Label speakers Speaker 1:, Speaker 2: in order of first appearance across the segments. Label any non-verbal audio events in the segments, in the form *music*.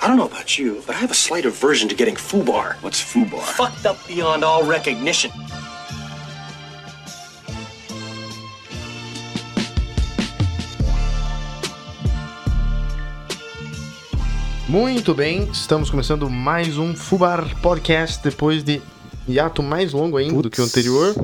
Speaker 1: I don't know about you, but I have a slight aversion to getting foobar.
Speaker 2: What's foobar?
Speaker 1: Fucked up beyond all recognition.
Speaker 3: Muito bem, estamos começando mais um Fubar Podcast depois de hiato mais longo ainda do que o anterior.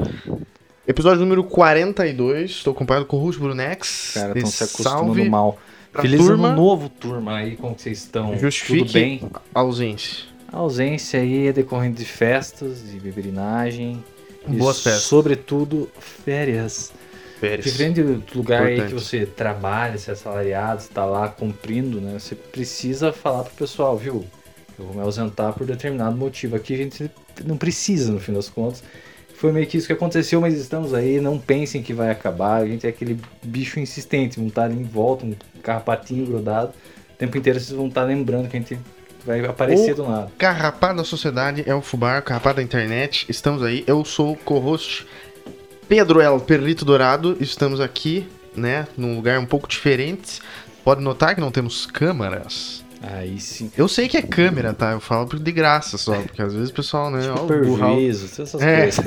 Speaker 3: Episódio número 42, estou acompanhado com o Rush Brunex.
Speaker 4: Cara,
Speaker 3: De
Speaker 4: estão se acostumando
Speaker 3: salve
Speaker 4: mal.
Speaker 3: pra
Speaker 4: Feliz
Speaker 3: turma.
Speaker 4: ano novo, turma. Aí, como que vocês estão?
Speaker 3: Justifique.
Speaker 4: Tudo bem?
Speaker 3: a ausência.
Speaker 4: A ausência aí é decorrente de festas, de beberinagem. e,
Speaker 3: Boas festas.
Speaker 4: Sobretudo, férias.
Speaker 3: Férias.
Speaker 4: Diferente do lugar aí que
Speaker 3: Importante.
Speaker 4: você trabalha, se é assalariado, está lá cumprindo, né? Você precisa falar pro pessoal, viu? Eu vou me ausentar por determinado motivo. Aqui a gente não precisa, no fim das contas. Foi meio que isso que aconteceu, mas estamos aí, não pensem que vai acabar. A gente é aquele bicho insistente, não tá ali em volta, um carrapatinho grudado. O tempo inteiro vocês vão estar lembrando que a gente vai aparecer
Speaker 3: Ou-
Speaker 4: do nada.
Speaker 3: Carrapá da sociedade é o Fubar, Carrapá da internet. Estamos aí, eu sou o co-host Pedro El Perlito Dourado. Estamos aqui, né, num lugar um pouco diferente. Pode notar que não temos câmeras.
Speaker 4: Aí sim.
Speaker 3: Eu sei que é câmera, tá? Eu falo de graça
Speaker 4: *laughs*
Speaker 3: só, porque às vezes o pessoal, né, ó, o burral.
Speaker 4: Superviso, Tipo todas essas
Speaker 3: É.
Speaker 4: coisas.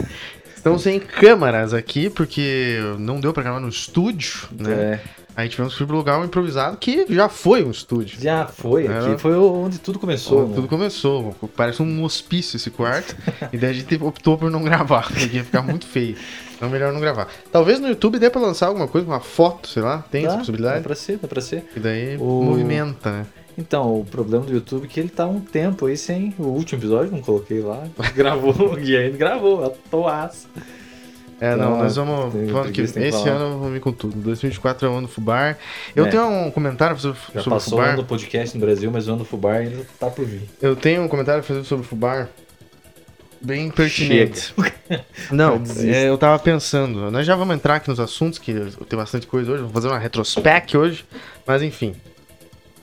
Speaker 3: Estamos sem câmeras aqui, porque não deu pra gravar no estúdio, né?
Speaker 4: É.
Speaker 3: Aí tivemos que ir pro lugar improvisado, que já foi um estúdio.
Speaker 4: Já foi aqui,
Speaker 3: Era-
Speaker 4: foi onde tudo começou. né?
Speaker 3: É. Tudo começou, parece um hospício esse
Speaker 4: *laughs*
Speaker 3: quarto. e daí a gente optou por não gravar, porque ia ficar muito feio. Então melhor não gravar. Talvez no YouTube dê pra lançar alguma coisa, uma foto, sei lá, tem essa
Speaker 4: Dá, Dá
Speaker 3: possibilidade.
Speaker 4: pra ser, dá pra ser.
Speaker 3: E daí
Speaker 4: O-
Speaker 3: movimenta, né?
Speaker 4: Então, o problema do YouTube é que ele tá há um tempo aí sem. O último episódio, não coloquei
Speaker 3: *laughs*
Speaker 4: lá. Gravou, e aí ele gravou, a toaça.
Speaker 3: É, não,
Speaker 4: Então,
Speaker 3: nós vamos.
Speaker 4: tem-
Speaker 3: vamos que
Speaker 4: tem que
Speaker 3: esse
Speaker 4: tem que falar.
Speaker 3: ano vamos vir com tudo. 2024 é o ano do Fubar. Eu
Speaker 4: É.
Speaker 3: tenho um comentário sobre, sobre
Speaker 4: Já
Speaker 3: o
Speaker 4: passou o ano
Speaker 3: Fubar.
Speaker 4: do podcast no Brasil, mas o ano do Fubar ainda tá por vir.
Speaker 3: Eu tenho um comentário a fazer sobre o Fubar. Bem pertinente. *laughs*
Speaker 4: *laughs*
Speaker 3: Não,
Speaker 4: Desisto.
Speaker 3: é, eu tava pensando. Nós já vamos entrar aqui nos assuntos, que tem bastante coisa hoje. Vamos fazer uma retrospect hoje. Mas enfim.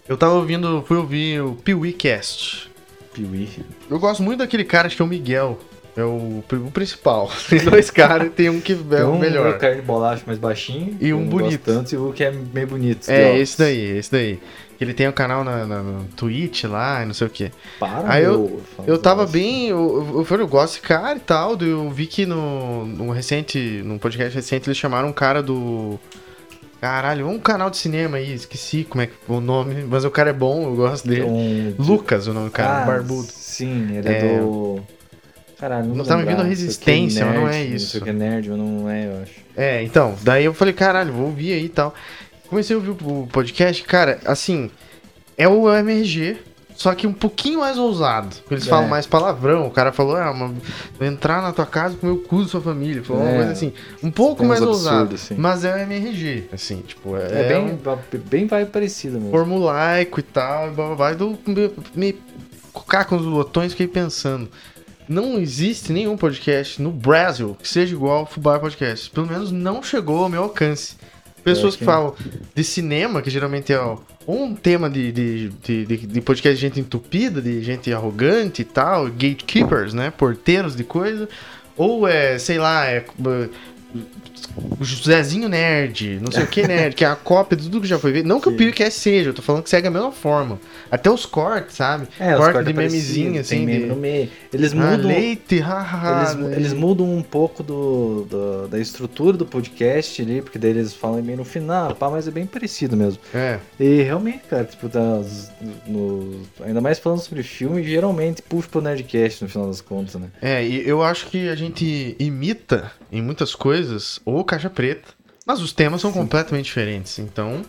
Speaker 3: Eu tava ouvindo, fui ouvir o Piuí Cast.
Speaker 4: Piuí.
Speaker 3: Eu gosto muito daquele cara que é o Miguel. É o, pri- o principal. *laughs* Tem dois caras e tem um que é o
Speaker 4: um
Speaker 3: melhor.
Speaker 4: é carne de bolacha mais baixinho.
Speaker 3: E um
Speaker 4: eu não
Speaker 3: bonito.
Speaker 4: gosto Tanto, e o que é meio bonito.
Speaker 3: É,
Speaker 4: que, ó,
Speaker 3: esse daí, esse daí. Ele tem o canal na, na- no Twitch lá e não sei o que.
Speaker 4: Para,
Speaker 3: Aí eu-
Speaker 4: meu, fala
Speaker 3: Eu
Speaker 4: um
Speaker 3: tava
Speaker 4: negócio.
Speaker 3: bem, eu, eu, eu falei, eu gosto desse cara e tal, daí eu vi que no, num recente, num podcast recente, eles chamaram um cara do... Caralho, um canal de cinema aí, esqueci como é que o nome, mas o cara é bom, eu gosto dele.
Speaker 4: Um-
Speaker 3: Lucas, o nome do cara,
Speaker 4: Ah,
Speaker 3: barbudo.
Speaker 4: Sim, ele
Speaker 3: É.
Speaker 4: é, do. Caralho, não
Speaker 3: Não tá me
Speaker 4: lembrar,
Speaker 3: vindo
Speaker 4: sei o que,
Speaker 3: resistência, mas não
Speaker 4: nerd,
Speaker 3: é
Speaker 4: Não sei
Speaker 3: isso.
Speaker 4: o que é nerd, mas não é, eu acho.
Speaker 3: É, então, daí eu falei, caralho, vou ouvir aí e tal. Comecei a ouvir o o podcast, cara, assim, é o MRG, só que um pouquinho mais ousado. Eles
Speaker 4: É.
Speaker 3: falam mais palavrão, o cara falou, ah, uma, entrar na tua casa e comer o cu da sua família. Falou uma
Speaker 4: É.
Speaker 3: coisa assim, um pouco
Speaker 4: Tem uns
Speaker 3: mais ousado.
Speaker 4: absurdos, sim.
Speaker 3: Mas é o MRG, assim, tipo, é,
Speaker 4: É,
Speaker 3: bem
Speaker 4: bem, bem vai parecido mesmo.
Speaker 3: formulaico e tal, e blá blá blá. E do, me, me cocar com os botões, fiquei pensando. Não existe nenhum podcast no Brasil que seja igual ao Fubá Podcast. Pelo menos não chegou ao meu alcance. Pessoas
Speaker 4: É,
Speaker 3: que
Speaker 4: sim.
Speaker 3: falam de cinema, que geralmente é ó, ou um tema de, de, de, de- de podcast de gente entupida, de gente arrogante e tal, gatekeepers, né? Porteiros de coisa. Ou é, sei lá, é. eh, Zezinho Nerd, não sei o que Nerd, que é a cópia de tudo que já foi feito. Não que o
Speaker 4: Sim.
Speaker 3: PewCast seja, eu tô falando que segue a mesma forma. Até os cortes, sabe?
Speaker 4: É, os
Speaker 3: corte
Speaker 4: cortes
Speaker 3: de memezinho,
Speaker 4: parecidos, tem
Speaker 3: assim,
Speaker 4: meme
Speaker 3: de-
Speaker 4: no meio. Eles
Speaker 3: Ah,
Speaker 4: mudam,
Speaker 3: leite, haha.
Speaker 4: eles, eles mudam um pouco do, do- da estrutura do podcast ali, porque daí eles falam meio no final, pá, mas é bem parecido mesmo.
Speaker 3: É,
Speaker 4: E realmente, cara, tipo, das, no- ainda mais falando sobre filme, geralmente puxa pro Nerdcast no final das contas, né?
Speaker 3: é, e eu acho que a gente imita em muitas coisas ou caixa preta, mas os temas são completamente diferentes, então.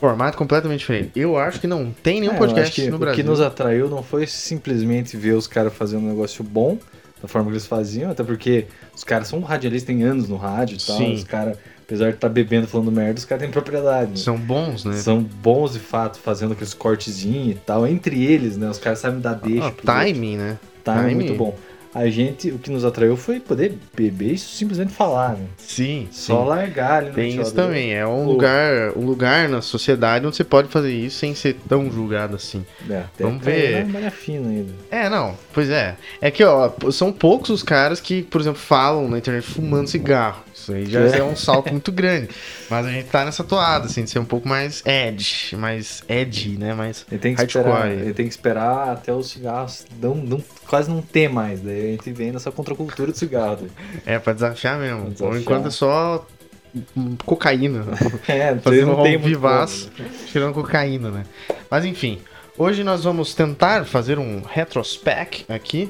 Speaker 3: Formato completamente diferente. Eu acho que não tem nenhum
Speaker 4: É, eu acho
Speaker 3: um podcast
Speaker 4: que
Speaker 3: no Brasil.
Speaker 4: O que nos atraiu não foi simplesmente ver os caras fazendo um negócio bom, da forma que eles faziam, até porque os caras são radialistas, têm anos no rádio e tal.
Speaker 3: Sim.
Speaker 4: Os caras, apesar de estar bebendo, falando merda, os caras têm propriedade. né?
Speaker 3: São bons, né?
Speaker 4: São bons de fato, fazendo aqueles cortezinhos e tal. Entre eles, né? Os caras sabem dar deixa.
Speaker 3: Ah,
Speaker 4: pro
Speaker 3: timing, né?
Speaker 4: outro. Time é
Speaker 3: timing.
Speaker 4: muito bom. A gente, o que nos atraiu foi poder beber e simplesmente falar, né?
Speaker 3: Sim,
Speaker 4: Só
Speaker 3: sim.
Speaker 4: largar ali no
Speaker 3: Tem isso
Speaker 4: ventilador.
Speaker 3: também. É um
Speaker 4: Pô.
Speaker 3: lugar, um lugar na sociedade onde você pode fazer isso sem ser tão julgado assim.
Speaker 4: É, até
Speaker 3: Vamos
Speaker 4: caiu
Speaker 3: ver.
Speaker 4: na malha fina ainda.
Speaker 3: É, não, pois é. É que, ó, p- são poucos os caras que, por exemplo, falam na internet fumando cigarro. Isso aí já é,
Speaker 4: É.
Speaker 3: um salto muito grande. Mas a gente tá nessa toada, assim, de ser um pouco mais edge, mais edgy, né? Mais
Speaker 4: Ele tem que
Speaker 3: hardcore.
Speaker 4: esperar, ele tem que esperar até os cigarros não, não- quase não ter mais. Daí a gente vem nessa contracultura do cigarro. *laughs* daí.
Speaker 3: É, pra desafiar mesmo.
Speaker 4: Pra
Speaker 3: Por
Speaker 4: desafiar.
Speaker 3: enquanto é só hum, cocaína. né?
Speaker 4: É, daí
Speaker 3: Fazendo
Speaker 4: não tem
Speaker 3: um
Speaker 4: muito
Speaker 3: vivaço,
Speaker 4: como, né?
Speaker 3: tirando cocaína, né? Mas enfim, hoje nós vamos tentar fazer um retrospect aqui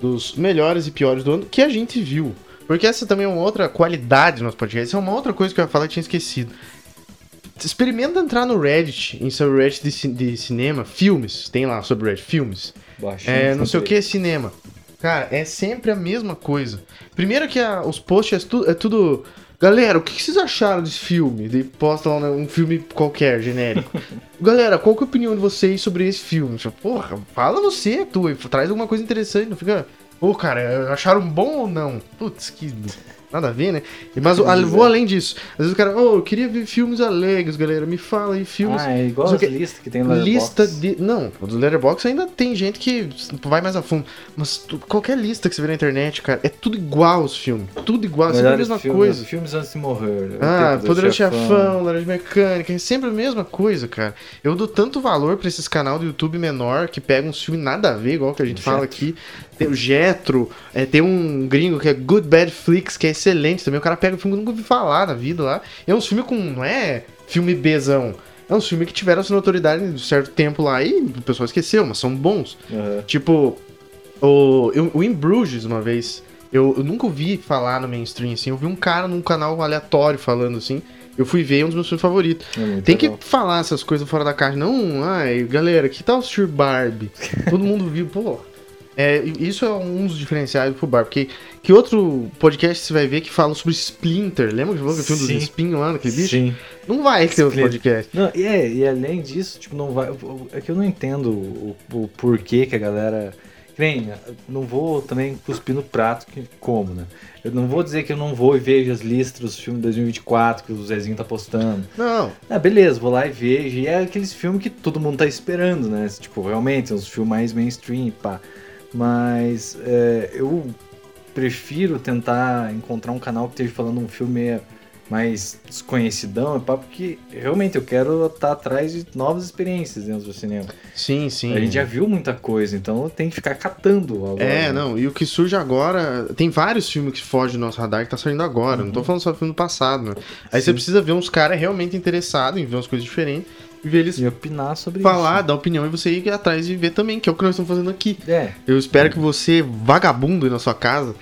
Speaker 3: dos melhores e piores do ano que a gente viu. Porque essa também é uma outra qualidade do nosso podcast. Essa é uma outra coisa que eu ia falar que tinha esquecido. Experimenta entrar no Reddit, em seu Reddit de, ci- de cinema, filmes, tem lá sobre Reddit, filmes.
Speaker 4: né? Baixinho,
Speaker 3: É, não
Speaker 4: sem
Speaker 3: sei o
Speaker 4: direito.
Speaker 3: que, cinema. Cara, é sempre a mesma coisa. Primeiro que a- os posts é, tu- é tudo. Galera, o que que vocês acharam desse filme? Daí posta lá né, um filme qualquer, genérico. *laughs* Galera, qual que é a opinião de vocês sobre esse filme? Tipo, Porra, fala você, é tu, e traz alguma coisa interessante, não fica. Ô, cara, acharam bom ou não? Putz, que. Nada a ver, né? Mas o-
Speaker 4: Pois é.
Speaker 3: vou além disso. Às vezes o cara, ô, eu queria ver filmes alegres, galera. Me fala aí, filmes.
Speaker 4: Ah, é igual
Speaker 3: Não
Speaker 4: as
Speaker 3: sei o
Speaker 4: listas que tem no
Speaker 3: Lista
Speaker 4: Letterboxd.
Speaker 3: de. Não, o do Letterboxd ainda tem gente que vai mais a fundo. Mas tu- qualquer lista que você vê na internet, cara, é tudo igual os filmes. Tudo igual, é sempre a
Speaker 4: Melhores
Speaker 3: mesma
Speaker 4: filmes-
Speaker 3: coisa.
Speaker 4: Filmes antes de morrer. né? O
Speaker 3: Ah,
Speaker 4: Tempo do
Speaker 3: Poderoso Chefão, Laranja Mecânica, é sempre a mesma coisa, cara. Eu dou tanto valor pra esses canal do YouTube menor que pega uns filmes nada a ver, igual que a gente fala aqui. Tem o Jetro, é, tem um gringo que é Good Bad Flix, que é excelente também. O cara pega um filme que eu nunca ouvi falar na vida lá. E é um filme com. não é filme Bzão. É um filme que tiveram sua notoriedade um certo tempo lá e o pessoal esqueceu, mas são bons.
Speaker 4: Aham.
Speaker 3: Tipo, o, eu- o In Bruges, uma vez, eu, eu nunca ouvi falar no mainstream, assim. Eu vi um cara num canal aleatório falando, assim. Eu fui ver é um dos meus filmes favoritos.
Speaker 4: É muito
Speaker 3: Tem que
Speaker 4: legal.
Speaker 3: falar essas coisas fora da caixa. Não, ai, galera, que tal assistir Barbie? Todo mundo viu, pô. É, e isso é um dos diferenciais pro Barbie. Porque que outro podcast você vai ver que fala sobre Splinter? Lembra que falou que o filme
Speaker 4: Sim.
Speaker 3: dos espinhos lá, aquele bicho?
Speaker 4: Sim.
Speaker 3: Não vai ter outro
Speaker 4: Splinter.
Speaker 3: podcast.
Speaker 4: Não, e, é- e além disso, tipo, não vai. É que eu não entendo o, o porquê que a galera. que Nem, não vou também cuspir no prato que como, né? Eu não vou dizer que eu não vou e vejo as listas dos filmes 2024 que o Zezinho tá postando.
Speaker 3: Não,
Speaker 4: Ah, beleza, vou lá e vejo. E é aqueles filmes que todo mundo tá esperando, né? Tipo, realmente, uns filmes mais mainstream, pá. Mas é, eu prefiro tentar encontrar um canal que esteja falando um filme mais desconhecidão, pá, porque realmente eu quero estar atrás de novas experiências dentro do cinema.
Speaker 3: sim, sim.
Speaker 4: A gente já viu muita coisa, então eu tenho que ficar catando agora.
Speaker 3: É,
Speaker 4: né?
Speaker 3: não, e o que surge agora. Tem vários filmes que fogem do nosso radar que tá saindo agora. Não tô falando só do filme do passado, né? Aí você
Speaker 4: Uhum. Sim.
Speaker 3: precisa ver uns caras realmente interessados em ver umas coisas diferentes e ver eles
Speaker 4: E opinar sobre
Speaker 3: falar, dar opinião e você ir atrás e ver também, que é o que nós estamos fazendo aqui.
Speaker 4: isso. É,
Speaker 3: Eu espero que você, vagabundo aí na sua casa,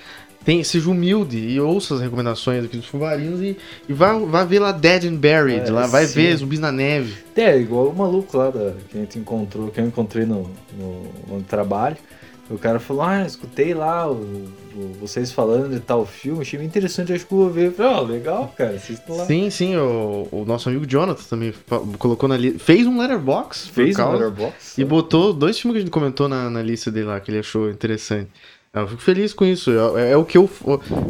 Speaker 3: tenha, seja humilde e ouça as recomendações aqui dos fubarinos e, e vá, vá ver lá Dead and Buried,
Speaker 4: É,
Speaker 3: lá, vai
Speaker 4: sim.
Speaker 3: ver Zumbis na Neve.
Speaker 4: É, igual o maluco lá da- que a gente encontrou, que eu encontrei no, no, no trabalho. O cara falou, ah, escutei lá o- o- vocês falando de tal filme, achei bem interessante, acho que eu vou ver. Eu falei, ó, legal, cara, assista lá.
Speaker 3: Sim, sim, o, o nosso amigo Jonathan também fa- colocou na lista. Fez um letterbox, por
Speaker 4: Fez no
Speaker 3: causa-
Speaker 4: Letterboxd?
Speaker 3: E botou dois filmes que a gente comentou na, na lista dele lá, que ele achou interessante. Eu fico feliz com isso. eu- É, é o que eu f-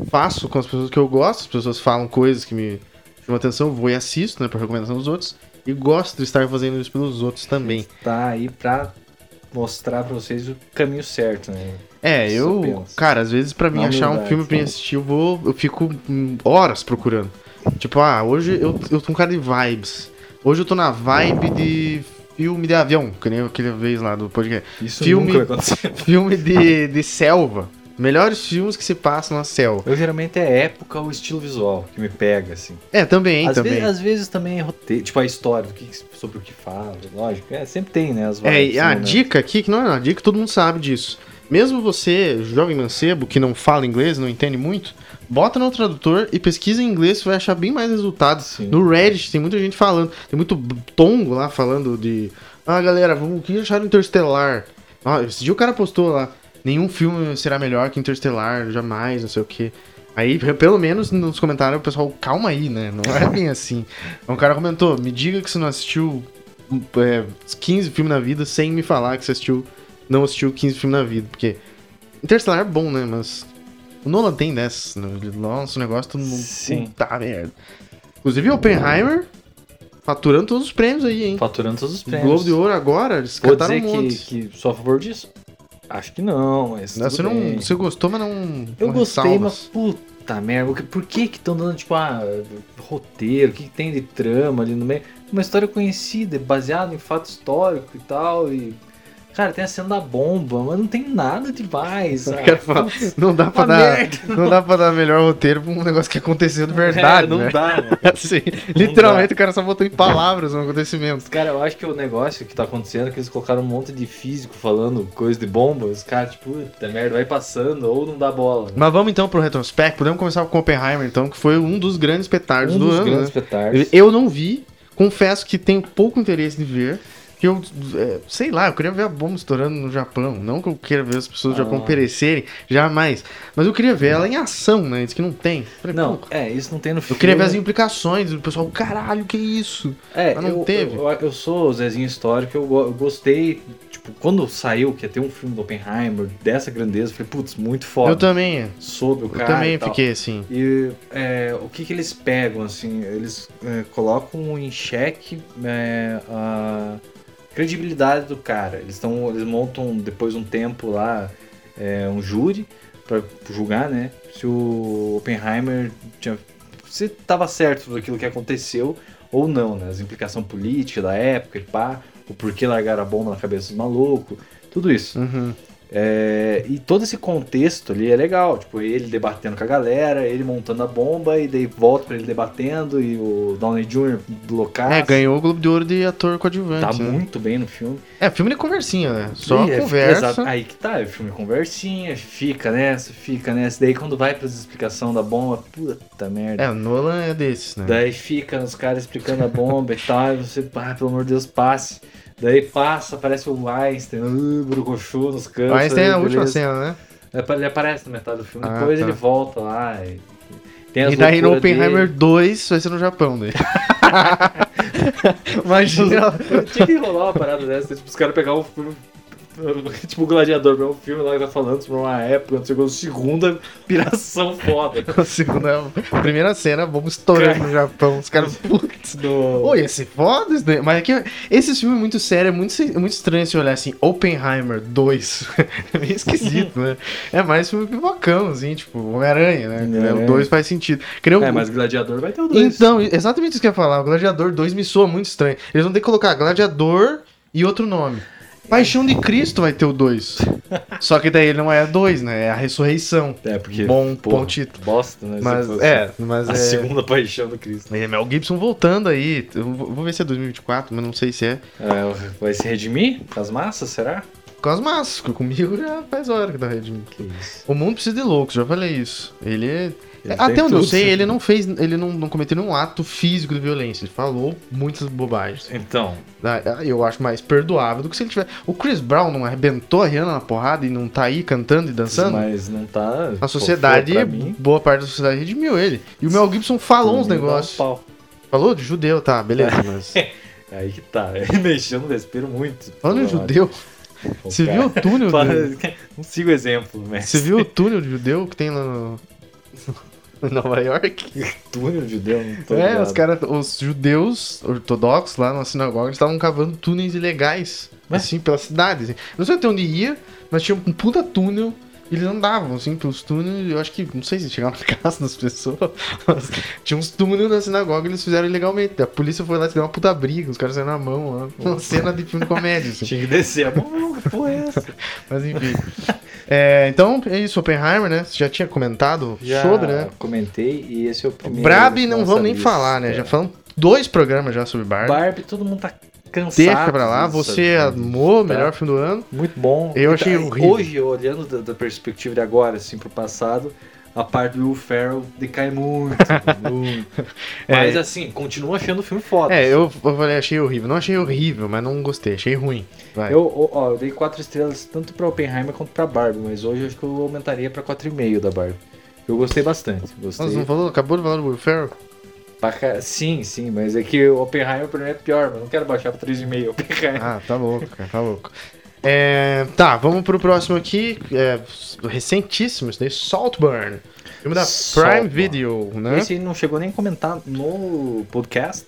Speaker 3: faço com as pessoas que eu gosto. As pessoas falam coisas que me chamam atenção, eu vou e assisto, né, por recomendação dos outros. E gosto de estar fazendo isso pelos outros também.
Speaker 4: Tá aí pra mostrar pra vocês o caminho certo, né?
Speaker 3: É, eu.
Speaker 4: Supenso.
Speaker 3: Cara, às vezes pra mim
Speaker 4: Na
Speaker 3: achar um
Speaker 4: humildade,
Speaker 3: filme pra mim
Speaker 4: né?
Speaker 3: assistir, eu vou. Eu fico hum, horas procurando. Tipo, ah, hoje eu, eu tô um cara de vibes. Hoje eu tô na vibe de filme de avião, que nem aquele vez lá do podcast.
Speaker 4: Isso
Speaker 3: Filme-
Speaker 4: nunca vai acontecer.
Speaker 3: Filme
Speaker 4: Ah.
Speaker 3: de, de selva. Melhores filmes que se passam na selva.
Speaker 4: Eu geralmente é época ou estilo visual que me pega, assim.
Speaker 3: É, também,
Speaker 4: às,
Speaker 3: também.
Speaker 4: Vezes, às vezes também é roteiro, tipo a história, do que, sobre o que fala, lógico. É, sempre tem, né? As
Speaker 3: É,
Speaker 4: vibes,
Speaker 3: e a
Speaker 4: né?
Speaker 3: dica aqui, que não é uma dica, todo mundo sabe disso. Mesmo você, jovem mancebo, que não fala inglês, não entende muito, bota no tradutor e pesquisa em inglês, você vai achar bem mais resultados.
Speaker 4: Sim.
Speaker 3: No Reddit tem muita gente falando, tem muito b- tongo lá falando de. Ah, galera, vamos, o que acharam do Interstellar? Ah, esse dia o cara postou lá, nenhum filme será melhor que Interstellar, jamais, não sei o quê. Aí, pe- pelo menos nos comentários, o pessoal, calma aí, né? Não é bem assim. Um cara comentou, me diga que você não assistiu hum, é, 15 filmes na vida sem me falar que você assistiu, não assistiu 15 filmes na vida, porque Interstellar é bom, né? Mas o Nolan tem dessas. né? Ele lança um negócio, todo mundo.
Speaker 4: Sim.
Speaker 3: Puta merda. Inclusive, Oppenheimer faturando todos os prêmios aí, hein?
Speaker 4: Faturando todos os prêmios.
Speaker 3: Globo de Ouro agora, eles
Speaker 4: Vou
Speaker 3: cataram um
Speaker 4: dizer
Speaker 3: monte.
Speaker 4: que, que sou a favor disso? Acho que não, mas.
Speaker 3: Não, Né,
Speaker 4: tudo
Speaker 3: você, não,
Speaker 4: bem.
Speaker 3: você gostou, mas não.
Speaker 4: Eu
Speaker 3: não
Speaker 4: gostei,
Speaker 3: ressalvas.
Speaker 4: mas puta merda. que- Por que que estão dando, tipo, ah, roteiro? O que, que tem de trama ali no meio? Uma história conhecida, é baseada em fato histórico e tal. E. Cara, tem a cena da bomba, mas não tem nada demais.
Speaker 3: Eu
Speaker 4: ah,
Speaker 3: quero falar,
Speaker 4: putz,
Speaker 3: Não dá pra
Speaker 4: uma
Speaker 3: dar.
Speaker 4: merda.
Speaker 3: *laughs* Não dá pra dar melhor roteiro pra um negócio que aconteceu de verdade,
Speaker 4: *laughs* É, não
Speaker 3: né?
Speaker 4: dá, né?
Speaker 3: *laughs* Assim, literalmente o cara só botou em palavras um acontecimento.
Speaker 4: Cara, eu acho que o negócio que tá acontecendo é que eles colocaram um monte de físico falando coisa de bomba, os caras, tipo, puta merda, vai passando ou não dá bola.
Speaker 3: Mas vamos então pro retrospecto. Podemos começar com Oppenheimer, então, que foi um dos grandes petardos
Speaker 4: Um
Speaker 3: do
Speaker 4: dos
Speaker 3: ano.
Speaker 4: grandes
Speaker 3: né?
Speaker 4: petardos.
Speaker 3: Eu não vi, confesso que tenho pouco interesse de ver. Que eu, é, sei lá, eu queria ver a bomba estourando no Japão. Não que eu queira ver as pessoas do
Speaker 4: Ah.
Speaker 3: Japão perecerem, jamais. Mas eu queria ver ela em ação, né? Diz que não tem. Falei,
Speaker 4: Não,
Speaker 3: pô,
Speaker 4: é, isso não tem no
Speaker 3: Eu
Speaker 4: filme.
Speaker 3: queria ver as implicações. O pessoal, caralho, que isso?
Speaker 4: É,
Speaker 3: mas não
Speaker 4: eu,
Speaker 3: teve.
Speaker 4: Eu, eu sou o Zezinho histórico, eu, go- eu gostei, tipo, quando saiu que ia ter um filme do Oppenheimer dessa grandeza, eu falei, putz, muito
Speaker 3: Eu
Speaker 4: foda.
Speaker 3: também.
Speaker 4: Sobre o
Speaker 3: Eu
Speaker 4: cara então.
Speaker 3: também
Speaker 4: e tal.
Speaker 3: fiquei assim.
Speaker 4: E é, o que, que eles pegam, assim? Eles é, colocam em xeque é, a credibilidade do cara. Eles, tão, eles montam, depois de um tempo lá, é, um júri para julgar, né? Se o Oppenheimer tinha, se estava certo daquilo que aconteceu ou não, né? As implicações políticas da época e pá, o porquê largaram a bomba na cabeça dos malucos, tudo isso.
Speaker 3: Uhum.
Speaker 4: É, e todo esse contexto ali é legal, tipo, ele debatendo com a galera, ele montando a bomba, e daí volta pra ele debatendo, e o Downey Jr. blocar.
Speaker 3: É, ganhou o Globo de Ouro de ator coadjuvante.
Speaker 4: Ah, Tá
Speaker 3: né?
Speaker 4: muito bem no filme.
Speaker 3: É, filme de conversinha, né? Só
Speaker 4: E é-
Speaker 3: conversa.
Speaker 4: exato, aí que tá, é filme conversinha, fica nessa, fica nessa. Daí quando vai pra explicação da bomba, puta merda.
Speaker 3: É, o Nolan é desses, né?
Speaker 4: Daí fica os caras explicando a bomba e tal, e você, ah, pelo amor de Deus, passe. Daí passa, aparece o Einstein, uh, brucochô nos cantos.
Speaker 3: Mas tem
Speaker 4: aí,
Speaker 3: é a última
Speaker 4: beleza.
Speaker 3: cena, né?
Speaker 4: Apa- Ele aparece na metade do filme,
Speaker 3: Ah,
Speaker 4: depois
Speaker 3: tá.
Speaker 4: ele volta lá. E, tem as
Speaker 3: E daí no
Speaker 4: loucuras
Speaker 3: Oppenheimer
Speaker 4: *laughs* dele.
Speaker 3: 2 vai ser no Japão, né?
Speaker 4: *laughs*
Speaker 3: daí. Imagina.
Speaker 4: Tinha que rolar uma parada dessa, tipo, os caras pegar um filme. *laughs* Tipo, o Gladiador, é um filme lá que tá falando sobre uma época, não sei quando, segunda piração foda.
Speaker 3: a segunda- é a primeira cena, vamos estourando no Japão. Os caras, putz.
Speaker 4: No...
Speaker 3: Oi, ia ser foda isso daí. Mas é que esse filme é muito sério, é muito, é muito estranho se olhar assim, Oppenheimer 2. *laughs* É meio esquisito, né? É mais filme pipocão, assim, tipo, Homem-Aranha, né?
Speaker 4: É.
Speaker 3: O 2 faz sentido. Queria
Speaker 4: É,
Speaker 3: o-
Speaker 4: mas Gladiador vai ter o dois.
Speaker 3: Então, exatamente isso que eu ia falar. O Gladiador 2 me soa muito estranho. Eles vão ter que colocar Gladiador e outro nome. Paixão de Cristo vai ter o
Speaker 4: *laughs*
Speaker 3: 2. Só que daí ele não é 2, né? É a ressurreição.
Speaker 4: É, porque.
Speaker 3: bom,
Speaker 4: porra,
Speaker 3: bom título.
Speaker 4: Bosta, né? se
Speaker 3: Mas
Speaker 4: fosse
Speaker 3: é, mas
Speaker 4: A
Speaker 3: é.
Speaker 4: segunda paixão do Cristo.
Speaker 3: É, Mel Gibson voltando aí. Eu vou vou ver se é 2024, mas não sei se é.
Speaker 4: É, vai se redimir? Com as massas, será?
Speaker 3: Com as massas, que comigo já faz hora que tá redimindo.
Speaker 4: Que isso.
Speaker 3: O mundo precisa de loucos, já falei isso. Ele é.
Speaker 4: Ele
Speaker 3: Até
Speaker 4: tem
Speaker 3: onde eu
Speaker 4: tudo.
Speaker 3: sei, ele não fez. Ele não, não cometeu nenhum ato físico de violência. Ele falou muitas bobagens.
Speaker 4: Então,
Speaker 3: Ah, Eu acho mais perdoável do que se ele tiver. O Chris Brown não arrebentou a Rihanna na porrada e não tá aí cantando e dançando?
Speaker 4: mas não tá.
Speaker 3: A sociedade,
Speaker 4: pô, pra mim,
Speaker 3: boa parte da sociedade redimiu ele. E o Mel Gibson falou uns
Speaker 4: Me dá um
Speaker 3: negócios.
Speaker 4: pau. É.
Speaker 3: Falou de judeu, tá, beleza, mas.
Speaker 4: Aí que tá, *laughs* ele mexendo no desespero muito. tipo,
Speaker 3: Falando de judeu, você viu o túnel? do-
Speaker 4: Fala- *laughs* Não sigo o exemplo, né?
Speaker 3: Você viu o túnel de judeu que tem lá no. *laughs* em Nova York?
Speaker 4: Túnel judeu, não tô
Speaker 3: É,
Speaker 4: ligado.
Speaker 3: os caras, os judeus ortodoxos lá na sinagoga, eles estavam cavando túneis ilegais,
Speaker 4: Ué?
Speaker 3: assim, pela cidade. assim. Não sei até onde ia, mas tinha um puta túnel. e Eles andavam, assim, pelos túneis, eu acho que, não sei se chegaram na *laughs* casa das pessoas, mas tinha uns túneis na sinagoga e eles fizeram ilegalmente. A polícia foi lá e deu uma puta briga, os caras saíram na mão, lá, uma cena de filme comédia,
Speaker 4: *laughs*
Speaker 3: assim.
Speaker 4: Tinha que descer. Ah, bom, que porra é
Speaker 3: *laughs*
Speaker 4: essa?
Speaker 3: Mas enfim. É, então, é isso, Oppenheimer, né? Você já tinha comentado
Speaker 4: Já
Speaker 3: sobre, né?
Speaker 4: comentei e esse é o primeiro.
Speaker 3: Barbie não
Speaker 4: da nossa é.
Speaker 3: vamos nem
Speaker 4: lista.
Speaker 3: falar, né? Já falamos dois programas já sobre Barbie.
Speaker 4: Barbie, todo mundo tá cansado. né?
Speaker 3: Deixa pra lá,
Speaker 4: disso,
Speaker 3: você
Speaker 4: sabe?
Speaker 3: amou,
Speaker 4: Tá.
Speaker 3: melhor filme do ano.
Speaker 4: Muito bom.
Speaker 3: Eu
Speaker 4: E
Speaker 3: achei
Speaker 4: tá-
Speaker 3: horrível.
Speaker 4: Hoje, olhando da, da perspectiva de agora, assim, pro passado, a parte do Will Ferrell decai muito. *laughs* muito. Mas,
Speaker 3: É.
Speaker 4: assim, continua achando o filme foda.
Speaker 3: É, eu, eu falei, achei horrível. Não achei horrível, mas não gostei, achei ruim. Vai.
Speaker 4: Eu, ó, ó, eu dei 4 estrelas tanto pra Oppenheimer quanto pra Barbie, mas hoje eu acho que eu aumentaria pra 4,5 da Barbie. Eu gostei bastante. Gostei.
Speaker 3: Nossa, não falou? Acabou de falar do Will Ferrell?
Speaker 4: pra ca- Sim, sim, mas é que o Oppenheimer pra mim é pior, mas eu não quero baixar pra 3,5 o Oppenheimer.
Speaker 3: Ah, tá louco, cara, tá louco. É, tá, vamos pro próximo aqui. É, recentíssimo, isso daí. Saltburn. Filme da Prime
Speaker 4: Saltburn.
Speaker 3: Video, né?
Speaker 4: Esse não chegou nem a comentar no podcast.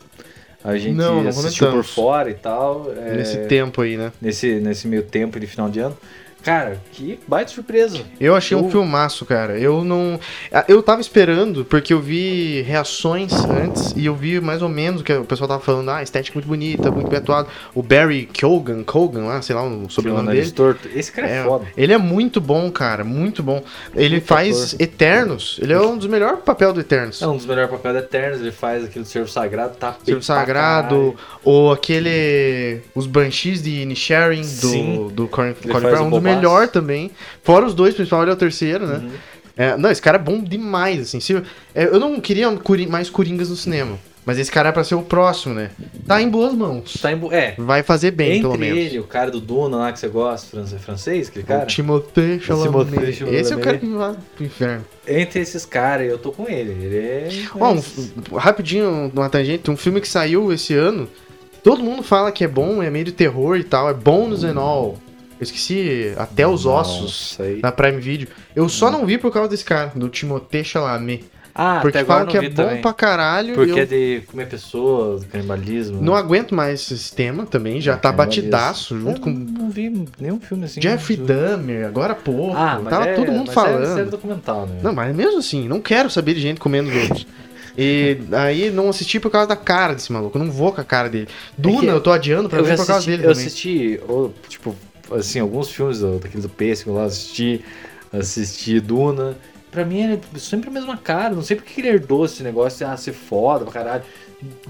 Speaker 4: A gente
Speaker 3: Não, não
Speaker 4: assistiu por
Speaker 3: comentamos.
Speaker 4: fora e tal. é,
Speaker 3: Nesse tempo aí, né?
Speaker 4: nesse, nesse meio tempo de final de ano. Cara, que baita surpresa.
Speaker 3: Eu achei um
Speaker 4: Eu-
Speaker 3: filmaço, cara. Eu não. Ah, Eu tava esperando, porque eu vi reações antes e eu vi mais ou menos o que o pessoal tava falando. Ah, estética muito bonita, muito bem atuado. O Barry Kogan, Kogan lá, sei lá o sobrenome dele.
Speaker 4: Nariz torto. Esse cara é,
Speaker 3: É,
Speaker 4: foda.
Speaker 3: ele é muito bom, cara, muito bom. Ele
Speaker 4: Muito
Speaker 3: faz Eternos. Ele é um dos melhores papéis do Eternos.
Speaker 4: É um dos melhores papéis da Eternos, ele faz aquele do servo sagrado, tá? bem
Speaker 3: Servo
Speaker 4: pra
Speaker 3: Sagrado,
Speaker 4: caralho.
Speaker 3: ou aquele. Os Banshees de Inisharing, do,
Speaker 4: Sim.
Speaker 3: do Colin Colin
Speaker 4: Ele faz
Speaker 3: Brown,
Speaker 4: o
Speaker 3: um dos
Speaker 4: bobaço.
Speaker 3: melhores também. Fora os dois, principal, ele é o terceiro,
Speaker 4: Uhum.
Speaker 3: né? É, não, esse cara é bom demais, assim. Se, é, eu não queria um Corin- mais Coringas no cinema, mas esse cara é pra ser o próximo, né? Tá em boas mãos.
Speaker 4: Tá em bo- É,
Speaker 3: Vai fazer bem, pelo
Speaker 4: entre
Speaker 3: menos.
Speaker 4: ele, o cara do Duna lá que você gosta, fran- é francês, aquele
Speaker 3: O
Speaker 4: cara.
Speaker 3: Timothée Chalamet.
Speaker 4: Timothée Chalamet.
Speaker 3: Esse é o cara que vai pro inferno.
Speaker 4: Entre esses caras, eu tô com ele. Ele é.
Speaker 3: Ó, um f- rapidinho, uma tangente, um filme que saiu esse ano, todo mundo fala que é bom, é meio de terror e tal, é Bones and All. Eu esqueci, Até é os Ossos,
Speaker 4: Hum. Nossa, aí.
Speaker 3: da Prime Video. Eu só não vi por causa desse cara, do Timothée Chalamet.
Speaker 4: Ah,
Speaker 3: porque
Speaker 4: até agora
Speaker 3: falam
Speaker 4: eu
Speaker 3: que
Speaker 4: não
Speaker 3: é
Speaker 4: vi
Speaker 3: bom
Speaker 4: também.
Speaker 3: pra caralho
Speaker 4: Porque
Speaker 3: e eu
Speaker 4: é de comer pessoas, canibalismo.
Speaker 3: Não aguento mais esse tema também, já tá
Speaker 4: Canibalismo.
Speaker 3: batidaço, junto
Speaker 4: Eu
Speaker 3: com
Speaker 4: Não vi nenhum filme assim.
Speaker 3: Jeffrey
Speaker 4: Eu-
Speaker 3: Dahmer, agora há pouco.
Speaker 4: Ah, mas
Speaker 3: tava
Speaker 4: é,
Speaker 3: todo mundo
Speaker 4: mas É
Speaker 3: falando.
Speaker 4: série documental, né?
Speaker 3: Não, mas mesmo assim, não quero saber de gente comendo os outros. E aí não assisti por causa da cara desse maluco. Eu não vou com a cara dele. Duna,
Speaker 4: É que
Speaker 3: eu tô adiando pra
Speaker 4: eu
Speaker 3: ver
Speaker 4: já
Speaker 3: por causa
Speaker 4: assisti-
Speaker 3: dele
Speaker 4: Eu
Speaker 3: também.
Speaker 4: assisti, ou, tipo, assim, alguns filmes do, daquele do Pêssego lá, assisti, assisti Duna. Pra mim é sempre a mesma cara, não sei porque que ele herdou esse negócio de ah, ser foda pra caralho.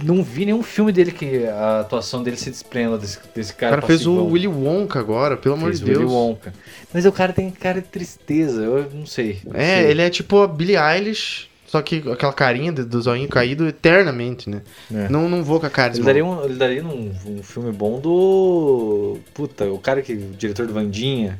Speaker 4: Não vi nenhum filme dele que a atuação dele se desprenda desse, desse
Speaker 3: o
Speaker 4: cara.
Speaker 3: cara fez o
Speaker 4: passivão.
Speaker 3: Willy Wonka agora, pelo amor
Speaker 4: Fez
Speaker 3: de
Speaker 4: o Willy
Speaker 3: Deus.
Speaker 4: Wonka. Mas o cara tem cara de tristeza, eu não sei. não
Speaker 3: É,
Speaker 4: sei.
Speaker 3: ele é tipo a Billie Eilish, só que com aquela carinha do, do zoinho caído eternamente, né?
Speaker 4: É.
Speaker 3: Não, não vou com a cara
Speaker 4: Ele
Speaker 3: desse
Speaker 4: daria,
Speaker 3: maluco.
Speaker 4: um, ele daria um, um filme bom do. Puta, o cara que. O diretor do Vandinha.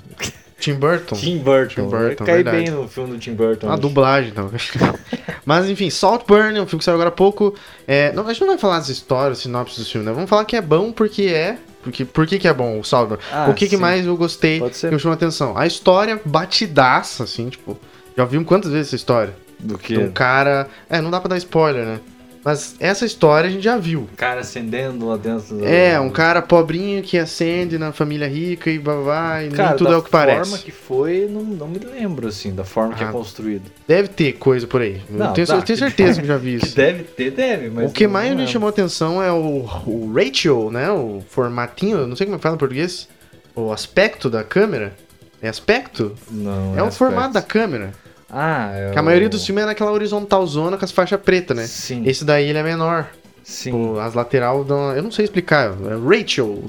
Speaker 3: Tim Burton.
Speaker 4: Tim Burton.
Speaker 3: Tim
Speaker 4: né?
Speaker 3: Burton,
Speaker 4: Cai
Speaker 3: verdade. Ah,
Speaker 4: bem no filme do Tim Burton. né?
Speaker 3: A dublagem, talvez. *laughs* Mas enfim, Saltburn, é um filme que saiu agora há pouco. É, não, a gente não vai falar das histórias, sinopses do filme, né? Vamos falar que é bom porque é. Porque, por que, que é bom o Saltburn?
Speaker 4: Ah,
Speaker 3: o que, que
Speaker 4: sim.
Speaker 3: mais eu gostei
Speaker 4: Pode
Speaker 3: que
Speaker 4: ser.
Speaker 3: me chamou a atenção? A história batidaça, assim, tipo. Já vimos quantas vezes essa história?
Speaker 4: Do que?
Speaker 3: De um cara. É, não dá pra dar spoiler, né? Mas essa história a gente já viu.
Speaker 4: Um cara acendendo lá dentro. do-
Speaker 3: É, um cara pobrinho que acende na família rica e babá, e
Speaker 4: Cara,
Speaker 3: nem tudo
Speaker 4: da
Speaker 3: é o que parece.
Speaker 4: forma que foi, não, não me lembro, assim, da forma que
Speaker 3: Ah.
Speaker 4: é construído.
Speaker 3: Deve ter coisa por aí. Eu
Speaker 4: Não,
Speaker 3: tenho,
Speaker 4: dá.
Speaker 3: eu tenho certeza que eu já vi
Speaker 4: *laughs* Que
Speaker 3: isso.
Speaker 4: deve ter, deve, mas.
Speaker 3: O que
Speaker 4: não-
Speaker 3: mais
Speaker 4: não
Speaker 3: me
Speaker 4: lembro.
Speaker 3: chamou a atenção é o, o ratio, né? O formatinho, eu não sei como é que fala em português. O aspecto da câmera. É aspecto?
Speaker 4: Não,
Speaker 3: É, o
Speaker 4: aspecto.
Speaker 3: formato da câmera.
Speaker 4: Ah, é.
Speaker 3: Que a
Speaker 4: o-
Speaker 3: maioria dos filmes é naquela horizontal zona com as faixas pretas, né?
Speaker 4: Sim.
Speaker 3: Esse daí ele é menor.
Speaker 4: Sim.
Speaker 3: O- As lateral dão. Eu não sei explicar. É ratio.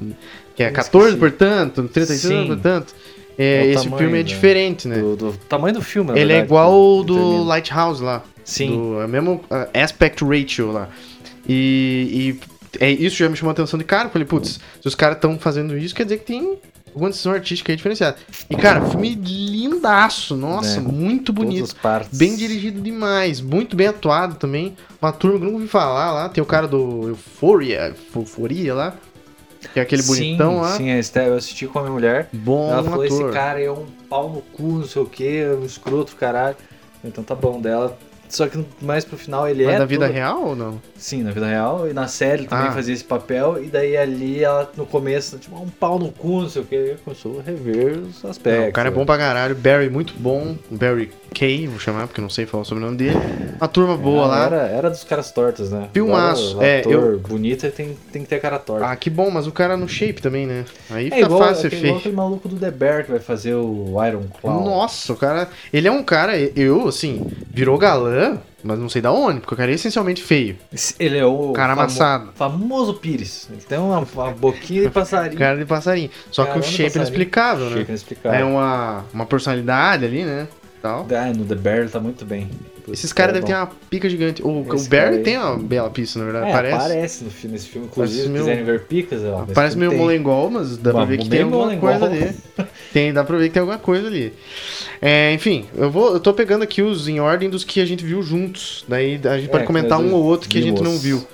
Speaker 3: Que é
Speaker 4: Eu
Speaker 3: 14
Speaker 4: esqueci.
Speaker 3: por tanto, 35
Speaker 4: Sim.
Speaker 3: por tanto. É,
Speaker 4: É o
Speaker 3: esse
Speaker 4: tamanho,
Speaker 3: filme é
Speaker 4: né?
Speaker 3: diferente, né?
Speaker 4: Do, do tamanho do filme, na
Speaker 3: Ele é
Speaker 4: verdade,
Speaker 3: igual o
Speaker 4: que- que
Speaker 3: do
Speaker 4: determina.
Speaker 3: Lighthouse lá.
Speaker 4: Sim.
Speaker 3: Do, é o mesmo ah, aspect ratio lá. E, e é, isso já me chamou a atenção de cara. eu Falei, putz, se os caras estão fazendo isso, quer dizer que tem alguma decisão artística aí diferenciada. E, cara, filme lindaço. Nossa,
Speaker 4: É.
Speaker 3: muito
Speaker 4: Todas
Speaker 3: bonito.
Speaker 4: as partes.
Speaker 3: Bem dirigido demais. Muito bem atuado também. Uma turma que eu nunca ouvi falar lá. Tem o cara do Euphoria, Euforia lá. Que é aquele bonitão
Speaker 4: sim,
Speaker 3: lá.
Speaker 4: Sim, a Esté, eu assisti com a minha mulher.
Speaker 3: Bom
Speaker 4: ela falou:
Speaker 3: um ator.
Speaker 4: esse cara é um pau no cu, não sei o que, é um escroto, caralho. Então tá bom dela. Só que mais pro final ele
Speaker 3: Mas
Speaker 4: é.
Speaker 3: na vida
Speaker 4: todo-
Speaker 3: real ou não?
Speaker 4: Sim, na vida real. E na série ele também
Speaker 3: Ah.
Speaker 4: fazia esse papel. E daí ali ela, no começo, tipo, um pau no cu, não sei o que. Começou a rever os aspectos. né?
Speaker 3: Não, o cara é bom pra caralho. Barry, muito bom. Barry Kay, vou chamar, porque eu não sei falar o sobrenome dele. Uma turma boa
Speaker 4: Não,
Speaker 3: lá.
Speaker 4: Era, era dos caras tortos, né?
Speaker 3: Filmaço,
Speaker 4: Agora,
Speaker 3: é,
Speaker 4: ator
Speaker 3: eu-
Speaker 4: bonito ele tem, tem que ter a cara torta.
Speaker 3: Ah, que bom, mas o cara no shape também, né? Aí
Speaker 4: é
Speaker 3: fica
Speaker 4: igual,
Speaker 3: fácil ser
Speaker 4: aquele, igual
Speaker 3: feio.
Speaker 4: aquele maluco do The Bear que vai fazer o Iron Claw.
Speaker 3: Nossa, o cara. Ele é um cara, eu, assim, virou galã, mas não sei da onde, porque o cara é essencialmente feio.
Speaker 4: Ele é o
Speaker 3: Cara
Speaker 4: famo-
Speaker 3: amassado.
Speaker 4: famoso Pires. Ele tem uma, uma boquinha de passarinho.
Speaker 3: Cara é de passarinho. Só que
Speaker 4: Cara
Speaker 3: o
Speaker 4: de
Speaker 3: shape é
Speaker 4: passarinho.
Speaker 3: inexplicável,
Speaker 4: Chega
Speaker 3: né?
Speaker 4: inexplicável.
Speaker 3: É uma, uma personalidade ali, né? Tal.
Speaker 4: Ah, no The Bear ele tá muito bem. Puta,
Speaker 3: Esses caras
Speaker 4: é
Speaker 3: devem ter
Speaker 4: bom.
Speaker 3: uma pica gigante. O, o
Speaker 4: Esse cara
Speaker 3: Barry
Speaker 4: aí-
Speaker 3: tem uma bela pista, na verdade.
Speaker 4: É,
Speaker 3: parece.
Speaker 4: aparece. no filme, nesse filme, inclusive,
Speaker 3: Parece
Speaker 4: se
Speaker 3: meu-
Speaker 4: quiserem ver picas, ó, nesse
Speaker 3: Parece
Speaker 4: filme
Speaker 3: meio um
Speaker 4: tem.
Speaker 3: molengol, mas dá pra
Speaker 4: Uma-
Speaker 3: ver que tem
Speaker 4: bem
Speaker 3: alguma
Speaker 4: molengol.
Speaker 3: coisa ali. Tem, dá pra ver que tem alguma coisa ali. É, enfim, eu vou, eu tô pegando aqui os em ordem dos que a gente viu juntos. Daí a gente
Speaker 4: É,
Speaker 3: pode
Speaker 4: que
Speaker 3: comentar
Speaker 4: nós
Speaker 3: um ou outro que a gente
Speaker 4: vimos.
Speaker 3: não viu.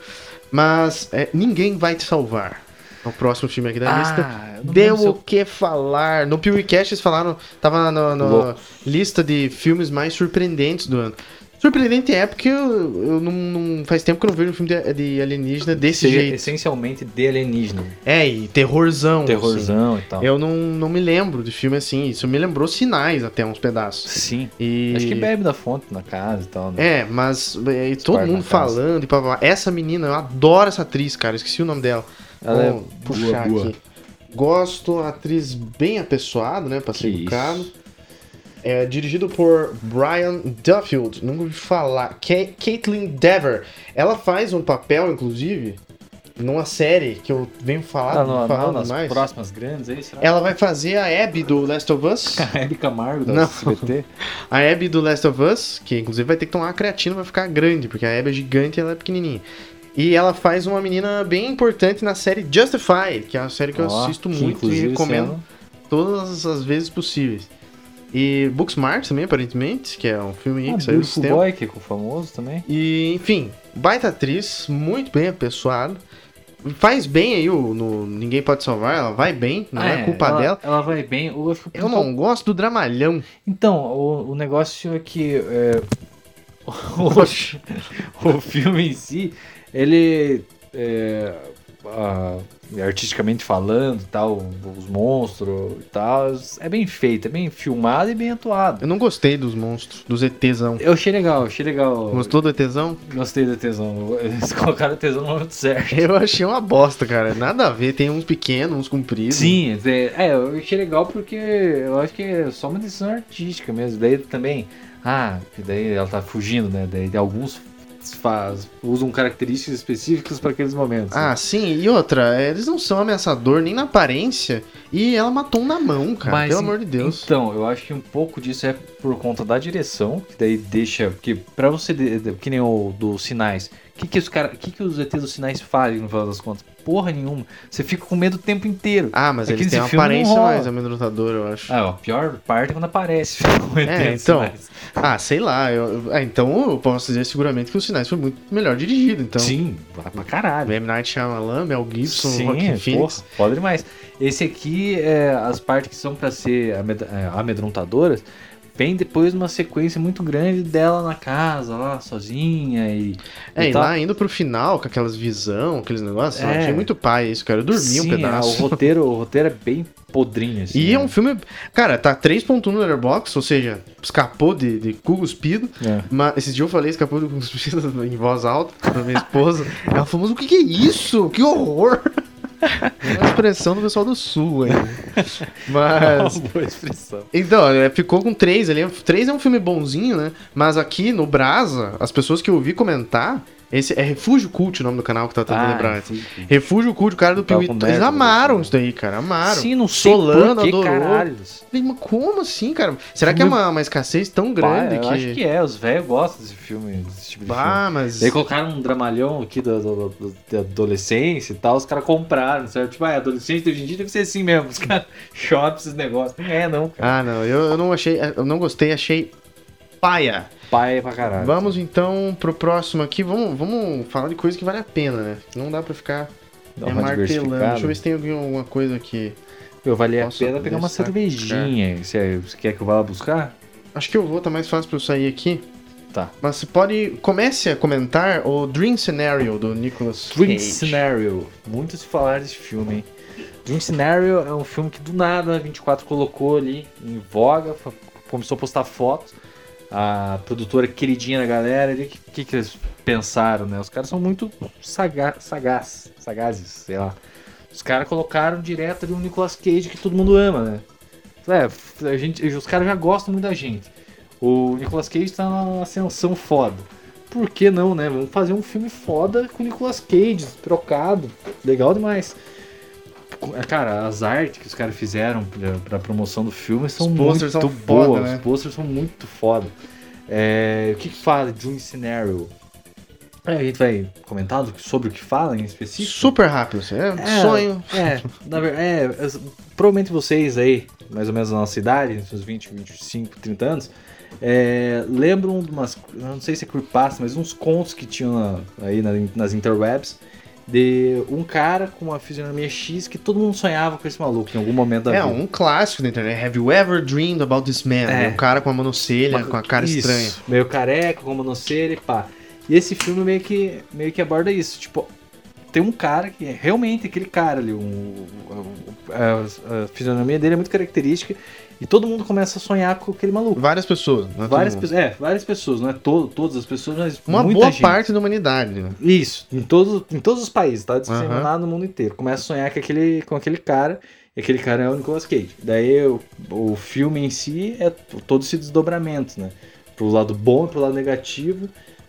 Speaker 3: Mas é, ninguém vai te salvar. O próximo filme aqui da
Speaker 4: Ah,
Speaker 3: lista.
Speaker 4: eu não
Speaker 3: Deu
Speaker 4: lembro se
Speaker 3: o
Speaker 4: eu-
Speaker 3: que falar. No PewCast eles falaram. Tava na na- na
Speaker 4: Louco.
Speaker 3: lista de filmes mais surpreendentes do ano. Surpreendente é porque eu, eu não, não- Faz tempo que eu não vejo um filme de, de alienígena desse
Speaker 4: Seja
Speaker 3: jeito.
Speaker 4: essencialmente de alienígena.
Speaker 3: É, e terrorzão. assim.
Speaker 4: Terrorzão e tal.
Speaker 3: Eu não, não me lembro de filme assim. Isso me lembrou sinais até uns pedaços.
Speaker 4: Sim.
Speaker 3: E...
Speaker 4: Acho que bebe da fonte na casa e tal, né?
Speaker 3: É, mas é, e todo
Speaker 4: Esparta
Speaker 3: mundo
Speaker 4: na casa.
Speaker 3: falando e pá, pá, pá. Essa menina, eu adoro essa atriz, cara. Esqueci o nome dela.
Speaker 4: Ela é
Speaker 3: Vou
Speaker 4: boa,
Speaker 3: puxar
Speaker 4: boa.
Speaker 3: aqui. Gosto, atriz bem apessoada, né? Pra ser
Speaker 4: Que
Speaker 3: educado.
Speaker 4: isso.
Speaker 3: É dirigido por Brian Duffield, nunca ouvi falar. Ca- Caitlin Dever. Ela faz um papel, inclusive, numa série que eu venho falar,
Speaker 4: Ah, não, não,
Speaker 3: falando
Speaker 4: nas
Speaker 3: mais. É.
Speaker 4: próximas grandes aí, será?
Speaker 3: Ela vai fazer a Abby do Last of Us.
Speaker 4: A *laughs* Hebe Camargo da
Speaker 3: Não. *laughs*
Speaker 4: SBT.
Speaker 3: A Abby do Last of Us, que inclusive vai ter que tomar uma creatina pra ficar grande, porque a Abby é gigante e ela é pequenininha. E ela faz uma menina bem importante na série Justified, que é uma série que eu
Speaker 4: Ó,
Speaker 3: assisto
Speaker 4: que
Speaker 3: muito e
Speaker 4: inclusive
Speaker 3: recomendo
Speaker 4: sendo-
Speaker 3: todas as vezes possíveis. E Booksmart também, aparentemente, que é um filme aí
Speaker 4: Ah,
Speaker 3: que saiu do
Speaker 4: Beautiful
Speaker 3: sistema.
Speaker 4: Boy, que é famoso também.
Speaker 3: E, enfim, baita atriz, muito bem apessoada. Faz bem aí o no Ninguém Pode Salvar, ela vai bem, não é, culpa
Speaker 4: Ah, ela,
Speaker 3: dela.
Speaker 4: Ela vai bem. Eu, fico
Speaker 3: Eu não gosto do dramalhão.
Speaker 4: Então, o, o negócio é que é, *laughs* o, o filme em si, ele é, ah, artisticamente falando, tal, os monstros e tal, é bem feito, é bem filmado e bem atuado.
Speaker 3: Eu não gostei dos monstros, dos ETzão.
Speaker 4: Eu achei legal, achei legal.
Speaker 3: Gostou do ETzão?
Speaker 4: Gostei da tesão. Eles *laughs* colocaram a tesão no momento certo.
Speaker 3: Eu achei uma bosta, cara. Nada a ver. Tem uns pequenos, uns compridos.
Speaker 4: Sim, é, é, eu achei legal porque eu acho que é só uma decisão artística mesmo. Daí também, ah, que daí ela tá fugindo, né? Daí de alguns faz, usam características específicas para aqueles momentos. né?
Speaker 3: Ah, sim. E outra, eles não são ameaçador nem na aparência. E ela matou um na mão, cara.
Speaker 4: Mas,
Speaker 3: pelo amor de Deus.
Speaker 4: Então, eu acho que um pouco disso é por conta da direção, que daí deixa. Porque pra você. de- de- Que nem o dos sinais. O que, que os cara, que, que os ETs dos sinais fazem no final das contas? Porra nenhuma. Você fica com medo o tempo inteiro.
Speaker 3: Ah, mas
Speaker 4: É que
Speaker 3: eles têm uma
Speaker 4: nesse filme não
Speaker 3: aparência
Speaker 4: rola.
Speaker 3: mais amedrontadora, eu acho. Ah,
Speaker 4: Ah, a pior parte é quando aparece *laughs* o ET
Speaker 3: É,
Speaker 4: dos
Speaker 3: então,
Speaker 4: sinais.
Speaker 3: sei lá. eu- eu- ah, então eu posso dizer seguramente que o Sinais foi muito melhor dirigido, então.
Speaker 4: Sim, pra pra caralho.
Speaker 3: M. Night Shyamalan, Mel Gibson,
Speaker 4: Sim, é,
Speaker 3: Joaquin Phoenix.
Speaker 4: porra, foda demais. Esse aqui, é, as partes que são pra ser amed- é, amedrontadoras, vem depois de uma sequência muito grande dela na casa, lá, sozinha e.
Speaker 3: É, e
Speaker 4: tal.
Speaker 3: lá indo pro final, com aquelas visão, aqueles negócios. Eu
Speaker 4: Então- É.
Speaker 3: achei muito pai isso, cara. Eu dormi um
Speaker 4: Sim,
Speaker 3: pedaço.
Speaker 4: é, o, roteiro, o roteiro é bem podrinho, assim.
Speaker 3: E é um
Speaker 4: né?
Speaker 3: filme. Cara, tá 3.1 no Letterboxd, ou seja, escapou de, de cu cuspido.
Speaker 4: É.
Speaker 3: Mas esse dia eu falei escapou de cu cuspido *laughs* em voz alta pra minha esposa. Ela falou, mas o que, que é isso? Que horror! *laughs* É uma expressão do pessoal do sul
Speaker 4: *laughs*
Speaker 3: aí. Mas.
Speaker 4: Uma boa expressão.
Speaker 3: Então, é, ficou com 3 ali. 3 é um filme bonzinho, né? Mas aqui no Brasa, as pessoas que eu ouvi comentar. Esse é Refúgio Cult o nome do canal que tá tentando
Speaker 4: Ah,
Speaker 3: lembrar.
Speaker 4: sim.
Speaker 3: Refúgio Cult, o cara do
Speaker 4: Tava
Speaker 3: Piuí.
Speaker 4: com
Speaker 3: Eles
Speaker 4: merda,
Speaker 3: amaram
Speaker 4: né?
Speaker 3: isso daí, cara. Amaram.
Speaker 4: Sim, não sei
Speaker 3: Solano
Speaker 4: por que,
Speaker 3: adorou.
Speaker 4: caralhos.
Speaker 3: Falei, mas como assim, cara? Será que é
Speaker 4: Filme-
Speaker 3: uma, uma escassez tão
Speaker 4: Bah,
Speaker 3: grande
Speaker 4: eu
Speaker 3: que.
Speaker 4: acho que é, os velhos gostam desse filme, desse tipo de filme.
Speaker 3: Bah, mas.
Speaker 4: Daí colocaram um dramalhão aqui da, da- da- da adolescência e tal, os caras compraram, sabe? Tipo, ah, adolescente de hoje em dia deve ser assim mesmo, os caras *laughs* shopping esses negócios. Não é, não, cara.
Speaker 3: Ah, não, eu, eu não achei. Eu não gostei, achei paia.
Speaker 4: Pai pra caralho.
Speaker 3: Vamos então pro próximo aqui. Vamos, vamos falar de coisa que vale a pena, né? Não dá pra ficar
Speaker 4: Dá
Speaker 3: é,
Speaker 4: uma
Speaker 3: martelando.
Speaker 4: diversificada.
Speaker 3: Deixa eu ver se tem alguém- alguma coisa aqui.
Speaker 4: Eu valia a
Speaker 3: Posso
Speaker 4: pena pegar uma
Speaker 3: destacar.
Speaker 4: cervejinha. Você, você quer que eu vá lá buscar?
Speaker 3: Acho que eu vou, tá mais fácil pra eu sair aqui.
Speaker 4: Tá.
Speaker 3: Mas você pode. Comece a comentar o Dream Scenario do Nicolas
Speaker 4: Dream
Speaker 3: Cage.
Speaker 4: Scenario. Muito se falar desse filme, hein? Dream Scenario é um filme que do nada a 24 colocou ali em voga, fa- começou a postar fotos. A produtora queridinha da galera, o que, que, que eles pensaram, né? Os caras são muito saga sagaz, sagazes, sei lá. Os caras colocaram direto ali um Nicolas Cage que todo mundo ama, né? É, f- a gente, os caras já gostam muito da gente. O Nicolas Cage tá numa ascensão foda. Por que não, né? Vamos fazer um filme foda com o Nicolas Cage, trocado. Legal demais. Co- Cara, as artes que os caras fizeram pra, pra promoção do filme são
Speaker 3: Os
Speaker 4: muito
Speaker 3: posters são
Speaker 4: boas.
Speaker 3: foda, né?
Speaker 4: Os posters são muito foda. É, o que, que fala de um cenário? É, a gente vai comentar do- sobre o que fala em específico?
Speaker 3: Super rápido, assim, é um sonho.
Speaker 4: É, na verdade, é, as- provavelmente vocês aí, mais ou menos na nossa idade, entre os 20, 25, 30 anos, é, lembram de umas, eu não sei se é creepypasta, mas uns contos que tinham na- aí na- nas interwebs, de um cara com uma fisionomia X que todo mundo sonhava com esse maluco em algum momento da
Speaker 3: É
Speaker 4: vida.
Speaker 3: um clássico da internet. Have you ever dreamed about this man?
Speaker 4: É.
Speaker 3: É. Um cara com a monocelha, com a cara
Speaker 4: Isso,
Speaker 3: estranha.
Speaker 4: Meio careca, com monocelha e pá. E esse filme meio que, meio que aborda isso. Tipo, tem um cara que é realmente aquele cara ali. Um, um- a, a fisionomia dele é muito característica. E todo mundo começa a sonhar com aquele maluco.
Speaker 3: Várias pessoas. não é todo
Speaker 4: Várias
Speaker 3: mundo.
Speaker 4: pessoas. É, várias pessoas, não é to- todas as pessoas, mas
Speaker 3: Uma
Speaker 4: muita
Speaker 3: boa
Speaker 4: gente.
Speaker 3: parte da humanidade. né?
Speaker 4: Isso, em, todo, em todos os países, tá? Disseminado no mundo inteiro. Começa a sonhar com aquele, com aquele cara, e aquele cara é o Nicolas Cage. Daí o, o filme em si é t- todo esse desdobramento, né? Pro lado bom e pro lado negativo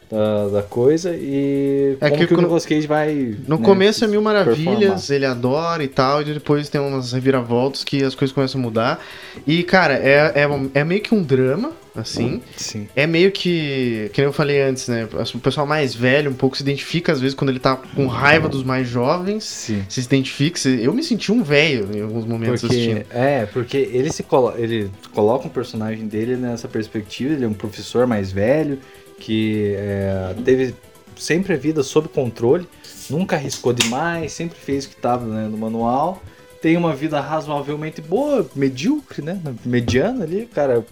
Speaker 4: da, da coisa, e
Speaker 3: É
Speaker 4: como que,
Speaker 3: que
Speaker 4: o
Speaker 3: quando-
Speaker 4: Nicolas Cage vai...
Speaker 3: No
Speaker 4: né,
Speaker 3: começo é Mil
Speaker 4: performar.
Speaker 3: Maravilhas, ele adora e tal, e depois tem umas reviravoltas que as coisas começam a mudar. E, cara, é, é, um- é meio que um drama, assim.
Speaker 4: Sim.
Speaker 3: É meio que, que nem eu falei antes, né? O pessoal mais velho um pouco se identifica, às vezes, quando ele tá com raiva dos mais jovens.
Speaker 4: Sim.
Speaker 3: Se identifica. se- Eu me senti um velho em alguns momentos assistindo.
Speaker 4: Porque, é, porque ele se colo ele coloca um personagem dele nessa perspectiva, ele é um professor mais velho, que é, teve sempre a vida sob controle, nunca arriscou demais, sempre fez o que estava no manual, tem uma vida razoavelmente boa, medíocre, né? Mediana ali, o cara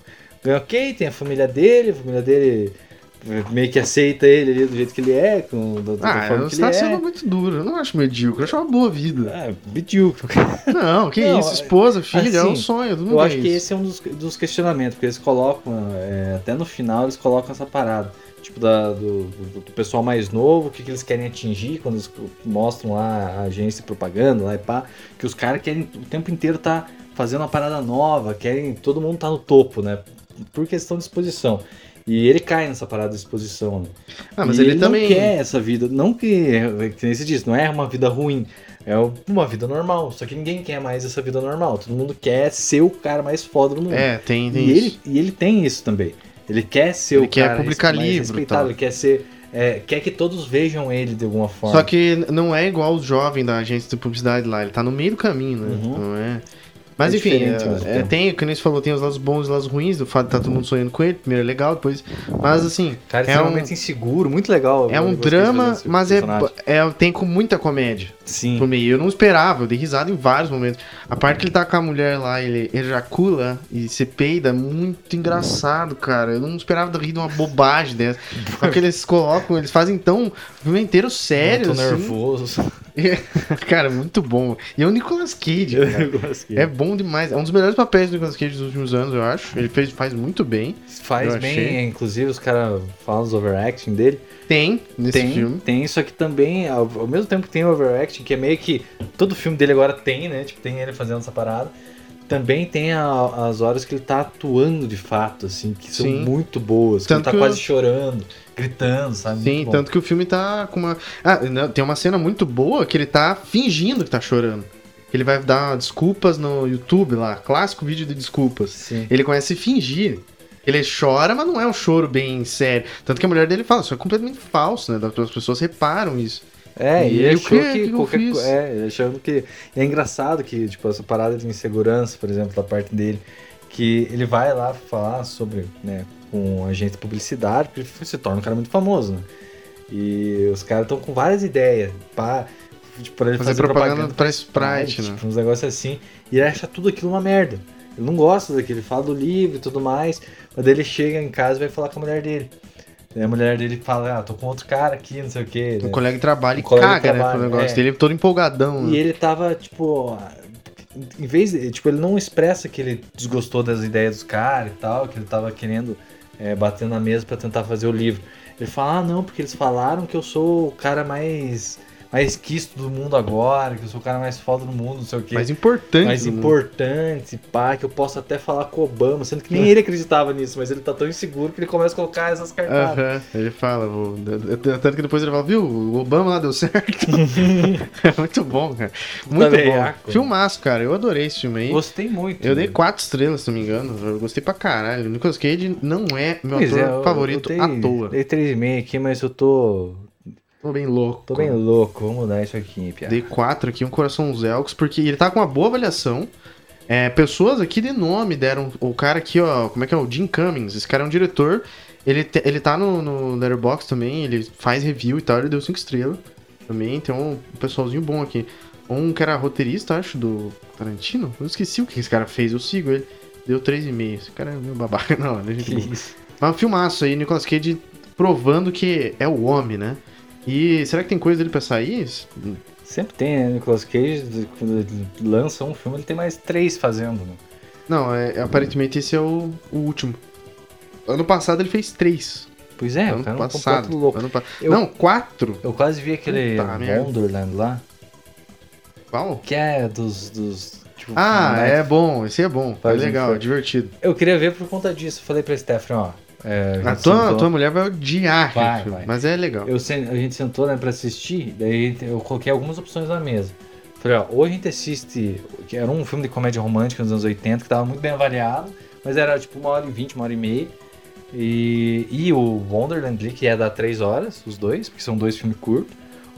Speaker 4: ganha ok, tem a família dele, a família dele meio que aceita ele ali do jeito que ele é, com, da, da
Speaker 3: Ah,
Speaker 4: forma
Speaker 3: você
Speaker 4: que ele
Speaker 3: tá
Speaker 4: é.
Speaker 3: sendo muito duro. Eu não acho medíocre, eu acho uma boa
Speaker 4: *laughs*
Speaker 3: vida.
Speaker 4: É, medíocre.
Speaker 3: Não, que
Speaker 4: Não,
Speaker 3: isso, esposa, filho, é um
Speaker 4: assim,
Speaker 3: sonho. Todo mundo
Speaker 4: Eu
Speaker 3: é
Speaker 4: acho que
Speaker 3: isso.
Speaker 4: esse é um dos, dos questionamentos, porque eles colocam, é, até no final, eles colocam essa parada. Tipo, da, do, do- do pessoal mais novo, o que, que eles querem atingir quando eles mostram lá a agência de propaganda, lá e pá. Que os caras querem o tempo inteiro tá fazendo uma parada nova, querem. Todo mundo tá no topo, né? Por questão de exposição. E ele cai nessa parada de exposição, né?
Speaker 3: Ah, mas
Speaker 4: E
Speaker 3: ele, também.
Speaker 4: não quer essa vida. Não que, que nem se diz, não é uma vida ruim. É uma vida normal. Só que ninguém quer mais essa vida normal. Todo mundo quer ser o cara mais foda do mundo.
Speaker 3: É, tem, tem
Speaker 4: e,
Speaker 3: isso.
Speaker 4: ele, e ele tem isso também. Ele quer ser
Speaker 3: Ele
Speaker 4: o
Speaker 3: quer
Speaker 4: cara
Speaker 3: publicar
Speaker 4: mais
Speaker 3: livro tá. e
Speaker 4: respeitado.
Speaker 3: tal.
Speaker 4: Ele quer ser... é, quer que todos vejam ele de alguma forma.
Speaker 3: Só que não é igual o jovem da agência de publicidade lá, ele tá no meio do caminho, né?
Speaker 4: Uhum.
Speaker 3: Não é. Mas
Speaker 4: É
Speaker 3: enfim,
Speaker 4: diferente
Speaker 3: é-
Speaker 4: mesmo,
Speaker 3: é,
Speaker 4: então.
Speaker 3: tem, como você falou, tem os lados bons e os lados ruins, do fato de tá todo mundo sonhando com ele, primeiro é legal, depois. Mas assim,
Speaker 4: O cara é
Speaker 3: é um,
Speaker 4: extremamente inseguro, muito legal.
Speaker 3: é
Speaker 4: Eu
Speaker 3: um
Speaker 4: gostei de fazer
Speaker 3: drama,
Speaker 4: esse
Speaker 3: mas é,
Speaker 4: personagem.
Speaker 3: é- tem com muita comédia
Speaker 4: Sim.
Speaker 3: por meio. Eu não esperava, eu dei risada em vários momentos. A parte que ele tá com a mulher lá, ele ejacula e se peida, muito engraçado, cara. Eu não esperava rir de uma bobagem
Speaker 4: *laughs*
Speaker 3: dessa. Só que eles colocam, eles fazem tão. O filme inteiro sério,
Speaker 4: Muito
Speaker 3: assim.
Speaker 4: nervoso. *laughs*
Speaker 3: *laughs* Cara, muito bom. E é o Nicolas Cage. cara.
Speaker 4: Eu gosto.
Speaker 3: É bom demais. É um dos melhores papéis do Nicolas Cage dos últimos anos, eu acho. Ele fez, faz muito bem.
Speaker 4: Faz
Speaker 3: Eu
Speaker 4: bem,
Speaker 3: achei.
Speaker 4: inclusive os caras falam dos overacting dele.
Speaker 3: Tem nesse
Speaker 4: Tem,
Speaker 3: filme.
Speaker 4: tem, só que também, ao, ao mesmo tempo que tem o overacting, que é meio que todo filme dele agora tem, né? Tipo, tem ele fazendo essa parada. Também tem a- as horas que ele tá atuando de fato, assim, que são
Speaker 3: Sim.
Speaker 4: muito boas. Que ele
Speaker 3: Tanto
Speaker 4: tá
Speaker 3: que eu-
Speaker 4: quase chorando, gritando, sabe?
Speaker 3: Sim,
Speaker 4: Muito bom.
Speaker 3: tanto que o filme tá com uma. Ah, não, tem uma cena muito boa que ele tá fingindo que tá chorando. Ele vai dar desculpas no YouTube lá, clássico vídeo de desculpas.
Speaker 4: Sim.
Speaker 3: Ele começa a fingir. Ele chora, mas não é um choro bem sério. Tanto que a mulher dele fala, isso é completamente falso, né? As pessoas reparam isso.
Speaker 4: É,
Speaker 3: E
Speaker 4: e ele
Speaker 3: eu,
Speaker 4: achou
Speaker 3: "O quê?
Speaker 4: que,
Speaker 3: O que eu
Speaker 4: qualquer
Speaker 3: fiz?"
Speaker 4: co- É, ele achando que. É engraçado que, tipo, essa parada de insegurança, por exemplo, da parte dele, que ele vai lá falar sobre, né, com um agente de publicidade, porque ele se torna um cara muito famoso, né? E os caras estão com várias ideias para tipo, pra ele
Speaker 3: Fazer,
Speaker 4: fazer,
Speaker 3: propaganda,
Speaker 4: propaganda
Speaker 3: pra Sprite, né?
Speaker 4: tipo, uns negócios assim. E ele acha tudo aquilo uma merda. Ele não gosta daquilo, ele fala do livro e tudo mais. Mas daí ele chega em casa e vai falar com a mulher dele. Daí a mulher dele fala, ah, tô com outro cara aqui, não sei o quê.
Speaker 3: O
Speaker 4: né?
Speaker 3: Um colega de trabalho
Speaker 4: O colega de
Speaker 3: caga, né,
Speaker 4: trabalho,
Speaker 3: pro negócio
Speaker 4: é.
Speaker 3: dele, todo empolgadão.
Speaker 4: E
Speaker 3: né?
Speaker 4: ele tava, tipo. Em vez de. Tipo, ele não expressa que ele desgostou das ideias dos caras e tal, que ele tava querendo é, bater na mesa pra tentar fazer o livro. Ele fala, ah, não, porque eles falaram que eu sou o cara mais. mais quisto do mundo agora, que eu sou o cara mais foda do mundo, não sei o quê.
Speaker 3: né? mais importante.
Speaker 4: mais
Speaker 3: do mundo.
Speaker 4: importante, pá, que eu posso até falar com o Obama, sendo que nem ele acreditava nisso, mas ele tá tão inseguro que ele começa a colocar essas cartadas.
Speaker 3: Aham, ele fala, o- tanto que depois ele fala, viu, o Obama lá deu
Speaker 4: *laughs*
Speaker 3: certo. *laughs* É muito bom, cara. Muito
Speaker 4: velhaco,
Speaker 3: bom.
Speaker 4: né?
Speaker 3: Filmaço, cara, eu adorei esse filme aí.
Speaker 4: Gostei muito.
Speaker 3: Eu dei
Speaker 4: né?
Speaker 3: quatro estrelas, se não me engano. Eu gostei pra caralho. O Nicolas Cage não é meu
Speaker 4: Pois é,
Speaker 3: ator
Speaker 4: eu- eu
Speaker 3: favorito
Speaker 4: dei-
Speaker 3: à toa.
Speaker 4: Dei 3,5 aqui, mas eu tô.
Speaker 3: Tô bem louco.
Speaker 4: Tô bem louco, vamos mudar isso aqui, Pia.
Speaker 3: Dei quatro aqui, um coração aos elcos, porque ele tá com uma boa avaliação. É, pessoas aqui de nome deram. O cara aqui, ó, como é que é? O Jim Cummings. Esse cara é um diretor. Ele, te- ele tá no, no Letterboxd também, ele faz review e tal, ele deu cinco estrelas. Também tem um pessoalzinho bom aqui. Um cara roteirista, acho, do Tarantino. Eu esqueci o que esse cara fez, eu sigo ele. Deu 3,5. Esse cara é meu babaca *laughs* na hora, gente.
Speaker 4: Que
Speaker 3: boa.
Speaker 4: isso.
Speaker 3: Mas um filmaço aí, Nicolas Cage provando que é o homem, né? E será que tem coisa dele pra sair?
Speaker 4: Sempre tem, né? Nicolas Cage, de- quando ele lança um filme, ele tem mais três fazendo, né?
Speaker 3: Não, é- aparentemente esse é o, o último. Ano passado ele fez três.
Speaker 4: Pois é, o
Speaker 3: ano
Speaker 4: cara é um completo
Speaker 3: passado.
Speaker 4: louco.
Speaker 3: Ano pa-
Speaker 4: Eu-
Speaker 3: Não, quatro.
Speaker 4: Eu quase vi aquele
Speaker 3: Puta merda.
Speaker 4: Wonderland lá,
Speaker 3: Qual?
Speaker 4: que é dos. dos tipo,
Speaker 3: Ah,
Speaker 4: né?
Speaker 3: é bom. Esse é bom. É
Speaker 4: Faz um
Speaker 3: legal, é
Speaker 4: filme.
Speaker 3: divertido.
Speaker 4: Eu queria ver por conta disso. Eu Falei pra Stephanie, ó. é,
Speaker 3: A
Speaker 4: gente
Speaker 3: tua,
Speaker 4: sentou-
Speaker 3: a tua mulher vai odiar aquele
Speaker 4: Vai,
Speaker 3: filme,
Speaker 4: vai.
Speaker 3: mas é legal.
Speaker 4: Eu sen- a gente sentou, né, pra assistir, daí eu coloquei algumas opções na mesa. Falei, ó, ou a gente assiste, que era um filme de comédia romântica nos anos 80, que tava muito bem avaliado, mas era tipo uma hora e vinte, uma hora e meia. E, e o Wonderland Lee, que ia dar três horas, os dois, porque são dois filmes curtos,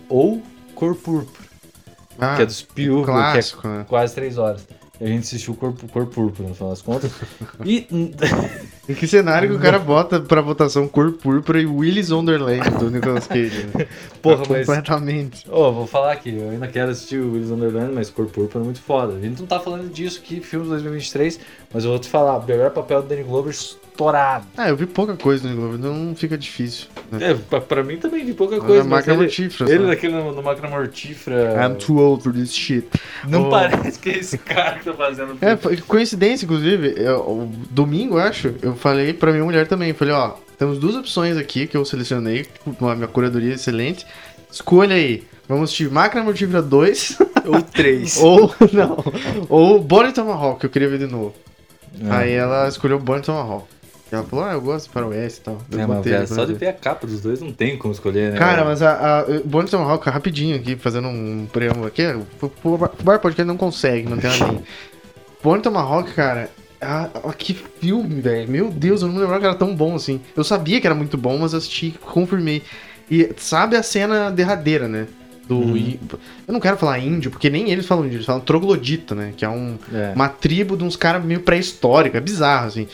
Speaker 4: ou Cor Púrpura,
Speaker 3: Ah,
Speaker 4: que é do Spielberg, que é
Speaker 3: clássico, né?
Speaker 4: quase três horas. A gente assistiu Cor, Cor Púrpura, no final das contas. E *laughs*
Speaker 3: Em que cenário que o cara bota pra votação cor púrpura e Willis Wonderland do Nicolas Cage? Né?
Speaker 4: *laughs* Porra, mas-
Speaker 3: Completamente.
Speaker 4: Ô, vou falar aqui, eu ainda quero assistir o Willis Underland, mas Cor Púrpura é muito foda. A gente não tá falando disso aqui, filmes 2023, mas eu vou te falar, o melhor papel do Danny Glover estourado.
Speaker 3: Ah, eu vi pouca coisa no Globo, então não fica difícil. Né?
Speaker 4: É, pra, pra mim também de pouca
Speaker 3: Na
Speaker 4: coisa, mas
Speaker 3: é máquina
Speaker 4: ele,
Speaker 3: mortífera,
Speaker 4: ele é
Speaker 3: só. É,
Speaker 4: naquele no, no Máquina Mortífera,
Speaker 3: I'm too old for this shit.
Speaker 4: não
Speaker 3: Oh.
Speaker 4: parece que é esse cara que tá fazendo
Speaker 3: É, foi coincidência, inclusive, eu- o domingo, eu acho, eu falei pra minha mulher também, falei, ó, temos duas opções aqui que eu selecionei, com a minha curadoria excelente, escolha aí, vamos assistir Máquina Mortífera
Speaker 4: *laughs*
Speaker 3: 2,
Speaker 4: ou três.
Speaker 3: ou, não, ou Bonnie Tomahawk, que eu queria ver de novo.
Speaker 4: É.
Speaker 3: Aí ela escolheu Bonnie Tomahawk. E ela falou, ah, eu gosto para o West e tal. Eu
Speaker 4: É, mas,
Speaker 3: botei,
Speaker 4: velho, só
Speaker 3: botei.
Speaker 4: de ver a capa dos dois não tem como escolher, né?
Speaker 3: Cara, mas a, a Bonnie Tomahawk, rapidinho aqui, fazendo um preâmbulo aqui, o Bar Podcast não consegue manter a linha. Bonnie Tomahawk, cara, ah, ah, que filme, velho. Meu Deus, eu não me lembrava que era tão bom assim. Eu sabia que era muito bom, mas eu assisti, confirmei. E sabe a cena derradeira, né? Do.
Speaker 4: Uhum.
Speaker 3: í- Eu não quero falar índio, porque nem eles falam índio, eles falam troglodita, né? Que é um,
Speaker 4: É.
Speaker 3: uma tribo de uns caras meio pré-histórico, é bizarro, assim.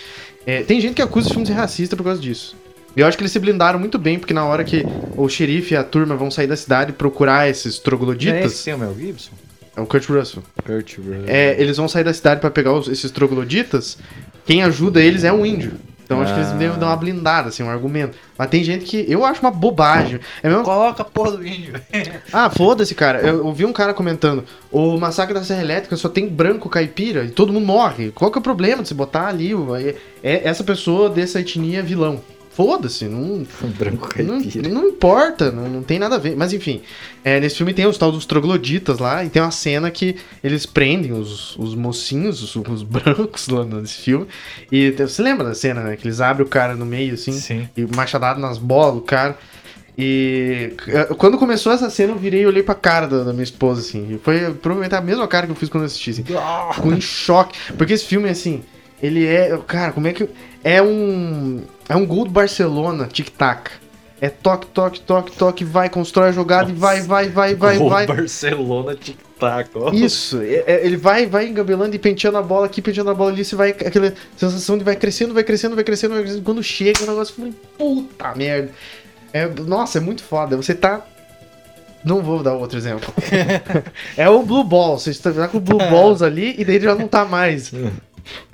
Speaker 3: É, tem gente que acusa o filme de ser racista por causa disso. E eu acho que eles se blindaram muito bem, porque na hora que o xerife e a turma vão sair da cidade procurar esses
Speaker 4: Não é esse
Speaker 3: trogloditas,
Speaker 4: que tem o Mel Gibson?
Speaker 3: é o Kurt Russell.
Speaker 4: Kurt Russell.
Speaker 3: É, eles vão sair da cidade pra pegar os- esses trogloditas, quem ajuda eles é um índio. Então acho que eles
Speaker 4: Ah.
Speaker 3: devem dar uma blindada, assim, um argumento. Mas tem gente que. Eu acho uma bobagem. É mesmo.
Speaker 4: Coloca a porra do índio.
Speaker 3: Ah, foda-se, cara. Eu ouvi um cara comentando: o massacre da Serra Elétrica só tem branco caipira e todo mundo morre. Qual que é o problema de se botar ali? o- é- é essa pessoa dessa etnia é vilão. Foda-se, não,
Speaker 4: Branco
Speaker 3: não,
Speaker 4: caipira.
Speaker 3: não importa, não, não tem nada a ver. Mas enfim, é, nesse filme tem os tal dos trogloditas lá, e tem uma cena que eles prendem os, os mocinhos, os, os brancos lá nesse filme. E te- você lembra da cena, né? Que eles abrem o cara no meio, assim,
Speaker 4: Sim.
Speaker 3: e machadado nas bolas do cara. E eh, quando começou essa cena, eu virei e olhei pra cara da, da minha esposa, assim. E foi provavelmente a mesma cara que eu fiz quando eu assisti, assim. Ficou em choque. Porque esse filme, assim, ele é. Cara, como é que. É um. É um gol do Barcelona, tic-tac. É toque, toque, toque, toque, vai, constrói a jogada e vai, vai, vai, vai,
Speaker 4: Ô,
Speaker 3: vai.
Speaker 4: Barcelona tic-tac, ó.
Speaker 3: Isso, é- é- ele vai, vai engabelando e penteando a bola aqui, penteando a bola ali, você vai. Aquela sensação de vai crescendo, vai crescendo, vai crescendo, vai crescendo. Quando chega o negócio, eu falei, puta merda. É, nossa, é muito foda. Você tá. Não vou dar outro
Speaker 4: *laughs*
Speaker 3: exemplo. é o Blue Ball. Você tá com o
Speaker 4: É.
Speaker 3: Blue Balls ali e daí ele já não tá
Speaker 4: *laughs*
Speaker 3: mais.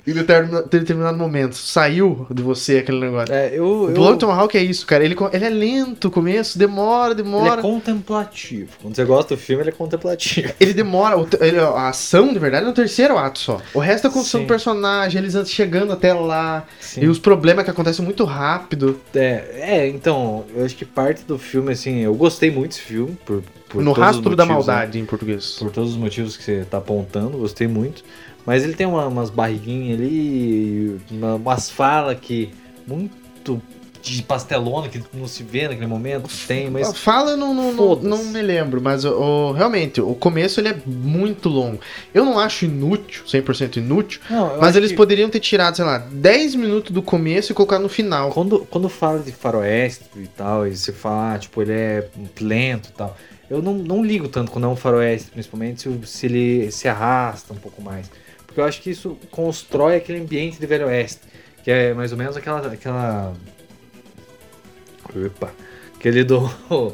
Speaker 3: Em determinado, determinado momento. Saiu de você aquele negócio.
Speaker 4: É, eu,
Speaker 3: O
Speaker 4: eu-
Speaker 3: Blow Tomahawk é isso, cara. Ele, co- ele é lento o começo, demora,
Speaker 4: ele
Speaker 3: demora.
Speaker 4: é contemplativo. Quando você gosta do filme, ele
Speaker 3: *laughs*
Speaker 4: é contemplativo.
Speaker 3: Ele demora, o te- ele- a ação, de verdade, é no terceiro ato só. O resto é construção
Speaker 4: Sim.
Speaker 3: do personagem, eles an- chegando até lá,
Speaker 4: Sim.
Speaker 3: e os problemas que acontecem muito rápido.
Speaker 4: É, é, então, eu acho que parte do filme, assim, eu gostei muito desse filme. Por, por
Speaker 3: no
Speaker 4: todos os
Speaker 3: rastro da
Speaker 4: motivos, né?
Speaker 3: maldade, em português.
Speaker 4: Por todos os motivos que você tá apontando, gostei muito. Mas ele tem uma- umas barriguinhas ali, uma- umas falas que muito de pastelona, que não se vê naquele momento, tem, mas...
Speaker 3: Ah, Fala, eu não, não, não,
Speaker 4: Foda-se.
Speaker 3: não me lembro, mas o- o- realmente, o começo ele é muito longo. Eu não acho inútil, 100% inútil,
Speaker 4: Não, eu
Speaker 3: mas
Speaker 4: acho
Speaker 3: eles
Speaker 4: que-
Speaker 3: poderiam ter tirado, sei lá, 10 minutos do começo e colocar no final.
Speaker 4: Quando, quando fala de faroeste e tal, e se fala, ah, tipo, ele é lento e tal, eu não, não ligo tanto quando é um faroeste, principalmente se, o- se ele se arrasta um pouco mais. Porque eu acho que isso constrói aquele ambiente de velho oeste, que é mais ou menos aquela. aquela... Opa! Aquele do. *laughs*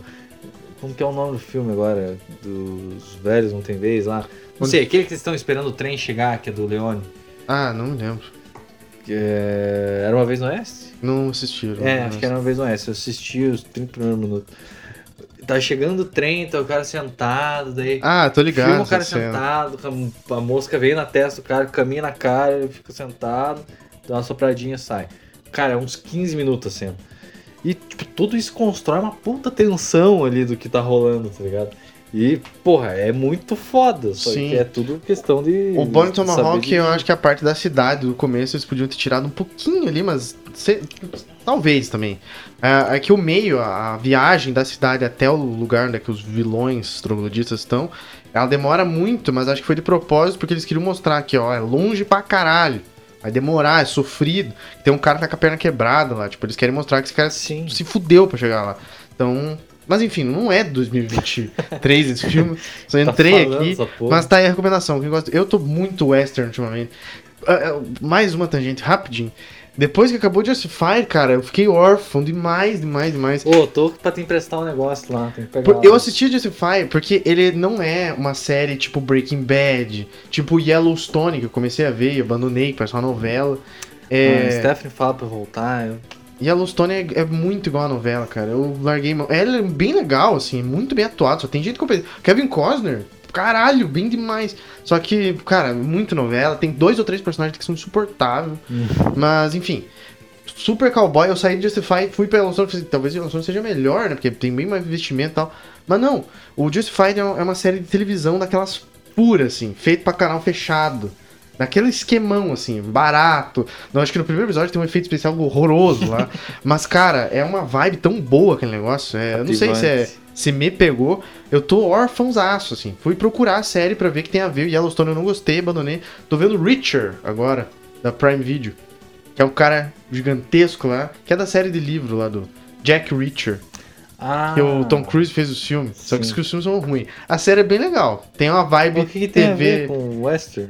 Speaker 4: Como que é o nome do filme agora? Dos velhos não tem vez lá. Não sei, aquele que eles estão esperando o trem chegar, que é do Leone.
Speaker 3: Ah, não me lembro.
Speaker 4: que é- Era uma vez no Oeste?
Speaker 3: Não assistiram.
Speaker 4: É,
Speaker 3: Não
Speaker 4: acho que era uma vez no S. Eu assisti os 30 primeiros minutos. Tá chegando o trem, tá o cara sentado, daí.
Speaker 3: Ah, tô ligado.
Speaker 4: filma um o cara
Speaker 3: essa cena.
Speaker 4: sentado, a a mosca veio na testa do cara, caminha na cara, ele fica sentado, dá uma sopradinha e sai. Cara, é uns 15 minutos assim. E, tipo, tudo isso constrói uma puta tensão ali do que tá rolando, tá ligado? E, porra, é muito foda. Só
Speaker 3: Sim.
Speaker 4: que é tudo questão de.
Speaker 3: O Bonnie
Speaker 4: saber
Speaker 3: Tomahawk,
Speaker 4: dirigir.
Speaker 3: eu acho que a parte da cidade, do começo, eles podiam ter tirado um pouquinho ali, mas se- talvez também. É, é que o meio, a a viagem da cidade até o lugar onde é que os vilões trogloditas estão, ela demora muito, mas acho que foi de propósito, porque eles queriam mostrar que, ó, é longe pra caralho. Vai demorar, é sofrido. Tem um cara que tá com a perna quebrada lá, tipo, eles querem mostrar que esse cara
Speaker 4: Sim.
Speaker 3: se fudeu pra chegar lá. Então... Mas enfim, não é 2023 esse filme. Só
Speaker 4: *laughs* Tá
Speaker 3: entrei
Speaker 4: falando
Speaker 3: aqui.
Speaker 4: essa porra.
Speaker 3: Mas tá aí a recomendação. Quem gosta- Eu tô muito western ultimamente. Ah, ah, Mais uma tangente, rapidinho. Depois que acabou Justifier, cara, eu fiquei órfão demais, demais, demais.
Speaker 4: Ô, tô pra te emprestar um negócio lá, tem que pegar. um-
Speaker 3: Por-
Speaker 4: lá.
Speaker 3: Eu assisti Justifier porque ele não é uma série tipo Breaking Bad, tipo Yellowstone, que eu comecei a ver e abandonei, que parece uma novela. É,
Speaker 4: Ah, Stephanie fala pra eu voltar. Eu...
Speaker 3: Yellowstone é, é muito igual a novela, cara. Eu larguei mão. Ela é bem legal, assim, é muito bem atuado. Só tem gente competente. Kevin Costner, caralho, bem demais. Só que, cara, muito novela. Tem dois ou três personagens que são insuportáveis. Mas, enfim. Super Cowboy, eu saí de Justify, fui pra Yellowstone, falei, talvez Yellowstone seja melhor, né? Porque tem bem mais investimento e tal. Mas não, o Justified é um- é uma série de televisão daquelas puras, assim, feito pra canal fechado. Daquele esquemão, assim, barato. Não, acho que no primeiro episódio tem um efeito especial horroroso lá. Mas, cara, é uma vibe tão boa aquele negócio. É, eu não sei se é. Se me pegou, eu tô órfãozaço, assim. Fui procurar a série pra ver que tem a ver. Yellowstone eu não gostei, abandonei. Tô vendo Richard agora, da Prime Video. Que é um cara gigantesco lá, que é da série de livro lá do Jack Reacher.
Speaker 4: Ah,
Speaker 3: Que o Tom Cruise fez os filmes. Só que
Speaker 4: Sim.
Speaker 3: os filmes são ruins. A série é bem legal. Tem uma vibe
Speaker 4: o que, que tem
Speaker 3: TV.
Speaker 4: a ver com o Western?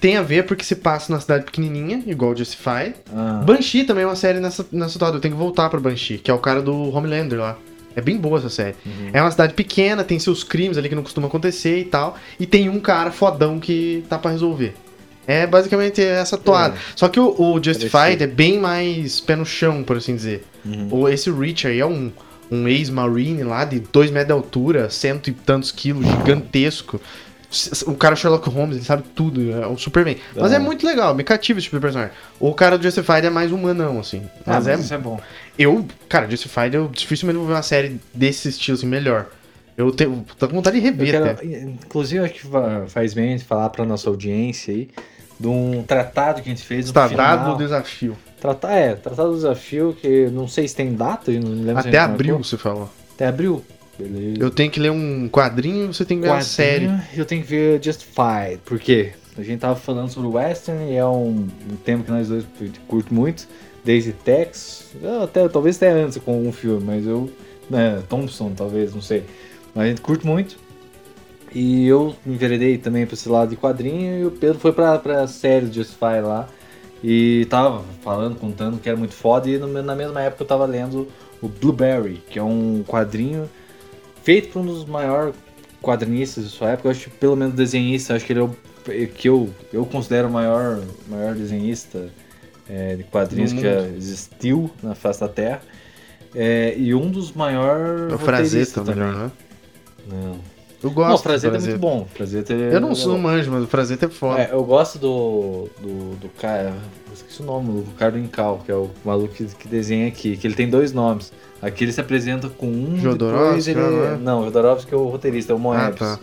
Speaker 3: Tem a ver porque se passa numa cidade pequenininha, igual Justify.
Speaker 4: Ah,
Speaker 3: Banshee também é uma série nessa, nessa cidade. Eu tenho que voltar pra Banshee, que é o cara do Homelander lá. É bem boa essa série.
Speaker 4: Uhum.
Speaker 3: É uma cidade pequena, tem seus crimes ali que não costuma acontecer e tal. E tem um cara fodão que tá pra resolver. É basicamente essa toada.
Speaker 4: É.
Speaker 3: Só que o, o Justified
Speaker 4: Parecido.
Speaker 3: é bem mais pé no chão, por assim dizer.
Speaker 4: uhum.
Speaker 3: Ou esse Rich aí é um, um ex-marine lá de 2 metros de altura, cento e tantos quilos, gigantesco. S- s- O cara Sherlock Holmes, ele sabe tudo, é um Superman. Mas
Speaker 4: Ah.
Speaker 3: é muito legal, me cativa esse tipo de personagem. O cara do Justified é mais humanão, assim.
Speaker 4: Ah,
Speaker 3: Mas é.
Speaker 4: isso é bom.
Speaker 3: Eu, cara, Justified, eu dificilmente vou ver uma série desse estilo assim melhor. Eu tenho. tô com vontade de
Speaker 4: Eu
Speaker 3: rever até.
Speaker 4: quero, inclusive, acho que fa- faz bem a gente falar pra nossa audiência aí de um tratado que a gente fez. no
Speaker 3: Estadado
Speaker 4: final.
Speaker 3: do Tá, desafio.
Speaker 4: Trata- É, tratado do desafio, que não sei se tem data, eu não lembro se a gente
Speaker 3: Até abril,
Speaker 4: marcou.
Speaker 3: você falou.
Speaker 4: Até abril. Beleza.
Speaker 3: Eu tenho que ler um quadrinho você tem que ver uma
Speaker 4: Quadrinho,
Speaker 3: série.
Speaker 4: Eu tenho que ver Justified, por quê? A gente tava falando sobre o Western e é um, um tema que nós dois curto muito, desde Tex, eu até, talvez até antes com algum filme, mas eu. Né, Thompson, talvez, não sei. Mas a gente curte muito. E eu me enveredei também pra esse lado de quadrinho e o Pedro foi pra, pra série do Justified lá. E tava falando, contando que era muito foda, e no- na mesma época eu tava lendo o Blueberry, que é um quadrinho feito por um dos maiores quadrinistas da sua época, eu acho que pelo menos desenhista, eu acho que ele é o que eu, eu considero o maior, maior desenhista é, de quadrinhos
Speaker 3: No
Speaker 4: que já existiu na face da Terra. É, e um dos maiores.
Speaker 3: É o Frazetta,
Speaker 4: roteiristas
Speaker 3: melhor, né?
Speaker 4: Não.
Speaker 3: Eu
Speaker 4: Não, o
Speaker 3: gosto. do
Speaker 4: Frazetta é
Speaker 3: Frazetta.
Speaker 4: muito bom. Frazetta é-
Speaker 3: Eu não sou um manjo, mas o Frazetta é foda.
Speaker 4: É, eu gosto do, do, do cara. eu Esqueci o nome, o Ricardo Incal, que é o maluco que, que desenha aqui, que ele tem dois nomes. Aqui ele se apresenta com um. depois
Speaker 3: Jodorowsky,
Speaker 4: ele...
Speaker 3: não é?
Speaker 4: Não, o Jodorowsky é o roteirista, é o
Speaker 3: Ah,
Speaker 4: Moebius. É.
Speaker 3: tá.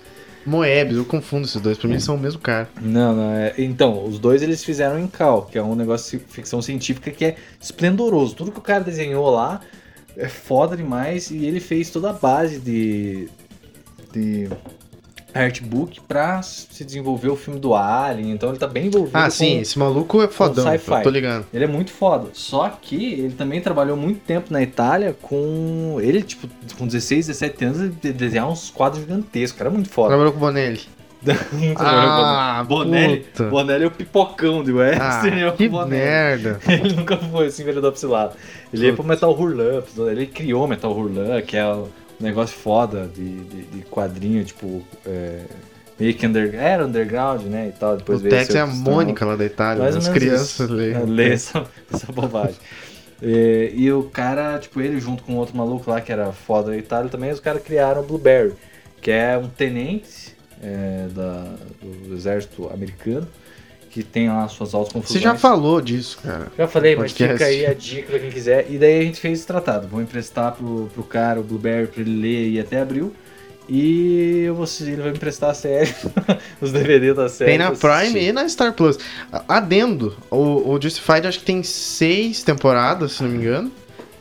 Speaker 3: Moebius, eu confundo esses dois. Pra mim, eles são o mesmo cara.
Speaker 4: Não, não é. Então, os dois eles fizeram em Cal, que é um negócio de ficção científica que é esplendoroso. Tudo que o cara desenhou lá é foda demais e ele fez toda a base de de artbook pra se desenvolver o filme do Alien. Então ele tá bem envolvido
Speaker 3: Ah,
Speaker 4: com-
Speaker 3: sim, esse maluco é fodão.
Speaker 4: sci-fi.
Speaker 3: eu Tô ligando.
Speaker 4: ele é muito foda. Só que ele também trabalhou muito tempo na Itália com ele tipo com 16, 17 anos ele desenhava uns quadros gigantescos. Era muito foda.
Speaker 3: Trabalhou com o Bonelli.
Speaker 4: *laughs* Muito
Speaker 3: Ah,
Speaker 4: Bonelli,
Speaker 3: puta.
Speaker 4: Bonelli é o pipocão de Western. é
Speaker 3: Ah,
Speaker 4: o
Speaker 3: que
Speaker 4: Bonelli.
Speaker 3: merda.
Speaker 4: *laughs* Ele nunca foi assim, vereador pra esse lado. Ele ia
Speaker 3: Puta.
Speaker 4: pro Metal Hurlan, ele criou o Metal Hurlan, que é o negócio foda de, de, de quadrinho, tipo. É, meio que under, era underground, né? E tal. Depois
Speaker 3: o
Speaker 4: veio
Speaker 3: Tex
Speaker 4: esse
Speaker 3: é a
Speaker 4: outro
Speaker 3: Mônica lá da Itália,
Speaker 4: mais
Speaker 3: né?
Speaker 4: ou
Speaker 3: as
Speaker 4: menos
Speaker 3: crianças
Speaker 4: isso.
Speaker 3: lê.
Speaker 4: É, Lê essa, *laughs* essa bobagem. É, e o cara, tipo, ele junto com outro maluco lá que era foda da Itália também, os caras criaram o Blueberry, que é um tenente é, da- do exército americano que tem lá suas altas
Speaker 3: Você
Speaker 4: confusões.
Speaker 3: já falou disso, cara.
Speaker 4: Já falei, mas
Speaker 3: Podcast.
Speaker 4: fica aí a dica pra quem quiser. E daí a gente fez esse tratado. Vou emprestar pro, pro cara o Blueberry pra ele ler e até abril. E eu vou, ele vai me emprestar a série, *laughs* os DVD da série.
Speaker 3: Tem na
Speaker 4: pra eu
Speaker 3: Prime
Speaker 4: assistir.
Speaker 3: e na Star Plus. A- Adendo, o, o Justified acho que tem seis temporadas, se não me engano.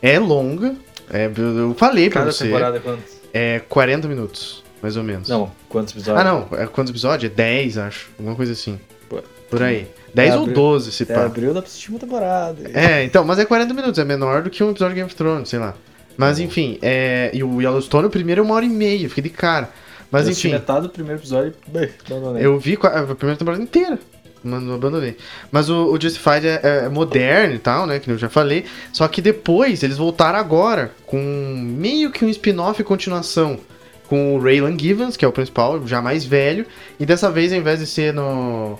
Speaker 3: É longa. É, eu eu falei pra
Speaker 4: Cada
Speaker 3: você.
Speaker 4: temporada é quantos?
Speaker 3: É 40 minutos, mais ou menos.
Speaker 4: Não, quantos episódios?
Speaker 3: Ah, não. É quantos episódios? É 10, acho. Alguma coisa assim.
Speaker 4: Pô. é
Speaker 3: Por aí. 10 ou
Speaker 4: abril.
Speaker 3: 12, se
Speaker 4: Até
Speaker 3: pá.
Speaker 4: abril dá pra assistir uma temporada.
Speaker 3: É, então, mas é 40 minutos, é menor do que um episódio de Game of Thrones, sei lá.
Speaker 4: Tá
Speaker 3: Mas enfim, é, e o Yellowstone, o primeiro é uma hora e meia, eu fiquei de cara. Mas
Speaker 4: Eu assisti
Speaker 3: enfim,
Speaker 4: metade do primeiro episódio e bem, abandonei.
Speaker 3: eu vi qua- a primeira temporada inteira. Mas não abandonei. Mas o, o Justified é, é- é moderno e tal, né? Que eu já falei. Só que depois eles voltaram agora com meio que um spin-off e continuação. Com o Raylan Givens, que é o principal, já mais velho. E dessa vez, ao invés de ser no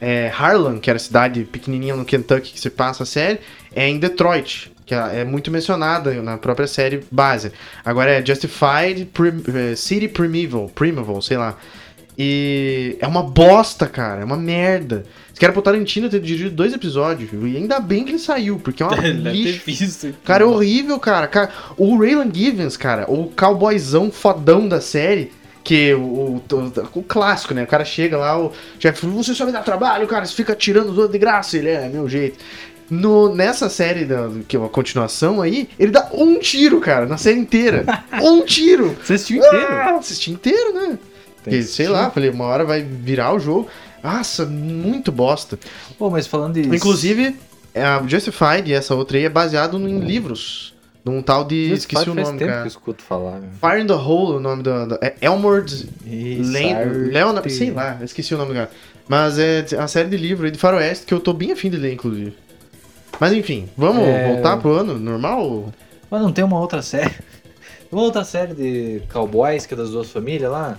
Speaker 3: é, Harlan, que era a cidade pequenininha no Kentucky que se passa a série, é em Detroit, que é é muito mencionada na própria série base. Agora é Justified Prim- eh, City Primeval, Primeval, sei lá. E é uma bosta, cara, é uma merda. Esse cara pro Tarantino ter dirigido dois episódios, e ainda bem que ele saiu, porque é uma
Speaker 4: *laughs* *laughs* Ele deve ter
Speaker 3: lixo.
Speaker 4: visto.
Speaker 3: Cara, é horrível, cara. Ca- O Raylan Givens, cara, o cowboyzão fodão da série, que o, o, o- o clássico, né? O cara chega lá, o chefe fala, você só me dá trabalho, cara, você fica tirando os outros de graça. Ele é, meu jeito. No, nessa série, da, que é uma continuação aí, ele dá um tiro, cara, na série
Speaker 4: *laughs*
Speaker 3: inteira. um tiro!
Speaker 4: Você assistiu
Speaker 3: Ah, assisti inteiro, né?
Speaker 4: Tem que
Speaker 3: Porque, sei lá, falei, uma hora vai virar o jogo. Nossa, muito bosta.
Speaker 4: Pô, mas falando de.
Speaker 3: Inclusive, É, a Justified, essa outra aí, é baseado em livros. De um tal de.
Speaker 4: Isso
Speaker 3: esqueci o
Speaker 4: faz
Speaker 3: nome,
Speaker 4: tempo
Speaker 3: cara.
Speaker 4: que eu escuto falar. meu.
Speaker 3: Fire in the Hole, o nome da. da- é Elmord
Speaker 4: Ih,
Speaker 3: Len-
Speaker 4: Sartre.
Speaker 3: Leonard. Sei lá, eu esqueci o nome do cara. Mas é a série de livro aí de Faroeste que eu tô bem afim de ler, inclusive. Mas enfim, vamos
Speaker 4: É.
Speaker 3: voltar pro ano normal?
Speaker 4: Mas não tem uma outra série. *laughs* Uma outra série de cowboys, que é das duas famílias lá?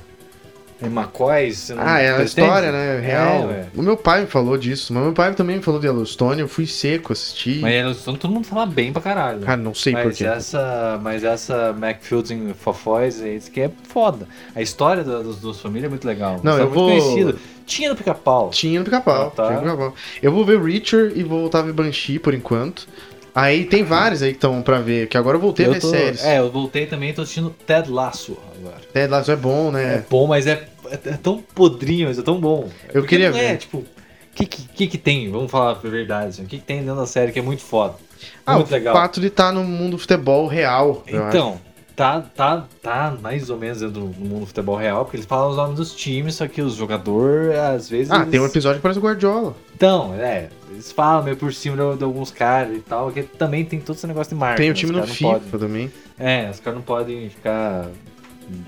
Speaker 4: É McCoys? você não
Speaker 3: ah, é a
Speaker 4: pretende?
Speaker 3: história, né? Real.
Speaker 4: É, ué.
Speaker 3: o meu pai me falou disso, mas meu pai também me falou de Yellowstone, eu fui seco assistir.
Speaker 4: Mas eles estão todo mundo fala bem pra caralho. né?
Speaker 3: Cara, não sei
Speaker 4: mas
Speaker 3: porquê.
Speaker 4: essa, mas essa Macfields em Fofóis, é isso que é foda. A história da- das duas famílias é muito legal.
Speaker 3: Não,
Speaker 4: Uma
Speaker 3: eu
Speaker 4: história
Speaker 3: vou-
Speaker 4: muito conhecida. Tinha no Pica-Pau.
Speaker 3: Tinha no pica-pau.
Speaker 4: Ah, tá.
Speaker 3: Tinha no pica-pau. Eu vou ver Reacher e vou voltar a ver Banshee por enquanto. Aí tem vários aí que estão pra ver, que agora eu voltei a
Speaker 4: Uhum. Eu
Speaker 3: ver
Speaker 4: tô-
Speaker 3: séries.
Speaker 4: É, eu voltei também, tô assistindo Ted Lasso agora.
Speaker 3: Ted Lasso é bom,
Speaker 4: É,
Speaker 3: né?
Speaker 4: bom, mas é, é tão podrinho, mas é tão bom.
Speaker 3: Eu
Speaker 4: Porque
Speaker 3: queria
Speaker 4: não é,
Speaker 3: ver.
Speaker 4: tipo, o que, que, que que tem? Vamos falar a verdade. assim, O que, que tem dentro da série que é muito foda?
Speaker 3: ah,
Speaker 4: muito
Speaker 3: o
Speaker 4: legal.
Speaker 3: fato de estar no mundo do futebol real. eu acho.
Speaker 4: Então, tá, tá, tá mais ou menos dentro do mundo do futebol real, porque eles falam os nomes dos times, só que os jogadores, às vezes.
Speaker 3: Ah,
Speaker 4: eles-
Speaker 3: tem um episódio que parece o Guardiola.
Speaker 4: Então, é. Eles falam meio por cima de, de alguns caras e tal, que também tem todo esse negócio de marca.
Speaker 3: Tem o
Speaker 4: né?
Speaker 3: time
Speaker 4: Os
Speaker 3: no
Speaker 4: caras não
Speaker 3: FIFA
Speaker 4: podem-
Speaker 3: também.
Speaker 4: é, os caras não podem ficar,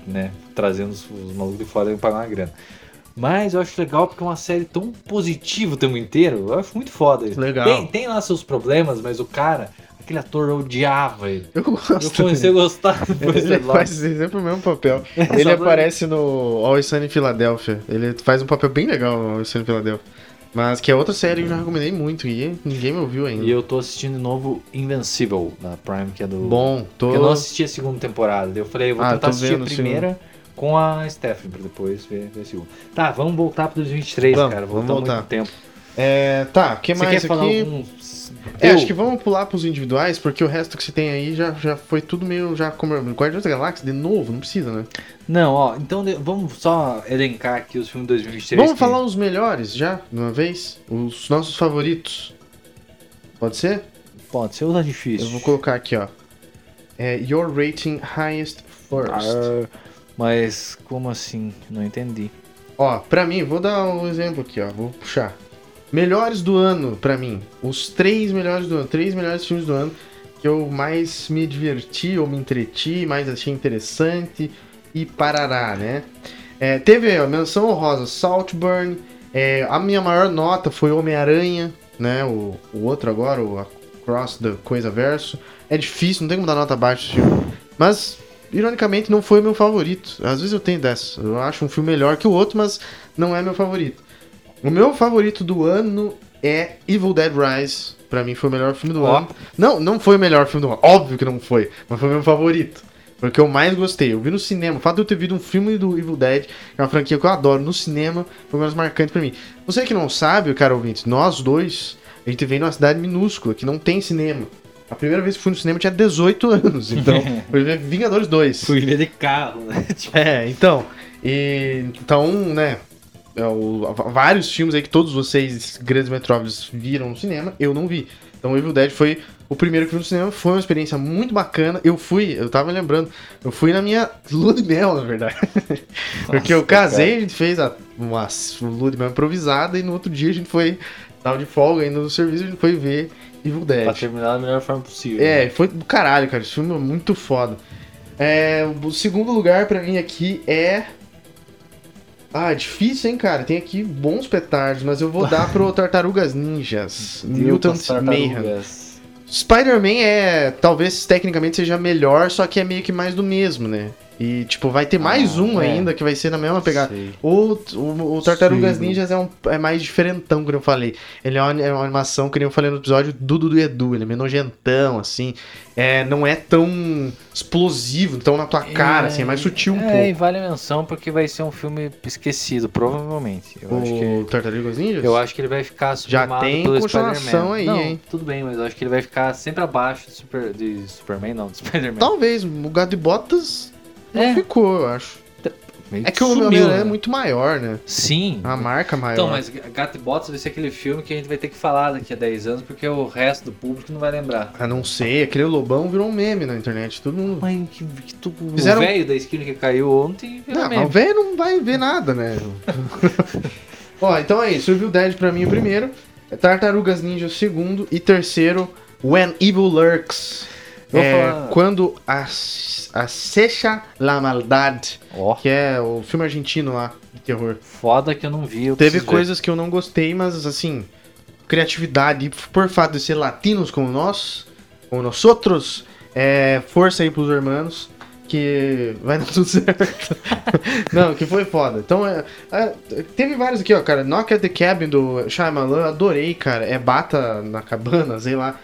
Speaker 4: né, trazendo os, os malucos de fora e pagar uma grana. Mas eu acho legal porque é uma série tão positiva o tempo inteiro. Eu acho muito foda isso.
Speaker 3: Legal.
Speaker 4: Tem, tem lá seus problemas, mas o cara, aquele ator, eu odiava ele.
Speaker 3: Eu
Speaker 4: Eu
Speaker 3: gosto.
Speaker 4: comecei a gostar depois
Speaker 3: *laughs* Ele
Speaker 4: dele lá.
Speaker 3: faz sempre o mesmo
Speaker 4: *laughs*
Speaker 3: papel.
Speaker 4: É só
Speaker 3: Ele
Speaker 4: dois.
Speaker 3: aparece no Always Sunny em Filadélfia. Ele faz um papel bem legal no Always Sunny em Filadélfia. Mas que é outra série que eu já recomendei muito e ninguém me ouviu ainda.
Speaker 4: E eu tô assistindo de novo Invencível, da Prime, que é do.
Speaker 3: Bom, tô...
Speaker 4: Porque eu não assisti a segunda temporada. daí Eu falei, eu vou
Speaker 3: Ah,
Speaker 4: tentar
Speaker 3: tô
Speaker 4: assistir
Speaker 3: vendo
Speaker 4: a
Speaker 3: a
Speaker 4: primeira com a Stephanie, pra depois ver, ver a segunda. Tá, vamos voltar pro 2023,
Speaker 3: Vamos,
Speaker 4: cara.
Speaker 3: vamos
Speaker 4: Voltamos
Speaker 3: voltar.
Speaker 4: muito tempo.
Speaker 3: É, tá, o que
Speaker 4: Você
Speaker 3: mais
Speaker 4: quer falar
Speaker 3: aqui?
Speaker 4: algum...
Speaker 3: É,
Speaker 4: Eu-
Speaker 3: acho que vamos pular pros individuais, porque o resto que você tem aí já, já foi tudo meio. Já como Guardiões da Galáxia, de novo, não precisa, né?
Speaker 4: Não, ó, então de- vamos só elencar aqui os filmes de 2023.
Speaker 3: vamos
Speaker 4: que-
Speaker 3: falar os melhores já, de uma vez? Os nossos favoritos. Pode ser?
Speaker 4: Pode ser ou tá difícil?
Speaker 3: um- Eu vou colocar aqui, ó. É, your rating highest first.
Speaker 4: Ah, Mas como assim? Não entendi.
Speaker 3: Ó, pra mim, vou dar um exemplo aqui, ó. Vou puxar. Melhores do ano, pra mim. Os três melhores do ano. Três melhores filmes do ano que eu mais me diverti ou me entreti, mais achei interessante e parará, né? É, teve a menção honrosa Saltburn. é, a minha maior nota foi Homem-Aranha, né? O, o outro agora, o Across the Coisa Verso. É difícil, não tem como dar nota abaixo desse filme. Mas ironicamente, não foi meu favorito. Às vezes eu tenho dessa. Eu acho um filme melhor que o outro, mas não é meu favorito. O meu favorito do ano é Evil Dead Rise. Pra mim foi o melhor filme do
Speaker 4: Ó.
Speaker 3: ano. Não, não foi o melhor filme do ano. Óbvio que não foi. Mas foi meu favorito. Foi o que eu mais gostei. Eu vi no cinema. O fato de eu ter visto um filme do Evil Dead, que é uma franquia que eu adoro, no cinema, foi o mais marcante pra mim. Você que não sabe, cara ouvinte, nós dois, a gente vem numa cidade minúscula, que não tem cinema. A primeira vez que fui no cinema eu tinha 18 anos. Então, foi ver Vingadores 2.
Speaker 4: Fui ver de carro, né? *laughs*
Speaker 3: *laughs*
Speaker 4: Tipo,
Speaker 3: É, então. E, então, né? é o- v- vários filmes aí que todos vocês, grandes metrópoles, viram no cinema, eu não vi. Então Evil Dead foi o primeiro que eu vi no cinema, foi uma experiência muito bacana. Eu fui, eu tava lembrando, eu fui na minha lua de mel, na verdade. *laughs* Porque eu
Speaker 4: Nossa, cara.
Speaker 3: casei, a gente fez a, uma lua de mel improvisada e no outro dia a gente foi, tava de folga ainda no serviço, a gente foi ver Evil Dead.
Speaker 4: pra terminar da melhor forma possível. né?
Speaker 3: É, foi do caralho, cara. Esse filme é muito foda. É, o segundo lugar pra mim aqui é. Ah, difícil, hein, cara? Tem aqui bons petardos, mas eu vou dar
Speaker 4: *laughs*
Speaker 3: pro Tartarugas Ninjas. Mutant Mayhem. Spider-Man é. Talvez tecnicamente seja melhor, só que é meio que mais do mesmo, né? E, tipo, vai ter mais
Speaker 4: Ah,
Speaker 3: um
Speaker 4: é.
Speaker 3: ainda que vai ser na mesma pegada.
Speaker 4: Sei.
Speaker 3: O, o, o Tartarugas
Speaker 4: Sim.
Speaker 3: Ninjas é, um, é mais diferentão, como eu falei. Ele é uma, é uma animação, que nem eu falei no episódio, do Dudu e Edu. Ele é meio nojentão, assim. É, não é tão explosivo, tão na tua cara, assim. É mais sutil um
Speaker 4: é, e
Speaker 3: pouco.
Speaker 4: vale a menção porque vai ser um filme esquecido, provavelmente. Eu acho
Speaker 3: O
Speaker 4: que.
Speaker 3: Tartarugas Ninjas?
Speaker 4: Eu acho que ele vai ficar sublimado
Speaker 3: tem
Speaker 4: pelo
Speaker 3: continuação
Speaker 4: Spider-Man.
Speaker 3: aí,
Speaker 4: não,
Speaker 3: hein?
Speaker 4: Tudo bem, mas eu acho que ele vai ficar sempre abaixo de, Super- de Superman, não, de *laughs* Spider-Man.
Speaker 3: Talvez. O Gato de Botas Então, não
Speaker 4: É.
Speaker 3: ficou, eu acho.
Speaker 4: Meio
Speaker 3: É que o
Speaker 4: sumiu,
Speaker 3: Homem-Aranha
Speaker 4: né?
Speaker 3: é muito maior, né?
Speaker 4: Sim.
Speaker 3: A marca maior.
Speaker 4: Então, mas Gato e Botas vai ser aquele filme que a gente vai ter que falar daqui a 10 anos, porque o resto do público não vai lembrar.
Speaker 3: Ah, não sei. Aquele Lobão virou um meme na internet. Todo mundo...
Speaker 4: Mãe, que, que tu...
Speaker 3: Fizeram-
Speaker 4: O velho da esquina que caiu ontem virou
Speaker 3: Não, mas
Speaker 4: meme.
Speaker 3: o velho não vai ver nada,
Speaker 4: *laughs*
Speaker 3: né? Ó, então é isso. Evil Dead pra mim o primeiro. é Tartarugas Ninja o segundo. E terceiro, When Evil Lurks.
Speaker 4: Eu vou
Speaker 3: É,
Speaker 4: falar-
Speaker 3: Quando as- acecha la maldade.
Speaker 4: Ó,
Speaker 3: Que é o filme argentino lá, de terror.
Speaker 4: foda que eu não vi. eu
Speaker 3: Teve
Speaker 4: preciso ver.
Speaker 3: coisas que eu não gostei, mas assim... Criatividade, por fato de ser latinos como nós, como nós outros, é, força aí pros irmãos, que vai dar tudo *laughs* certo. Não, que foi foda. Então, é, é, teve vários aqui, ó, cara. Knock at the Cabin do Shyamalan, eu adorei, cara. É bata na cabana, sei lá.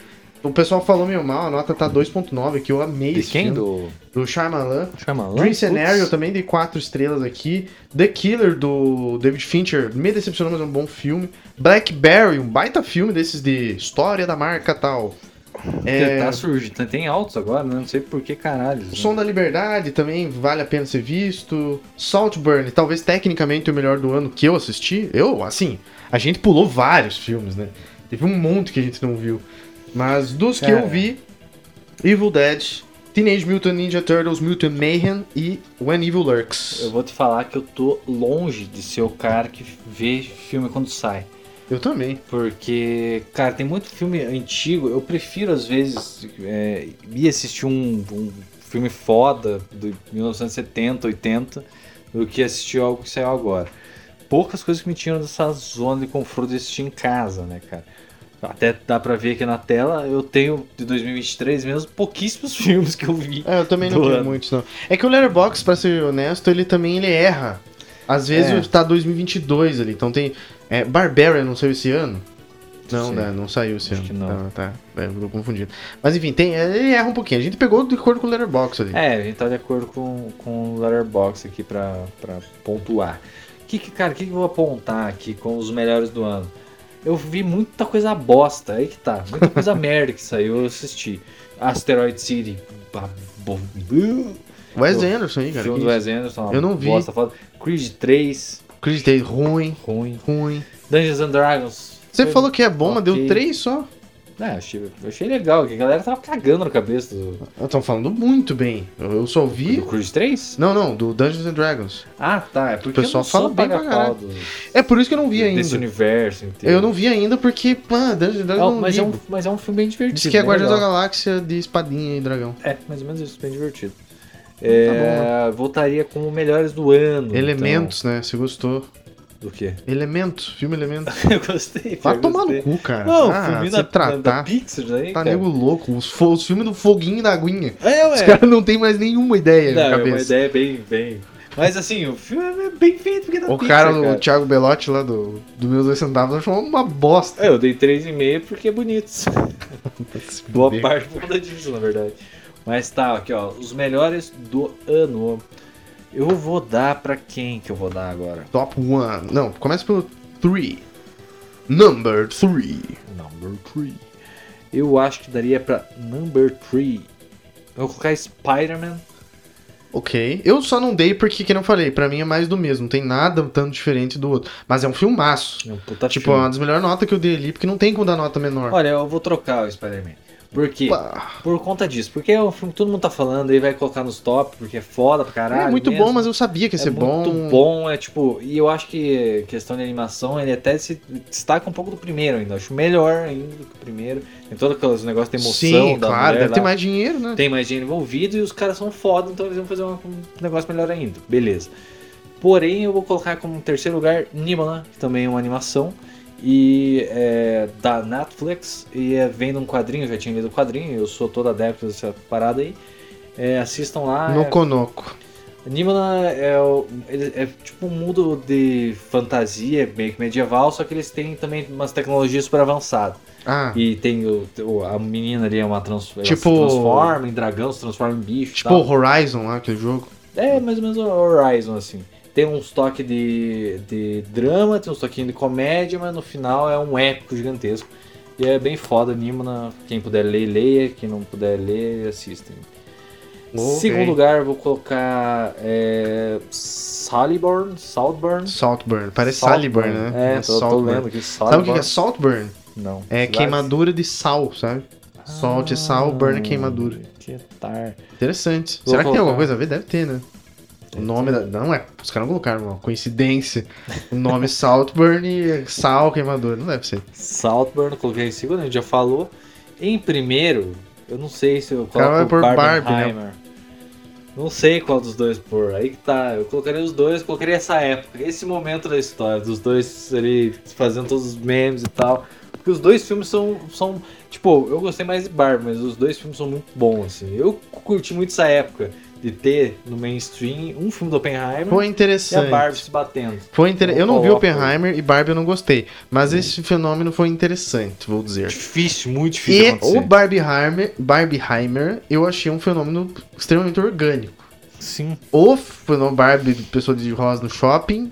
Speaker 3: O pessoal falou meio mal, a nota tá 2.9, que eu amei
Speaker 4: De
Speaker 3: esse
Speaker 4: quem?
Speaker 3: filme.
Speaker 4: Do
Speaker 3: Do Shyamalan.
Speaker 4: Shyamalan?
Speaker 3: Dream
Speaker 4: Putz.
Speaker 3: Scenario eu também dei 4 estrelas aqui. The Killer do David Fincher me decepcionou, mas é um bom filme. Blackberry, um baita filme desses de história da marca e tal.
Speaker 4: Porque Tá surgindo. tem- Tem altos agora, né? Não sei por que né? caralho.
Speaker 3: O Som da Liberdade também vale a pena ser visto. Saltburn, talvez tecnicamente o melhor do ano que eu assisti. Eu, assim, a gente pulou vários filmes, né? Teve um monte que a gente não viu. Mas dos que
Speaker 4: Cara.
Speaker 3: eu vi, Evil Dead, Teenage Mutant Ninja Turtles, Mutant Mayhem e When Evil Lurks.
Speaker 4: Eu vou te falar que eu tô longe de ser o cara que vê filme quando sai.
Speaker 3: eu também.
Speaker 4: Porque, cara, tem muito filme antigo. Eu prefiro, às vezes, é, ir assistir um, um filme foda de 1970, 80, do que assistir algo que saiu agora. Poucas coisas que me tiram dessa zona de conforto de assistir em casa, né, cara? Até dá pra ver aqui na tela, eu tenho de 2023 mesmo pouquíssimos *laughs* filmes que eu vi.
Speaker 3: É, eu também não
Speaker 4: Do
Speaker 3: tenho
Speaker 4: ano.
Speaker 3: muitos, não. É que o Letterboxd, pra ser honesto, ele também ele erra. Às
Speaker 4: É.
Speaker 3: vezes tá 2022 ali, então tem... É, Barbarian não saiu esse ano? Não,
Speaker 4: Sim.
Speaker 3: né, não saiu esse
Speaker 4: Acho
Speaker 3: ano.
Speaker 4: que não.
Speaker 3: Tá, tá. É, eu tô confundido. Mas enfim, tem, ele erra um pouquinho. A gente pegou de acordo com o Letterboxd ali.
Speaker 4: É, a gente tá de acordo com, com o Letterboxd aqui pra, pra pontuar. Que que, cara, o que, que eu vou apontar aqui como os melhores do ano? Eu vi muita coisa bosta, aí que tá.
Speaker 3: *laughs*
Speaker 4: Muita coisa merda que saiu, eu assisti. Asteroid City. ba- bo- bu-
Speaker 3: Wes
Speaker 4: eu-
Speaker 3: Anderson aí, cara.
Speaker 4: Filme
Speaker 3: que
Speaker 4: do É, Wes Anderson. uma
Speaker 3: Eu não vi.
Speaker 4: Bosta, foda. Creed 3.
Speaker 3: isso. Acreditei, ruim,
Speaker 4: Ruim.
Speaker 3: ruim.
Speaker 4: Dungeons and Dragons.
Speaker 3: Você
Speaker 4: foi-
Speaker 3: falou que é bom, mas deu
Speaker 4: ok.
Speaker 3: três só?
Speaker 4: É, achei, eu achei legal, que a galera tava cagando na cabeça do,
Speaker 3: Estão falando muito bem. Eu eu só
Speaker 4: do
Speaker 3: vi...
Speaker 4: Creed 3.
Speaker 3: Não, não, do Dungeons and Dragons.
Speaker 4: Ah, tá. É porque
Speaker 3: O pessoal
Speaker 4: eu não sou
Speaker 3: fala bem pra caralho.
Speaker 4: paga-pau do-
Speaker 3: É por isso que eu não vi ainda.
Speaker 4: desse universo inteiro.
Speaker 3: Eu não vi ainda porque, mano, Dungeons and Dragons
Speaker 4: É,
Speaker 3: não
Speaker 4: mas,
Speaker 3: vi.
Speaker 4: é um, mas é um filme bem divertido.
Speaker 3: Diz que é
Speaker 4: né?
Speaker 3: Guardiões da
Speaker 4: Legal.
Speaker 3: Galáxia de espadinha e dragão.
Speaker 4: É, mais ou menos isso, bem divertido. É, Voltaria como melhores do ano.
Speaker 3: Elementos, né? Você gostou.
Speaker 4: Do quê? *laughs*
Speaker 3: Elementos, filme Elementos.
Speaker 4: Eu gostei.
Speaker 3: Vai
Speaker 4: eu
Speaker 3: tomar
Speaker 4: gostei.
Speaker 3: no cu, cara.
Speaker 4: Não, o
Speaker 3: ah,
Speaker 4: filme
Speaker 3: se
Speaker 4: da,
Speaker 3: tratar.
Speaker 4: da, da Pixar aí,
Speaker 3: Tá
Speaker 4: cara.
Speaker 3: nego louco. Os, fo- os filmes do foguinho e da aguinha.
Speaker 4: É, ué.
Speaker 3: Os caras não tem mais nenhuma ideia na
Speaker 4: Não, é uma
Speaker 3: cabeça.
Speaker 4: ideia bem, bem... Mas assim, o filme é bem feito porque é da
Speaker 3: O
Speaker 4: Pixar,
Speaker 3: cara, o Thiago Belotti lá do, do Meus Dois Centavos, achou uma bosta.
Speaker 4: É, eu dei 3,5 porque
Speaker 3: *laughs*
Speaker 4: é bonito.
Speaker 3: Se
Speaker 4: Boa
Speaker 3: fuder.
Speaker 4: parte por conta disso, na verdade. Mas tá, aqui ó, os melhores do ano. Eu vou dar pra quem que eu vou dar agora?
Speaker 3: Top 1. Não, começa pelo 3. Number 3.
Speaker 4: Number 3. Eu acho que daria pra Number 3. Eu vou colocar Spider-Man.
Speaker 3: Ok. Eu só não dei porque, que eu falei, pra mim é mais do mesmo. Não tem nada tanto diferente do outro. Mas é um filmaço.
Speaker 4: É um puta
Speaker 3: tipo, é
Speaker 4: filme.
Speaker 3: uma das melhores notas que eu dei ali, porque não tem como dar nota menor.
Speaker 4: Olha, eu vou trocar o Spider-Man. Por quê?
Speaker 3: Pá.
Speaker 4: Por conta disso. Porque é um filme que todo mundo tá falando, aí vai colocar nos top, porque é foda pra caralho.
Speaker 3: é muito
Speaker 4: mesmo.
Speaker 3: bom, mas eu sabia que ia
Speaker 4: é
Speaker 3: ser bom.
Speaker 4: muito bom, é tipo, e eu acho que questão de animação, ele até se destaca um pouco do primeiro ainda, eu acho melhor ainda do que o primeiro, tem todo aqueles negócio de emoção
Speaker 3: Sim,
Speaker 4: da
Speaker 3: claro,
Speaker 4: mulher
Speaker 3: deve
Speaker 4: lá.
Speaker 3: ter mais dinheiro, né?
Speaker 4: tem mais gente envolvida e os caras são foda, então eles vão fazer um um negócio melhor ainda, beleza. Porém, eu vou colocar como terceiro lugar Nimona, que também é uma animação, e é da Netflix, e é, vem de um quadrinho, eu já tinha lido o quadrinho, eu sou todo adepto dessa parada aí, É, assistam lá.
Speaker 3: no
Speaker 4: é-
Speaker 3: Conoco.
Speaker 4: Nimona é, o- ele- é tipo um mundo de fantasia meio que medieval, só que eles têm também umas tecnologias super avançadas.
Speaker 3: Ah,
Speaker 4: E tem o, o- a menina ali, é uma trans, ela se
Speaker 3: Tipo-
Speaker 4: transforma em dragão, se transforma em bicho. e
Speaker 3: tipo
Speaker 4: tal.
Speaker 3: Horizon lá, aquele jogo.
Speaker 4: É mais ou menos o Horizon, assim. Tem uns toques de, de drama, tem uns toquinhos de comédia, mas no final é um épico gigantesco. E é bem foda, Nimona. Quem puder ler, leia. Quem não puder ler, assistem.
Speaker 3: Ok.
Speaker 4: Segundo lugar, eu vou colocar é, Saliburn, Saltburn.
Speaker 3: Saltburn. Parece
Speaker 4: Saltburn.
Speaker 3: Saliburn, né?
Speaker 4: É, tô, tô
Speaker 3: Saltburn.
Speaker 4: lendo aqui.
Speaker 3: Sabe o
Speaker 4: Saltburn.
Speaker 3: que que é Saltburn?
Speaker 4: Não.
Speaker 3: É
Speaker 4: Cidade?
Speaker 3: queimadura de sal, sabe? Salt é sal, burn é queimadura.
Speaker 4: Hum, Que tar.
Speaker 3: Interessante.
Speaker 4: Vou
Speaker 3: Será que tem alguma
Speaker 4: colocar.
Speaker 3: coisa a ver? Deve ter, né? O
Speaker 4: Deve
Speaker 3: nome da. Não, é. Os caras não colocaram, uma coincidência. O nome Saltburn e sal queimador. Não deve ser.
Speaker 4: Saltburn, coloquei em segundo, a gente já falou. Em primeiro, eu não sei se eu
Speaker 3: cara vai
Speaker 4: coloco
Speaker 3: pôr
Speaker 4: o
Speaker 3: é Barbie, né?
Speaker 4: Barbenheimer. Não sei qual dos dois pôr. Aí que tá. Eu colocaria os dois, colocaria essa época, esse momento da história, dos dois ali fazendo todos os memes e tal. Porque os dois filmes são. são tipo, eu gostei mais de Barbie, mas os dois filmes são muito bons, assim. Eu curti muito essa época de ter no mainstream um filme do Oppenheimer
Speaker 3: Foi
Speaker 4: e a Barbie
Speaker 3: interessante.
Speaker 4: se batendo.
Speaker 3: Foi inter... Eu não vi
Speaker 4: Coloca.
Speaker 3: Oppenheimer e Barbie eu não gostei. Mas esse fenômeno foi interessante, vou dizer.
Speaker 4: Hum. Difícil, muito difícil. de
Speaker 3: E
Speaker 4: acontecer.
Speaker 3: o Barbieheimer, Barbieheimer, eu achei um fenômeno extremamente orgânico.
Speaker 4: Sim.
Speaker 3: O fenômeno Barbie, pessoa de rosa no shopping,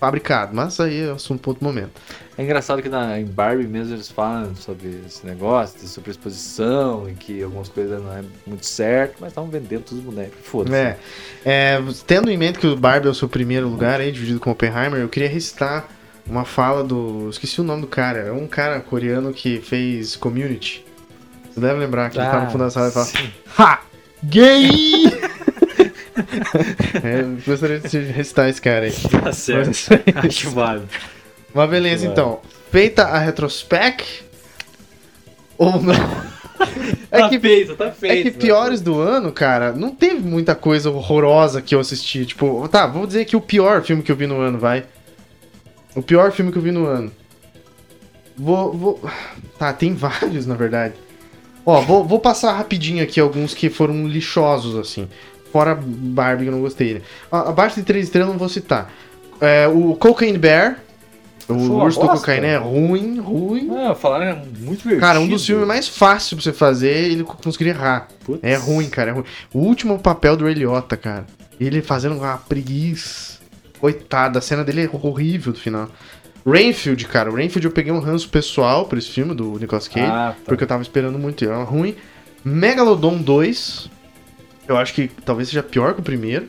Speaker 3: fabricado. Mas aí é assunto para outro momento.
Speaker 4: É engraçado que na, em Barbie mesmo eles falam sobre esse negócio, de superexposição, e que algumas coisas não é muito certo, mas estavam vendendo todos os bonecos. Foda-se.
Speaker 3: É, É, tendo em mente que o Barbie é o seu primeiro lugar aí, dividido com o Oppenheimer, eu queria recitar uma fala do. Esqueci o nome do cara. É um cara coreano que fez community. Você deve lembrar que ele tá no fundo da sala e fala.
Speaker 4: Ah, sim.
Speaker 3: Ha!
Speaker 4: *laughs*
Speaker 3: Gay! é, eu gostaria de recitar esse cara aí.
Speaker 4: Tá certo. *laughs*
Speaker 3: Mas,
Speaker 4: Acho válido.
Speaker 3: mas beleza,
Speaker 4: Vai.
Speaker 3: então. Feita a retrospec. Ou
Speaker 4: *laughs*
Speaker 3: não? É
Speaker 4: tá
Speaker 3: que
Speaker 4: feito, tá
Speaker 3: É
Speaker 4: feito.
Speaker 3: que piores do ano, cara, não teve muita coisa horrorosa que eu assisti. Tipo, tá, vou dizer que o pior filme que eu vi no ano, vai. O pior filme que eu vi no ano. Vou. vou... Tá, tem vários, na verdade. Ó, vou, vou passar rapidinho aqui alguns que foram lixosos, assim. Fora Barbie, que eu não gostei. Né? A- Abaixo de 3 estrelas eu não vou citar. É, o Cocaine Bear.
Speaker 4: Foi
Speaker 3: O
Speaker 4: uma
Speaker 3: Urso do
Speaker 4: bosta.
Speaker 3: Cocaine é ruim, ruim.
Speaker 4: Ah, falaram é muito divertido.
Speaker 3: Cara, um dos filmes mais fáceis pra você fazer, ele conseguiria errar.
Speaker 4: Putz.
Speaker 3: É ruim, cara, é ruim. O último papel do Ray Liotta, cara. Ele fazendo uma preguiça. Coitado, a cena dele é horrível do final. Rainfield, cara. O Rainfield eu peguei um ranço pessoal pra esse filme do Nicolas Cage.
Speaker 4: Ah, tá.
Speaker 3: Porque eu tava esperando muito, e era ruim. Megalodon 2. Eu acho que talvez seja pior que o primeiro.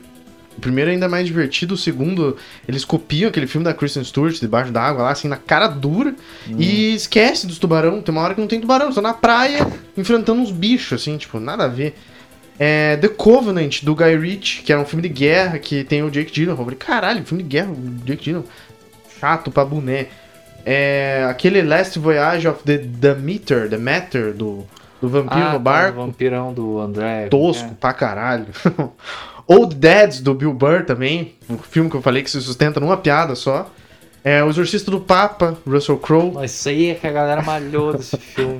Speaker 3: O primeiro é ainda mais divertido, o segundo, eles copiam aquele filme da Kristen Stewart debaixo da água lá, assim, na cara dura, e esquece dos tubarão. Tem uma hora que não tem tubarão, estão na praia enfrentando uns bichos, assim, tipo, nada a ver. É The Covenant, do Guy Ritchie, que era um filme de guerra, que tem o Jake Gyllenhaal. Eu falei, caralho, filme de guerra, o Jake Gyllenhaal. Chato pra boné. É, aquele Last Voyage of the, the Meter, The Matter, do, do é um Vampiro no
Speaker 4: Ah, tá, é.
Speaker 3: Barco.
Speaker 4: o vampirão do André.
Speaker 3: Tosco pra caralho. *laughs* Um Old Dads, do Bill Burr também. O filme que eu falei que se sustenta numa piada só. É, o Exorcista do Papa, Russell Crowe.
Speaker 4: Mas isso aí é que a galera malhou
Speaker 3: *laughs*
Speaker 4: desse filme.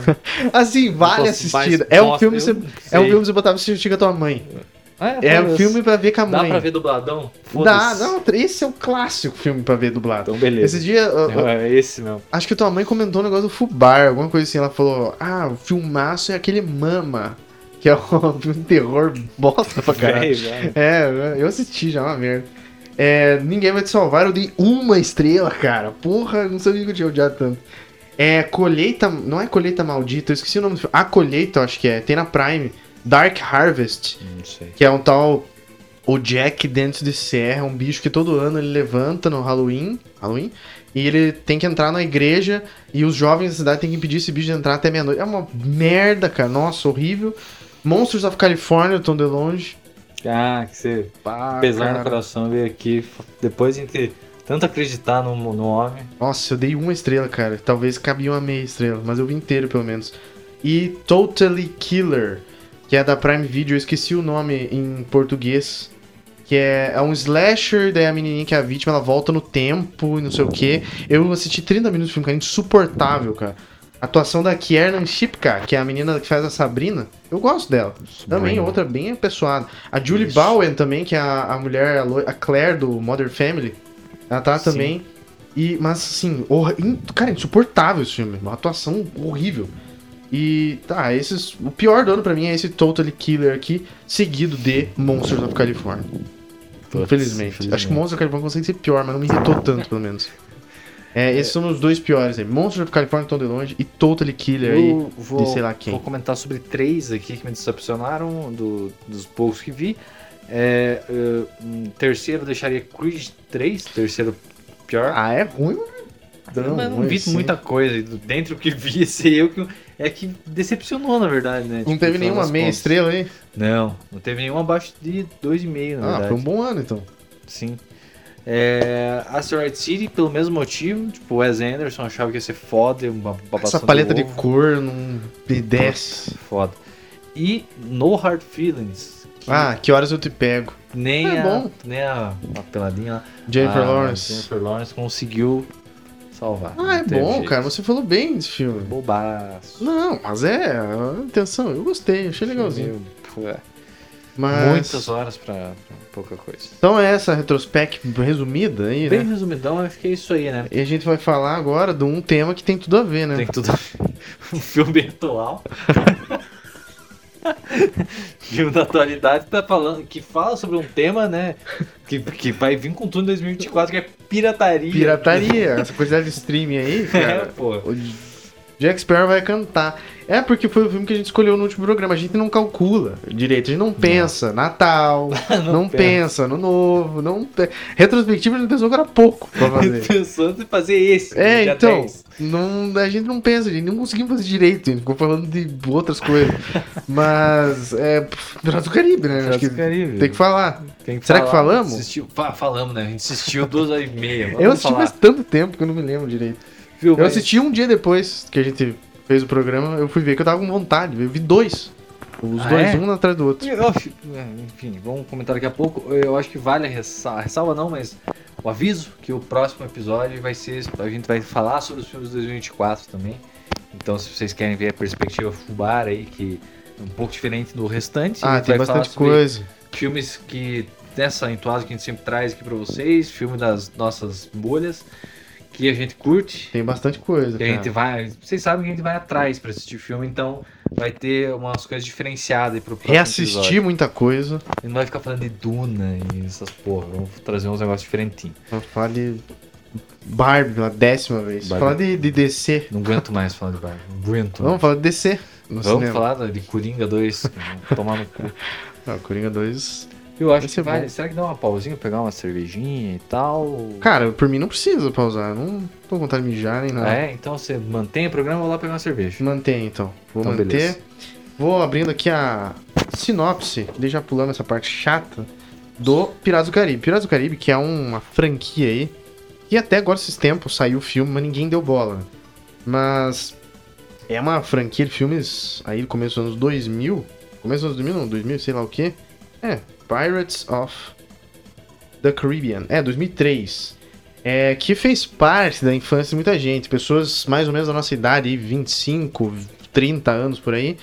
Speaker 3: Assim, vale
Speaker 4: posso
Speaker 3: assistir.
Speaker 4: mais
Speaker 3: É um
Speaker 4: bosta,
Speaker 3: filme
Speaker 4: eu
Speaker 3: que você,
Speaker 4: não
Speaker 3: é um
Speaker 4: sei.
Speaker 3: filme que você botava assistir com a tua mãe. É um
Speaker 4: Ah, foda-se.
Speaker 3: filme pra ver com a
Speaker 4: Dá
Speaker 3: mãe.
Speaker 4: pra ver dubladão?
Speaker 3: Dá,
Speaker 4: Foda-se.
Speaker 3: não, esse é um clássico filme pra ver dublado.
Speaker 4: Então beleza.
Speaker 3: Esse dia, ó, ó,
Speaker 4: É esse mesmo.
Speaker 3: acho que tua mãe comentou um negócio do Fubar, alguma coisa assim. Ela falou: Ah, o filmaço é aquele Mama, que é *laughs* um filme de terror bosta pra caralho.
Speaker 4: Véi, velho.
Speaker 3: É, eu assisti já, uma merda. É, Ninguém vai te salvar, eu dei uma estrela, cara. Porra, não sabia que eu tinha odiado tanto. É, Colheita. Não é Colheita Maldita, eu esqueci o nome do filme. A Colheita, eu acho que é. Tem na Prime. Dark Harvest,
Speaker 4: Não sei.
Speaker 3: que é um tal. O Jack dentro de serra, um bicho que todo ano ele levanta no Halloween. Halloween. E ele tem que entrar na igreja e os jovens da cidade têm que impedir esse bicho de entrar até meia-noite. É uma merda, cara. Nossa, horrível. Monsters of California, Tom DeLonge.
Speaker 4: Ah, que você.
Speaker 3: Pá,
Speaker 4: Pesar
Speaker 3: cara.
Speaker 4: no coração veio aqui. f- Depois de ter tanto acreditar no, no homem.
Speaker 3: Nossa, eu dei uma estrela, cara. Talvez cabia uma meia estrela, mas eu vi inteiro pelo menos. E Totally Killer, que é da Prime Video, eu esqueci o nome em português. Que é, é um slasher, daí a menininha que é a vítima, ela volta no tempo e não sei o quê. Eu assisti 30 minutos do filme, cara, insuportável, cara. A atuação da Kiernan Shipka, que é a menina que faz a Sabrina, eu gosto dela. Também
Speaker 4: Bem,
Speaker 3: outra bem apessoada. A Julie
Speaker 4: Isso.
Speaker 3: Bowen também, que é a, a mulher, a, lo- a Claire do Modern Family. Ela tá
Speaker 4: Sim.
Speaker 3: também. E, mas assim, horra- in- cara, insuportável esse filme. Uma atuação horrível. E tá, esses. O pior do ano pra mim é esse Totally Killer aqui, seguido de Monsters of California.
Speaker 4: Putz,
Speaker 3: infelizmente. Acho que Monsters of California consegue ser pior, mas não me irritou tanto, pelo menos. É, esses são os dois piores aí. Monsters of California tão de longe e Totally Killer aí.
Speaker 4: Eu vou,
Speaker 3: sei lá quem.
Speaker 4: vou comentar sobre três aqui que me decepcionaram do- dos poucos que vi. É, é, hum, terceiro eu deixaria Creed 3, terceiro pior.
Speaker 3: Ah, é ruim, mano.
Speaker 4: eu não,
Speaker 3: ruim,
Speaker 4: vi
Speaker 3: sim.
Speaker 4: muita coisa. e do- Dentro do que vi, *laughs* esse eu que é que decepcionou, na verdade, né?
Speaker 3: Não
Speaker 4: Tipo,
Speaker 3: teve
Speaker 4: no final
Speaker 3: nenhuma
Speaker 4: das
Speaker 3: meia
Speaker 4: contas.
Speaker 3: estrela aí?
Speaker 4: Não, não teve nenhuma abaixo de 2,5, na
Speaker 3: Ah,
Speaker 4: verdade.
Speaker 3: foi um bom ano então.
Speaker 4: Sim. É, Asteroid City, pelo mesmo motivo, tipo, Wes Anderson achava que ia ser foda, um uma
Speaker 3: Essa
Speaker 4: babação do
Speaker 3: paleta de
Speaker 4: ovo.
Speaker 3: cor não me desce.
Speaker 4: Foda. E No Hard Feelings. que
Speaker 3: Ah, que horas eu te pego?
Speaker 4: nem,
Speaker 3: é
Speaker 4: a,
Speaker 3: bom.
Speaker 4: nem a, a peladinha lá.
Speaker 3: Jennifer
Speaker 4: a
Speaker 3: Lawrence.
Speaker 4: Ah, Jennifer Lawrence conseguiu salvar. Não
Speaker 3: Ah, é
Speaker 4: teve
Speaker 3: bom,
Speaker 4: jeito.
Speaker 3: cara. Você falou bem desse filme.
Speaker 4: Bobaço.
Speaker 3: Não, mas é. Atenção, eu gostei, achei legalzinho.
Speaker 4: Meu, é.
Speaker 3: Mas.
Speaker 4: Muitas horas pra, pra pouca coisa.
Speaker 3: Então é essa retrospect resumida aí,
Speaker 4: Bem
Speaker 3: né?
Speaker 4: resumidão, acho que é isso aí, né?
Speaker 3: E a gente vai falar agora de um tema que tem tudo a ver, né?
Speaker 4: Tem tudo. *laughs* um filme atual. *laughs* filme da atualidade tá falando, que fala sobre um tema, né? Que, que vai vir com tudo em 2024, que é pirataria.
Speaker 3: Pirataria, essa quantidade de streaming aí,
Speaker 4: *laughs* É,
Speaker 3: cara.
Speaker 4: pô.
Speaker 3: O Jack Sparrow vai cantar. É porque foi o filme que a gente escolheu no último programa. A gente não calcula direito, a gente não pensa. Natal, *laughs* não, pensa. Ano Novo, não. pe- Retrospectiva a gente pensou que era pouco pra *laughs* fazer.
Speaker 4: *laughs* Pensando em fazer esse.
Speaker 3: É,
Speaker 4: dia
Speaker 3: então,
Speaker 4: 10.
Speaker 3: não, a gente não pensa, a gente não conseguimos fazer direito, a gente ficou falando de outras *laughs* coisas. Mas, é, pff, Piratas do Caribe, né? Acho que tem que falar.
Speaker 4: Tem que
Speaker 3: Será que
Speaker 4: falar.
Speaker 3: falamos?
Speaker 4: Insistiu- fa- falamos, né? A gente assistiu duas horas e meia. Vamos
Speaker 3: eu assisti
Speaker 4: falar.
Speaker 3: faz tanto tempo que eu não me lembro direito.
Speaker 4: Viu,
Speaker 3: Eu
Speaker 4: mas-
Speaker 3: assisti um dia depois que a gente fez o programa, eu fui ver que eu tava com vontade, eu vi dois. Os
Speaker 4: Ah,
Speaker 3: dois,
Speaker 4: é?
Speaker 3: um atrás do outro.
Speaker 4: Eu acho- é, Enfim, vamos comentar daqui a pouco. Eu acho que vale a ressalva, ressalva não, mas o aviso que o próximo episódio vai ser. A gente vai falar sobre os filmes de 2024 também. Então, se vocês querem ver a perspectiva Fubar aí, que é um pouco diferente do restante, a
Speaker 3: Ah,
Speaker 4: gente
Speaker 3: tem
Speaker 4: vai falar
Speaker 3: bastante
Speaker 4: sobre
Speaker 3: coisa.
Speaker 4: filmes que dessa entoada que a gente sempre traz aqui pra vocês, filme das nossas bolhas que a gente curte.
Speaker 3: Tem bastante coisa.
Speaker 4: Que a gente
Speaker 3: cara.
Speaker 4: vai, vocês sabem que a gente vai atrás pra assistir filme, então vai ter umas coisas diferenciadas aí pro próximo episódio.
Speaker 3: Reassisti muita coisa.
Speaker 4: E não vai ficar falando de Duna e essas porra. Vamos trazer uns negócios diferentinhos.
Speaker 3: Vamos falar de Barbie pela décima vez.
Speaker 4: Barbie.
Speaker 3: Falar de, de DC.
Speaker 4: Não aguento mais falar de Barbie. Não aguento.
Speaker 3: Vamos
Speaker 4: mais.
Speaker 3: falar de DC. No
Speaker 4: Vamos
Speaker 3: cinema.
Speaker 4: falar de Coringa 2. Tomar no cu.
Speaker 3: Ah, Coringa 2.
Speaker 4: Eu acho
Speaker 3: ser
Speaker 4: que vale.
Speaker 3: bom.
Speaker 4: Será que dá uma pausinha, pegar uma cervejinha e tal?
Speaker 3: Cara, por mim não precisa pausar. eu Não tô com vontade de mijar nem nada.
Speaker 4: É, então você mantém o programa ou lá pegar uma cerveja.
Speaker 3: Mantém então. Vou
Speaker 4: Então,
Speaker 3: manter.
Speaker 4: beleza.
Speaker 3: Vou abrindo aqui a sinopse, daí já pulando essa parte chata, do Piratas do Caribe. Piratas do Caribe, que é uma franquia aí, que até agora esses tempos saiu o filme, mas ninguém deu bola. né? Mas é uma franquia de filmes aí do começo dos anos 2000. Começo dos anos 2000, não, 2000, sei lá o quê. É, Pirates of the Caribbean. É, 2003. é, que fez parte da infância de muita gente, pessoas mais ou menos da nossa idade, aí, 25, 30 anos por aí.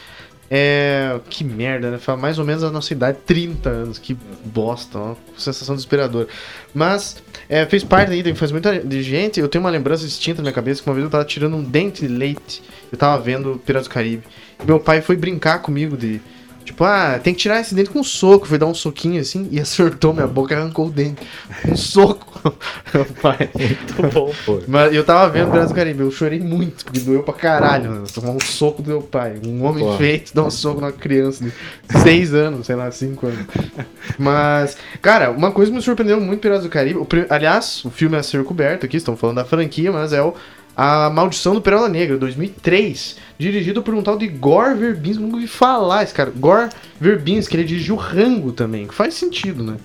Speaker 3: É, que merda, né? Fala Mais ou menos da nossa idade, 30 anos, que bosta, ó, sensação desesperadora. Mas é, fez parte aí da infância de muita de gente. Eu tenho uma lembrança distinta na minha cabeça que uma vez eu tava tirando um dente de leite. Eu tava vendo Piratas do Caribe. Meu pai foi brincar comigo de. Tipo, ah, tem que tirar esse dente com um soco. Foi dar um soquinho assim e acertou minha boca e arrancou o dente. Um soco. *laughs* Meu pai.
Speaker 4: Muito *laughs* bom, pô.
Speaker 3: Mas eu tava vendo Piratas do Caribe, eu chorei muito, porque doeu pra caralho, mano. Tomar um soco do meu pai. Um homem
Speaker 4: Porra.
Speaker 3: feito dá um soco numa criança de 6 anos, sei lá, 5 anos. Mas, cara, uma coisa que me surpreendeu muito Piratas do Caribe. o pri- aliás, o filme é a ser coberto aqui, estamos falando da franquia, mas é o A Maldição do Pérola Negra, 2003. Dirigido por um tal de Gore Verbinski, nunca ouvi falar esse cara. Gore Verbinski, ele dirigiu Rango também, que faz sentido, né?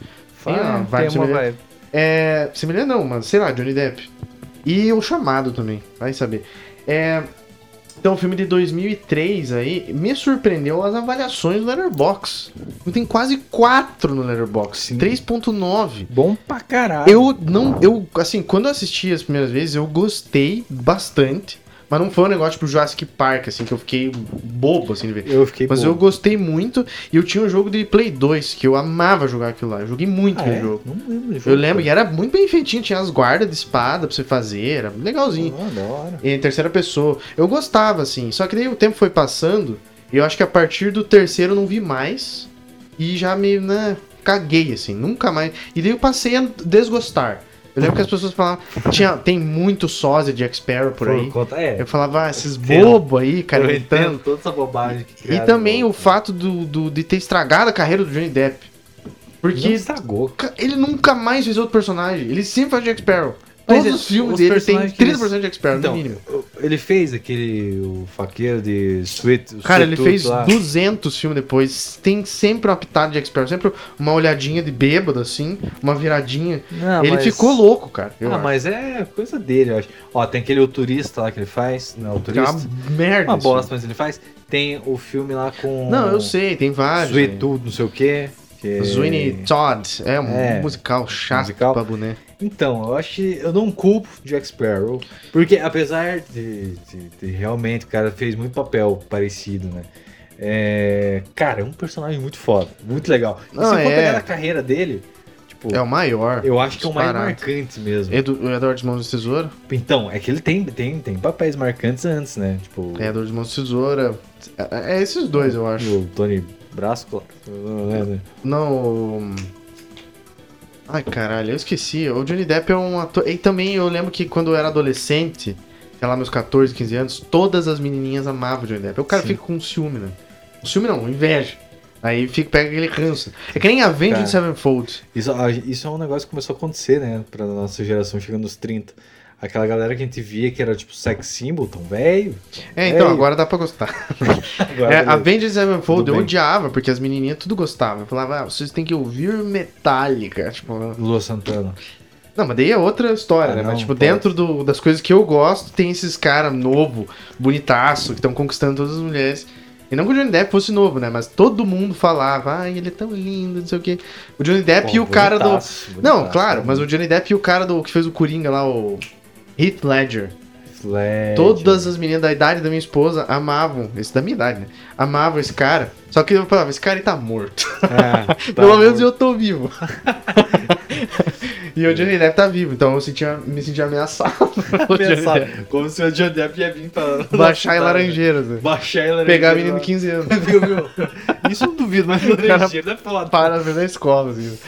Speaker 3: Tem uma vibe
Speaker 4: Ah, tem uma
Speaker 3: semelhante.
Speaker 4: vibe.
Speaker 3: É. Semelhante não, mas sei lá, Johnny Depp. E o chamado também, vai saber. É. Então, o filme de 2003 aí me surpreendeu as avaliações no Letterboxd. Tem quase 4 no Letterboxd,
Speaker 4: Sim.
Speaker 3: 3.9.
Speaker 4: Bom pra caralho.
Speaker 3: Eu não. Eu, assim, quando eu assisti as primeiras vezes, eu gostei bastante. Mas não foi um negócio tipo Jurassic Park, assim, que eu fiquei bobo, assim, de ver.
Speaker 4: Eu fiquei
Speaker 3: Mas eu gostei muito. E eu tinha um jogo de Play 2, que eu amava jogar aquilo lá. Eu joguei muito
Speaker 4: ah,
Speaker 3: aquele
Speaker 4: é?
Speaker 3: jogo.
Speaker 4: Não lembro do
Speaker 3: Eu
Speaker 4: jogo, Ah,
Speaker 3: lembro, e
Speaker 4: cara.
Speaker 3: era muito bem feitinho, tinha as guardas de espada pra você fazer, era legalzinho.
Speaker 4: Ah, da hora.
Speaker 3: Em terceira pessoa. Eu gostava, assim, só que daí o tempo foi passando, e eu acho que a partir do terceiro eu não vi mais, e já me, né, caguei, assim, nunca mais. E daí eu passei a desgostar. Eu lembro que as pessoas falavam, tinha, tem muito sósia de Jack Sparrow por aí.
Speaker 4: Conta, é.
Speaker 3: Eu falava, ah, esses
Speaker 4: entendo.
Speaker 3: bobo aí, cara,
Speaker 4: eu
Speaker 3: gritando.
Speaker 4: entendo toda essa bobagem que
Speaker 3: E
Speaker 4: criaram.
Speaker 3: também o fato do, do- de ter estragado a carreira do Johnny Depp.
Speaker 4: Não
Speaker 3: Porque
Speaker 4: estragou.
Speaker 3: Ca- Ele nunca mais fez outro personagem. Ele sempre faz Jack Sparrow.
Speaker 4: Mas
Speaker 3: Todos
Speaker 4: é,
Speaker 3: os filmes
Speaker 4: os
Speaker 3: dele tem
Speaker 4: personagens que
Speaker 3: 30% de
Speaker 4: eles-
Speaker 3: Jack Sparrow,
Speaker 4: Então,
Speaker 3: no mínimo.
Speaker 4: ele fez aquele o faqueiro de Sweet. o
Speaker 3: Cara,
Speaker 4: Sweet
Speaker 3: ele
Speaker 4: Tooth
Speaker 3: fez
Speaker 4: lá.
Speaker 3: 200 filmes depois. Tem sempre uma pitada de Jack Sparrow. Sempre uma olhadinha de bêbado, assim. Uma viradinha.
Speaker 4: Não,
Speaker 3: ele
Speaker 4: mas-
Speaker 3: ficou louco, cara. Eu
Speaker 4: Ah,
Speaker 3: acho.
Speaker 4: mas é coisa dele, eu acho. Ó, tem aquele O Turista lá que ele faz. Não, O
Speaker 3: Que é
Speaker 4: Turista.
Speaker 3: uma merda.
Speaker 4: Uma
Speaker 3: isso.
Speaker 4: bosta, mas ele faz. Tem o filme lá com.
Speaker 3: Não, eu sei. Tem vários.
Speaker 4: Sweet
Speaker 3: né?
Speaker 4: Tooth, não sei o quê. Que...
Speaker 3: Sweeney Todd. É um
Speaker 4: É.
Speaker 3: musical chato
Speaker 4: Musical.
Speaker 3: pra boné.
Speaker 4: Então, eu acho que eu não culpo o Jack Sparrow, porque apesar de, de- de realmente o cara fez muito papel parecido, né? É, cara, é um personagem muito foda, muito legal. E
Speaker 3: Não,
Speaker 4: se for
Speaker 3: é.
Speaker 4: pegar a carreira dele, tipo,
Speaker 3: É o maior.
Speaker 4: eu acho que é o mais
Speaker 3: disparado.
Speaker 4: marcante mesmo.
Speaker 3: Edu, Edward Mãos de Tesoura.
Speaker 4: Então, é que ele tem, tem, tem papéis marcantes antes, né? Tipo,
Speaker 3: É, Edward Mãos de Tesoura. É é esses dois, eu acho.
Speaker 4: o Tony Brasco. não é, né?
Speaker 3: Não. hum. Ai, caralho, eu esqueci. O Johnny Depp é um ator. E também eu lembro que quando eu era adolescente, sei lá, meus 14, 15 anos, todas as menininhas amavam o Johnny Depp. Aí O cara
Speaker 4: Sim.
Speaker 3: fica com ciúme, né? Ciúme não, inveja. Aí fica, pega aquele ranço. É que nem Avenged
Speaker 4: Cara.
Speaker 3: Sevenfold.
Speaker 4: Isso, ah, isso é um negócio que começou a acontecer, né? Pra nossa geração chegando nos 30. Aquela galera que a gente via que era tipo sex symbol, tão velho.
Speaker 3: É, então,
Speaker 4: Ei.
Speaker 3: agora dá pra gostar.
Speaker 4: Agora,
Speaker 3: *laughs* É,
Speaker 4: beleza.
Speaker 3: Avenged Sevenfold
Speaker 4: Tudo
Speaker 3: eu
Speaker 4: bem.
Speaker 3: odiava, porque as menininhas tudo gostavam. Eu falava, ah, vocês têm que ouvir Metallica. Tipo,
Speaker 4: é Lua Santana.
Speaker 3: Não, mas daí é outra história,
Speaker 4: Ah,
Speaker 3: né?
Speaker 4: não,
Speaker 3: Mas, tipo,
Speaker 4: pode.
Speaker 3: dentro do- das coisas que eu gosto, tem esses caras novo, bonitaço, que estão conquistando todas as mulheres. E não que o Johnny Depp fosse novo, né? Mas todo mundo falava, ai, ele é tão lindo, não sei o quê. O Johnny Depp e É o cara do. Não,
Speaker 4: né?
Speaker 3: claro, mas o Johnny Depp e o cara do que fez o Coringa lá, o. Heath Ledger.
Speaker 4: Flash,
Speaker 3: Todas as meninas da idade da minha esposa amavam, esse da minha idade, né? Amavam esse cara. Só que eu falava, esse cara ele tá morto. *laughs*
Speaker 4: É, tá
Speaker 3: Pelo menos eu tô *laughs* vivo. e o Johnny Depp tá vivo, então eu sentia, me sentia ameaçado. *laughs* pelo Johnny Depp.
Speaker 4: Como se o Johnny Depp ia vir pra.
Speaker 3: Baixar em Laranjeiras, né?
Speaker 4: Baixar em laranjeira.
Speaker 3: Pegar menino de 15 anos. *laughs*
Speaker 4: Viu, viu? Isso eu não duvido, mas o
Speaker 3: cara
Speaker 4: laranjeira deve falar.
Speaker 3: Para na frente da escola, assim.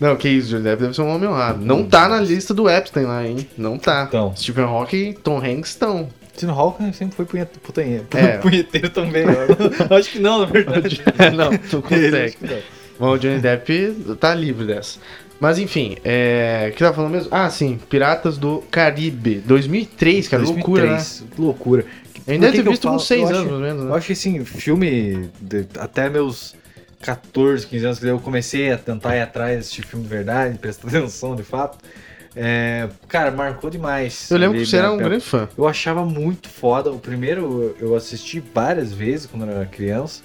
Speaker 3: Não, que isso, Johnny Depp deve ser um homem honrado. Não tá na lista do Epstein lá, hein? Não tá.
Speaker 4: Então.
Speaker 3: Stephen Hawking e Tom Hanks *laughs* estão.
Speaker 4: Tim Hawking sempre foi punheta- putanhe-
Speaker 3: É.
Speaker 4: *laughs* punheteiro também. eu Acho que não, na verdade.
Speaker 3: não, não
Speaker 4: Ele, acho
Speaker 3: consegue.
Speaker 4: que não.
Speaker 3: Bom, o Johnny Depp tá livre dessa. Mas enfim, é. O que tava falando mesmo? Ah, sim, Piratas do Caribe. 2003, cara, loucura, né?
Speaker 4: 2003, é Loucura.
Speaker 3: Eu ainda
Speaker 4: Por que
Speaker 3: deve ter
Speaker 4: que eu
Speaker 3: visto
Speaker 4: falo?
Speaker 3: uns 6 anos,
Speaker 4: Eu acho-
Speaker 3: mais ou menos, né?
Speaker 4: Eu acho que assim, filme de- até meus 14, 15 anos, que daí eu comecei a tentar ir atrás desse filme de verdade, prestar *laughs* atenção de fato. É, cara, marcou demais.
Speaker 3: Eu lembro
Speaker 4: Ali
Speaker 3: que você era
Speaker 4: minha
Speaker 3: um
Speaker 4: pele.
Speaker 3: grande fã.
Speaker 4: Eu achava muito foda. O primeiro eu eu assisti várias vezes quando eu era criança.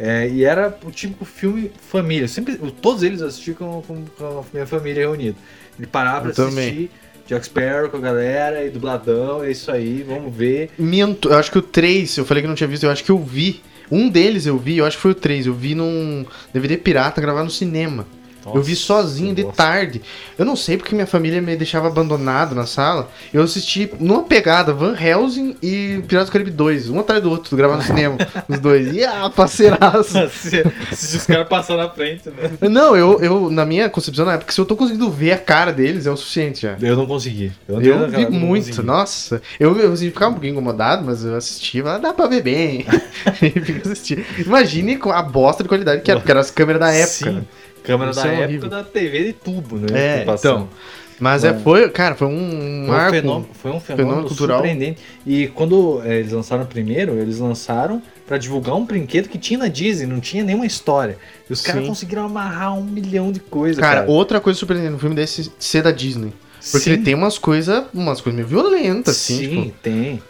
Speaker 4: É, e era o típico filme família. Eu Sempre, eu- todos eles eu assisti com, com- com a minha família reunida. Ele parava
Speaker 3: Eu
Speaker 4: pra
Speaker 3: também.
Speaker 4: assistir. Jack Sparrow com a galera e dubladão, é isso aí, vamos ver.
Speaker 3: Minto, eu acho que o 3, eu falei que não tinha visto, eu acho que eu vi. Um deles eu vi, eu acho que foi o 3, eu vi num DVD pirata gravar no cinema. eu vi
Speaker 4: Nossa,
Speaker 3: sozinho de
Speaker 4: nossa.
Speaker 3: tarde. Eu não sei porque minha família me deixava abandonado na sala. Eu assisti numa pegada Van Helsing e Piratas do Caribe 2, um atrás do outro, gravar no cinema, os dois. E ah,
Speaker 4: *laughs*
Speaker 3: parceiraço.
Speaker 4: se, se os caras passaram na frente, né?
Speaker 3: Não, eu, eu, na minha concepção, na época, se eu tô conseguindo ver a cara deles, é o suficiente já.
Speaker 4: Eu não consegui. andei
Speaker 3: Eu
Speaker 4: naquela-
Speaker 3: vi
Speaker 4: não
Speaker 3: muito,
Speaker 4: consegui.
Speaker 3: nossa. Eu, eu assim, ficava um pouquinho incomodado, mas eu assistia, falava, dá pra ver bem. *laughs* e fica assistindo. Imagine com a bosta de qualidade que era, porque eram as câmeras da época.
Speaker 4: Sim,
Speaker 3: né?
Speaker 4: câmera
Speaker 3: Isso
Speaker 4: da
Speaker 3: é
Speaker 4: época
Speaker 3: horrível.
Speaker 4: da TV de tubo, né?
Speaker 3: É,
Speaker 4: que passava.
Speaker 3: então, Mas é,
Speaker 4: Bom.
Speaker 3: foi, cara, foi um
Speaker 4: Foi um
Speaker 3: marco.
Speaker 4: fenômeno, foi um fenômeno,
Speaker 3: fenômeno cultural.
Speaker 4: surpreendente. E quando eh, eles lançaram o primeiro, eles lançaram pra divulgar um brinquedo que tinha na Disney, não tinha nenhuma história. E os caras
Speaker 3: Sim.
Speaker 4: conseguiram amarrar um milhão de coisas.
Speaker 3: cara,
Speaker 4: Cara,
Speaker 3: outra coisa surpreendente no filme desse ser da Disney. Porque
Speaker 4: Sim,
Speaker 3: ele tem umas coisas, umas coisas meio violentas, assim,
Speaker 4: sim,
Speaker 3: tipo.
Speaker 4: tem.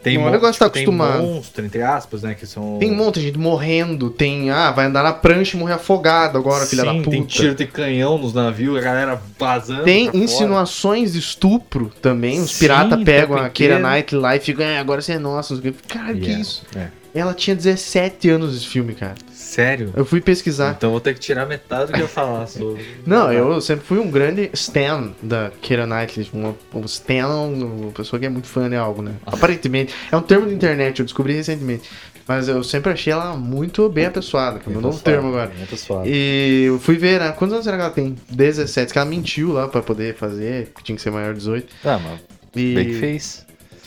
Speaker 4: Tem
Speaker 3: Não é um
Speaker 4: mon- tipo,
Speaker 3: negócio que tá
Speaker 4: tem
Speaker 3: acostumado.
Speaker 4: monstro, entre aspas, né? Que são.
Speaker 3: Tem um monte de gente morrendo, tem, ah, vai andar na prancha e morrer afogado agora, filha da
Speaker 4: Sim,
Speaker 3: puta.
Speaker 4: Tem tiro de canhão nos navios, a galera vazando.
Speaker 3: Tem
Speaker 4: pra tá fora.
Speaker 3: insinuações de estupro também. Os
Speaker 4: Sim,
Speaker 3: piratas
Speaker 4: tá
Speaker 3: pegam a Keira
Speaker 4: pequeno.
Speaker 3: Knightley lá e ficam, "É, agora você é nosso. não sei o quê. Caralho,
Speaker 4: Yeah.
Speaker 3: que isso?
Speaker 4: É.
Speaker 3: Ela tinha 17 anos de filme, cara.
Speaker 4: Sério?
Speaker 3: Eu fui pesquisar.
Speaker 4: Então vou ter que tirar metade do que eu falar sobre.
Speaker 3: *laughs* Não, eu sempre fui um grande stan da Keira Knightley. Uma, um stan, uma pessoa que é muito fã de algo,
Speaker 4: Ah.
Speaker 3: né? Aparentemente. É um termo de internet, eu descobri recentemente. Mas eu sempre achei ela muito bem apessoada, que é o meu novo termo agora.
Speaker 4: Muito né? suave.
Speaker 3: E eu fui ver, né? Quantos anos será que ela tem? 17, que ela mentiu lá pra poder fazer, que tinha que ser maior de 18.
Speaker 4: Ah, mas
Speaker 3: E...
Speaker 4: bem que fez.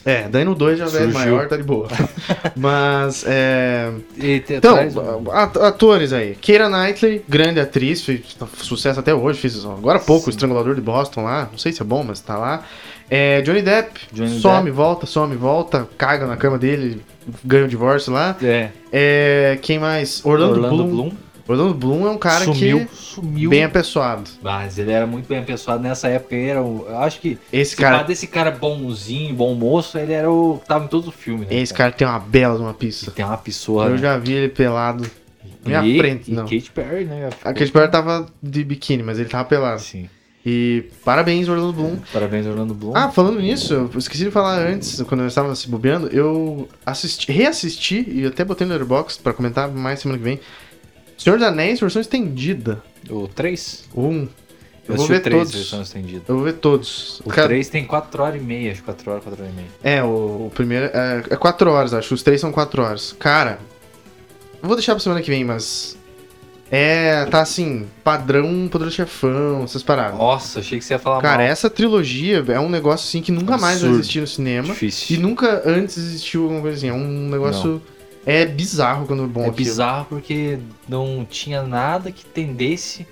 Speaker 3: É, daí no 2 já é
Speaker 4: Surgiu.
Speaker 3: maior, tá de boa. Mas, é...
Speaker 4: E tem
Speaker 3: Então,
Speaker 4: atrás-
Speaker 3: at- atores aí. Keira Knightley, grande atriz, fez tá, sucesso até hoje, fez agora há pouco o Estrangulador de Boston lá, não sei se é bom, mas tá lá. É, Johnny Depp,
Speaker 4: Johnny
Speaker 3: some,
Speaker 4: Depp.
Speaker 3: volta, some, volta, caga na cama dele, ganha o divórcio lá.
Speaker 4: É,
Speaker 3: É, quem mais? Orlando, Bloom. Orlando Bloom é um cara
Speaker 4: sumiu,
Speaker 3: que...
Speaker 4: sumiu.
Speaker 3: Bem apessoado.
Speaker 4: Mas ele era muito bem apessoado nessa época. Ele era o, eu acho que
Speaker 3: Esse
Speaker 4: se cara...
Speaker 3: cara,
Speaker 4: desse cara bonzinho, bom moço, ele era o que tava em todos os filmes. Né,
Speaker 3: é esse cara tem uma bela de uma pista.
Speaker 4: Tem uma pessoa.
Speaker 3: Eu
Speaker 4: né?
Speaker 3: já vi ele pelado. na minha
Speaker 4: e,
Speaker 3: frente,
Speaker 4: e
Speaker 3: não.
Speaker 4: Kate Perry, né?
Speaker 3: A Katy Perry tá tava de biquíni, mas ele tava pelado.
Speaker 4: Sim.
Speaker 3: E parabéns, Orlando Bloom.
Speaker 4: Parabéns, Orlando Bloom.
Speaker 3: Ah, falando nisso, eu esqueci de falar antes, quando eu estava se bobeando, eu assisti, reassisti e até botei no Airbox pra comentar mais semana que vem. Senhor dos Anéis, versão estendida.
Speaker 4: O 3?
Speaker 3: Um. Eu
Speaker 4: Eu
Speaker 3: vou
Speaker 4: assisti
Speaker 3: ver
Speaker 4: o 3,
Speaker 3: todos.
Speaker 4: versão estendida.
Speaker 3: Eu vou ver todos.
Speaker 4: O
Speaker 3: Cara,
Speaker 4: 3 tem 4 horas e meia, acho 4 horas, 4 horas e meia.
Speaker 3: É, o, o primeiro. É, é 4 horas, acho. Os três são 4 horas. Cara, eu vou deixar pra semana que vem, mas. É. Tá assim, padrão poderoso chefão, essas paradas.
Speaker 4: Nossa, achei que você ia falar
Speaker 3: Cara,
Speaker 4: mal.
Speaker 3: essa trilogia é um negócio assim que nunca mais vai
Speaker 4: Absurdo.
Speaker 3: existir no cinema.
Speaker 4: difícil.
Speaker 3: E nunca antes existiu alguma coisa assim. É um negócio. É bizarro quando é bom.
Speaker 4: é
Speaker 3: aquilo.
Speaker 4: bizarro porque não tinha nada que tendesse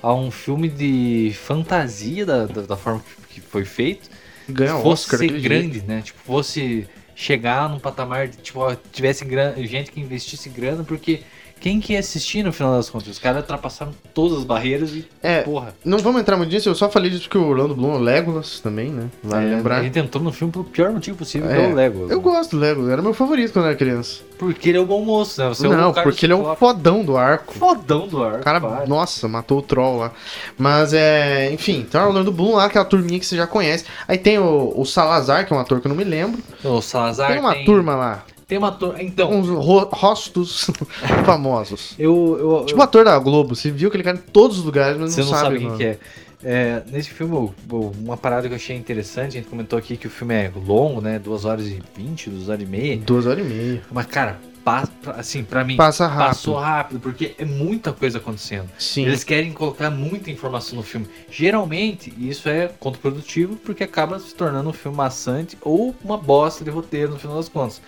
Speaker 4: a um filme de fantasia da, da, da forma que- que foi feito
Speaker 3: Ganha
Speaker 4: fosse
Speaker 3: É, um Oscar.
Speaker 4: ser
Speaker 3: daquele jeito.
Speaker 4: grande, né? Tipo, fosse chegar num patamar de, tipo, ó, tivesse gran- gente que investisse grana, porque quem que ia assistir no final das contas? Os caras ultrapassaram todas as barreiras e,
Speaker 3: É,
Speaker 4: porra.
Speaker 3: Não vamos entrar muito nisso, eu só falei disso porque o Orlando Bloom é o Legolas também, né? Vale
Speaker 4: é,
Speaker 3: lembrar.
Speaker 4: A gente entrou no filme pelo pior motivo possível,
Speaker 3: É,
Speaker 4: que é o Lego.
Speaker 3: Eu gosto do Legolas, era meu favorito quando eu era criança.
Speaker 4: Porque ele é o bom moço, né? Você é
Speaker 3: Não,
Speaker 4: o cara
Speaker 3: porque ele é um
Speaker 4: ciclope.
Speaker 3: fodão do arco.
Speaker 4: fodão do ar.
Speaker 3: O cara, nossa, matou o troll lá. Mas é. Enfim, então é o Orlando Bloom lá, aquela turminha que você já conhece. Aí tem o, o Salazar, que é um ator que eu não me lembro.
Speaker 4: O Salazar
Speaker 3: Tem uma turma Um lá.
Speaker 4: Tem uma turma. Então,
Speaker 3: Uns ro- rostos *laughs* famosos.
Speaker 4: eu. eu
Speaker 3: Tipo o ator da Globo, você viu aquele cara em todos os lugares, mas
Speaker 4: Você
Speaker 3: não,
Speaker 4: não sabe
Speaker 3: o
Speaker 4: quem que é. É, Nesse filme, o- o- uma parada que eu achei interessante, a gente comentou aqui que o filme é longo, né? 2 horas e 20, 2 horas e meia.
Speaker 3: Duas horas e meia.
Speaker 4: Mas, cara, pa- pra- assim, pra mim,
Speaker 3: Passa rápido.
Speaker 4: passou rápido, porque é muita coisa acontecendo.
Speaker 3: Sim.
Speaker 4: Eles querem colocar muita informação no filme. Geralmente, isso é contraprodutivo, porque acaba se tornando um filme maçante ou uma bosta de roteiro, no final das contas.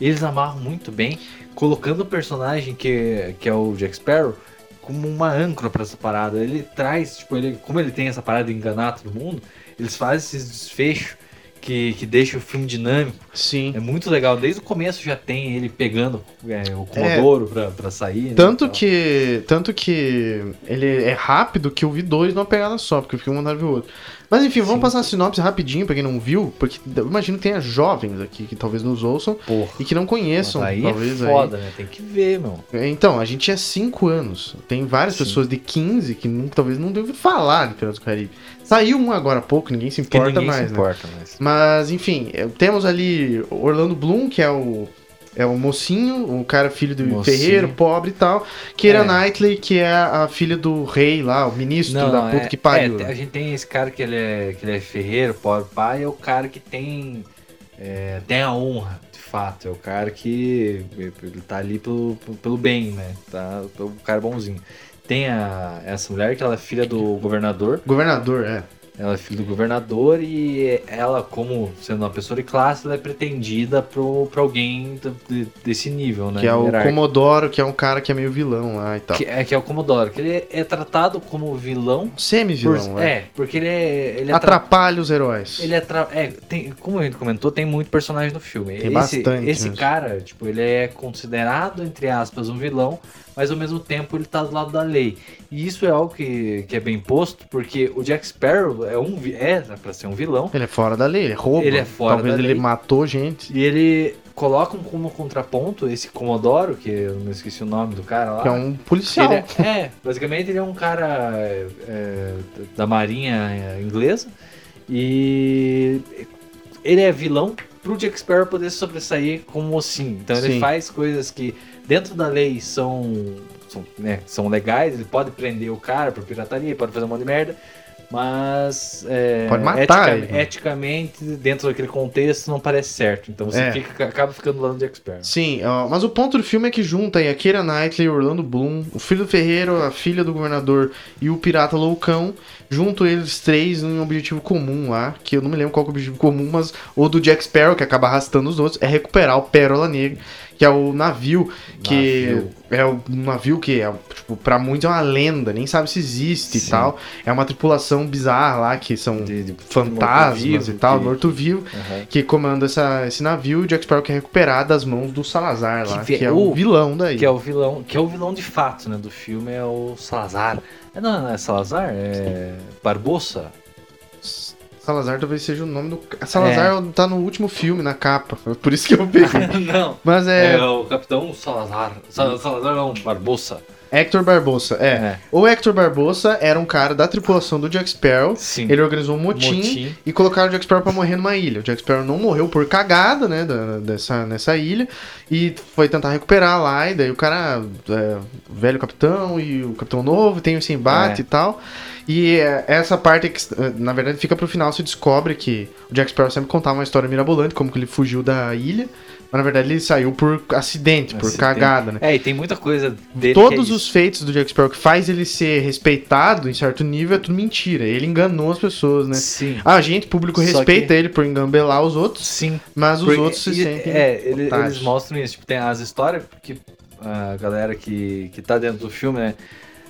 Speaker 4: Eles amarram muito bem, colocando o personagem que, que é o Jack Sparrow como uma âncora pra essa parada. Ele traz, tipo, ele, como ele tem essa parada de enganar todo mundo, eles fazem esses desfechos que, que deixa o filme dinâmico.
Speaker 3: Sim.
Speaker 4: É muito legal. Desde o começo já tem ele pegando é, o Comodoro pra, pra sair. né,
Speaker 3: Tanto
Speaker 4: e tal.
Speaker 3: que. Tanto que ele é rápido que eu vi dois numa pegada só, porque eu fiquei com vontade de ver o outro. Mas enfim, vamos passar a sinopse rapidinho pra quem não viu, porque eu imagino que tenha jovens aqui que talvez nos ouçam
Speaker 4: Porra.
Speaker 3: e que não conheçam,
Speaker 4: Mas aí é
Speaker 3: talvez
Speaker 4: foda, né? Tem que ver, meu.
Speaker 3: aí. Então, a gente tinha 5 anos. Tem várias
Speaker 4: Sim.
Speaker 3: pessoas de 15 que nunca- talvez não devem falar de Piratas do Caribe. Saiu um agora há pouco, ninguém se
Speaker 4: Porque
Speaker 3: importa
Speaker 4: ninguém
Speaker 3: mais,
Speaker 4: se
Speaker 3: né?
Speaker 4: importa mais.
Speaker 3: Mas, enfim, é, temos ali Orlando Bloom, que é o. É o mocinho, o cara filho do
Speaker 4: Mocinho.
Speaker 3: ferreiro, pobre e tal. Keira
Speaker 4: É.
Speaker 3: Knightley, que é a filha do rei lá, o ministro
Speaker 4: Não,
Speaker 3: da puta
Speaker 4: é-
Speaker 3: que pariu. né?
Speaker 4: é, a gente tem esse cara que ele é, que ele é ferreiro, pobre pai, é o cara que tem, é, tem a honra, de fato. É o cara que ele tá ali pelo, pelo bem, né? Tá, é o cara bonzinho. Tem a, essa mulher que ela é filha do governador,
Speaker 3: Governador, é.
Speaker 4: ela é filha do governador e ela, como sendo uma pessoa de classe, ela é pretendida pro, pra alguém do- de- desse nível, né?
Speaker 3: Que é o
Speaker 4: Hierárquico.
Speaker 3: Comodoro, que é um cara que é meio vilão lá e tal.
Speaker 4: Que é, que é o Comodoro, que ele é, é tratado como vilão. por-
Speaker 3: Semi-vilão, é.
Speaker 4: é, porque ele é. Ele é tra-
Speaker 3: Atrapalha os heróis.
Speaker 4: Ele é, tra- é, tem, como a gente comentou, tem muito personagem no filme.
Speaker 3: Tem
Speaker 4: esse,
Speaker 3: bastante né?
Speaker 4: Esse
Speaker 3: mesmo.
Speaker 4: cara, tipo, ele é considerado, entre aspas, um vilão, mas ao mesmo tempo ele tá do lado da lei. E isso é algo que, que é bem posto, porque o Jack Sparrow é um vi- era pra ser um vilão,
Speaker 3: Ele é fora da lei, ele rouba.
Speaker 4: Ele é fora
Speaker 3: Talvez
Speaker 4: da
Speaker 3: ele
Speaker 4: lei.
Speaker 3: matou gente.
Speaker 4: e ele colocam como contraponto esse Comodoro, que eu não esqueci o nome do cara lá.
Speaker 3: Que é um
Speaker 4: Que
Speaker 3: policial.
Speaker 4: ele é, é, basicamente ele é um cara é, é, da marinha é, inglesa e ele é vilão pro Jack Sparrow poder se sobressair como mocinho. Então ele
Speaker 3: Sim.
Speaker 4: faz coisas que dentro da lei são, são, né, são legais, ele pode prender o cara por pirataria, ele pode fazer um monte de merda, mas é,
Speaker 3: Pode matar
Speaker 4: etica-
Speaker 3: ele, né?
Speaker 4: eticamente, dentro daquele contexto, não parece certo. Então você
Speaker 3: É.
Speaker 4: fica- acaba ficando lá no Jack Sparrow.
Speaker 3: Sim, ó, mas o ponto do filme é que junta aí a Keira Knightley, o Orlando Bloom, o filho do Ferreiro, a filha do governador e o pirata loucão, junto eles três num objetivo comum lá, que eu não me lembro qual que é o objetivo comum, mas o do Jack Sparrow, que acaba arrastando os outros, é recuperar o Pérola Negra, que é o navio, que
Speaker 4: Navio.
Speaker 3: é um navio que é, tipo, pra muitos é uma lenda, nem sabe se existe e
Speaker 4: Sim.
Speaker 3: tal. É uma tripulação bizarra lá, que são
Speaker 4: De- de
Speaker 3: fantasmas e
Speaker 4: morto-vivo,
Speaker 3: tal,
Speaker 4: que-
Speaker 3: morto-vivo
Speaker 4: Aham.
Speaker 3: que comanda essa, esse navio e o Jack Sparrow quer recuperar é das mãos do Salazar lá,
Speaker 4: Que
Speaker 3: que,
Speaker 4: vi-
Speaker 3: é o
Speaker 4: o-
Speaker 3: vilão daí.
Speaker 4: Que é o vilão, que é o vilão de fato, né? Do filme é o Salazar. É, Não, não é Salazar, é Barbosa.
Speaker 3: Salazar talvez seja o nome do. ca- Salazar
Speaker 4: É.
Speaker 3: tá no último filme, na capa. Por isso que eu
Speaker 4: *laughs*
Speaker 3: peguei.
Speaker 4: *laughs* não.
Speaker 3: Mas
Speaker 4: É.
Speaker 3: é,
Speaker 4: o Capitão Salazar. Sa- Salazar não, Barbosa.
Speaker 3: Hector Barbosa. É. O Hector Barbosa era um cara da tripulação do Jack Sparrow.
Speaker 4: Sim.
Speaker 3: Ele organizou um motim,
Speaker 4: Motim.
Speaker 3: e colocaram o Jack Sparrow pra morrer numa ilha. O Jack Sparrow não morreu por cagada, né, da- dessa, nessa ilha, e foi tentar recuperar lá, e daí o cara, é, o velho capitão e o capitão novo, tem esse embate e
Speaker 4: É.
Speaker 3: tal. E é, essa parte, que, eh, na verdade, fica pro final, se descobre que o Jack Sparrow sempre contava uma história mirabolante, como que ele fugiu da ilha, mas na verdade ele saiu por acidente, por
Speaker 4: Acidente.
Speaker 3: cagada, né.
Speaker 4: É, e tem muita coisa dele.
Speaker 3: Todos
Speaker 4: que é
Speaker 3: os feitos do Jack Sparrow que faz ele ser respeitado em certo nível é tudo mentira. Ele enganou as pessoas, né?
Speaker 4: Isso. Sim.
Speaker 3: A gente, público,
Speaker 4: Só
Speaker 3: respeita
Speaker 4: que-
Speaker 3: ele por engambelar os outros,
Speaker 4: Sim.
Speaker 3: mas os
Speaker 4: Porque-
Speaker 3: outros se
Speaker 4: e-
Speaker 3: sentem.
Speaker 4: É, ele- eles,
Speaker 3: otários.
Speaker 4: mostram isso. Tipo, tem as histórias que a galera que, que tá dentro do filme, né?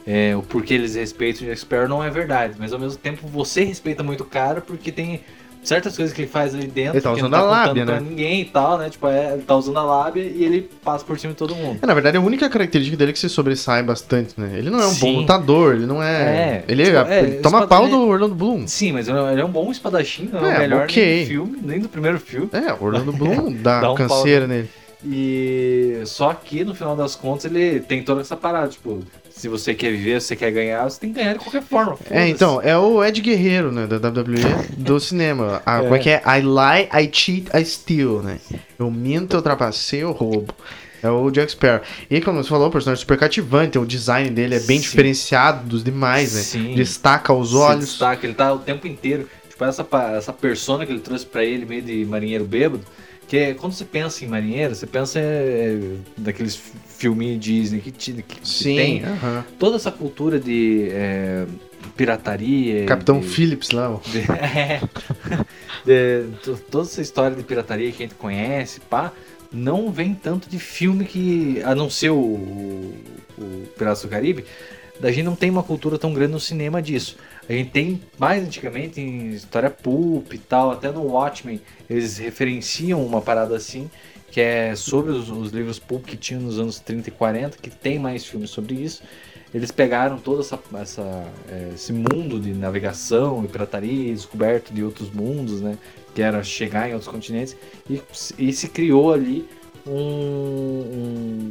Speaker 4: é, o porquê eles respeitam o Jack Sparrow não é verdade. Mas ao mesmo tempo você respeita muito o cara porque tem certas coisas que ele faz ali dentro.
Speaker 3: Ele tá
Speaker 4: que
Speaker 3: usando
Speaker 4: não
Speaker 3: a
Speaker 4: contando
Speaker 3: lábia,
Speaker 4: pra
Speaker 3: né?
Speaker 4: ninguém e tal, né? Tipo, é, ele tá usando a lábia e ele passa por cima de todo mundo.
Speaker 3: É, na verdade, a única característica dele é que se sobressai bastante, né? Ele não é um
Speaker 4: Sim.
Speaker 3: bom lutador, ele não é.
Speaker 4: É,
Speaker 3: ele
Speaker 4: tipo, é,
Speaker 3: ele toma
Speaker 4: espada-
Speaker 3: pau
Speaker 4: é-
Speaker 3: do Orlando Bloom.
Speaker 4: Sim, mas ele é um bom espadachim, não é,
Speaker 3: É,
Speaker 4: o melhor
Speaker 3: ok.
Speaker 4: nem do filme, nem do primeiro filme.
Speaker 3: É, o
Speaker 4: *laughs*
Speaker 3: Orlando Bloom dá,
Speaker 4: Dá um
Speaker 3: canseira nele.
Speaker 4: E só que no final das contas ele tem toda essa parada, tipo, se você quer viver, se você quer ganhar, você tem que ganhar de qualquer forma.
Speaker 3: É,
Speaker 4: foda-se.
Speaker 3: então, é o Ed Guerreiro, né, da WWE,
Speaker 4: *laughs*
Speaker 3: do cinema. Ah, Como é que é? I lie, I cheat, I steal, né? Eu minto, eu trapaceio, eu roubo. É o Jack Sparrow. E como você falou, o personagem é super cativante, o design dele é bem
Speaker 4: Sim.
Speaker 3: diferenciado dos demais, né?
Speaker 4: Sim.
Speaker 3: Destaca os
Speaker 4: Se
Speaker 3: olhos.
Speaker 4: destaca, ele tá o tempo inteiro. Tipo, essa, pa- essa persona que ele trouxe pra ele, meio de marinheiro bêbado. Que é, quando você pensa em marinheiro, você pensa é, daqueles filminhos Disney que, ti- que, que
Speaker 3: Sim,
Speaker 4: tem.
Speaker 3: aham.
Speaker 4: Toda essa cultura de é, pirataria.
Speaker 3: Capitão
Speaker 4: de,
Speaker 3: Phillips lá, ó.
Speaker 4: De- *laughs* é. De- to- toda essa história de pirataria que a gente conhece, pá, não vem tanto de filme que. A não ser o, o Piratas do Caribe, a gente não tem uma cultura tão grande no cinema disso. A gente tem mais antigamente em história pulp e tal, até no Watchmen eles referenciam uma parada assim, que é sobre os, os livros pulp que tinham nos anos 30 e 40, que tem mais filmes sobre isso. Eles pegaram todo essa, essa, é, esse mundo de navegação e pirataria, descoberto de outros mundos, né? Que era chegar em outros continentes, e, e se criou ali um-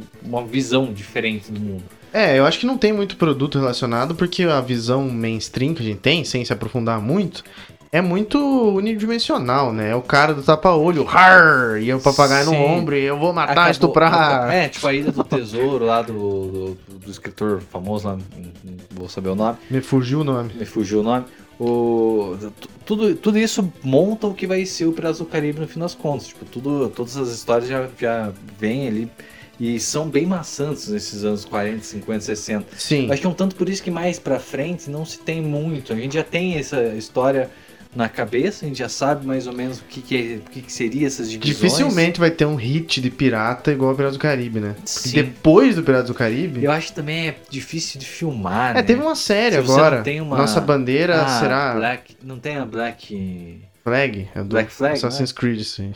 Speaker 4: um- uma visão diferente do mundo.
Speaker 3: É, eu acho que não tem muito produto relacionado, porque a visão mainstream que a gente tem, sem se aprofundar muito, é muito unidimensional, né? É o cara do tapa-olho, har, e o papagaio
Speaker 4: Sim.
Speaker 3: no ombro, e eu vou matar,
Speaker 4: Acabou-
Speaker 3: estuprar.
Speaker 4: É, tipo a Ilha *laughs* do Tesouro lá do, do, do escritor famoso lá, não- não vou saber o nome,
Speaker 3: Me fugiu o nome.
Speaker 4: me fugiu o nome. O, tu- tudo, tudo isso monta o que vai ser o Piratas do Caribe no fim das contas. Tipo, tudo, todas as histórias já, já vêm ali e são bem maçantes nesses anos 40, 50, 60.
Speaker 3: Sim.
Speaker 4: Acho que é um tanto por isso que mais pra frente não se tem muito. A gente já tem essa história na cabeça, a gente já sabe mais ou menos o que, que, é- o que, que seria essas divisões.
Speaker 3: Dificilmente vai ter um hit de pirata igual ao Piratas do Caribe, né? Porque
Speaker 4: Sim.
Speaker 3: Depois do Piratas do Caribe.
Speaker 4: Eu acho que também é difícil de filmar,
Speaker 3: É,
Speaker 4: né?
Speaker 3: teve uma série
Speaker 4: Se você
Speaker 3: agora.
Speaker 4: não tem uma-
Speaker 3: Nossa bandeira
Speaker 4: Ah,
Speaker 3: será
Speaker 4: Black- não tem a Black...
Speaker 3: Flag? É do
Speaker 4: Black Flag, né?
Speaker 3: Assassin's Creed, sim.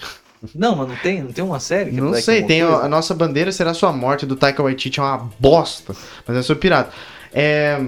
Speaker 4: Não, mas não tem, não tem uma série que é
Speaker 3: Não
Speaker 4: Black
Speaker 3: sei,
Speaker 4: alguma
Speaker 3: tem a,
Speaker 4: coisa?
Speaker 3: a nossa bandeira será sua morte do Taika Waititi, é uma bosta, mas é sobre pirata. É,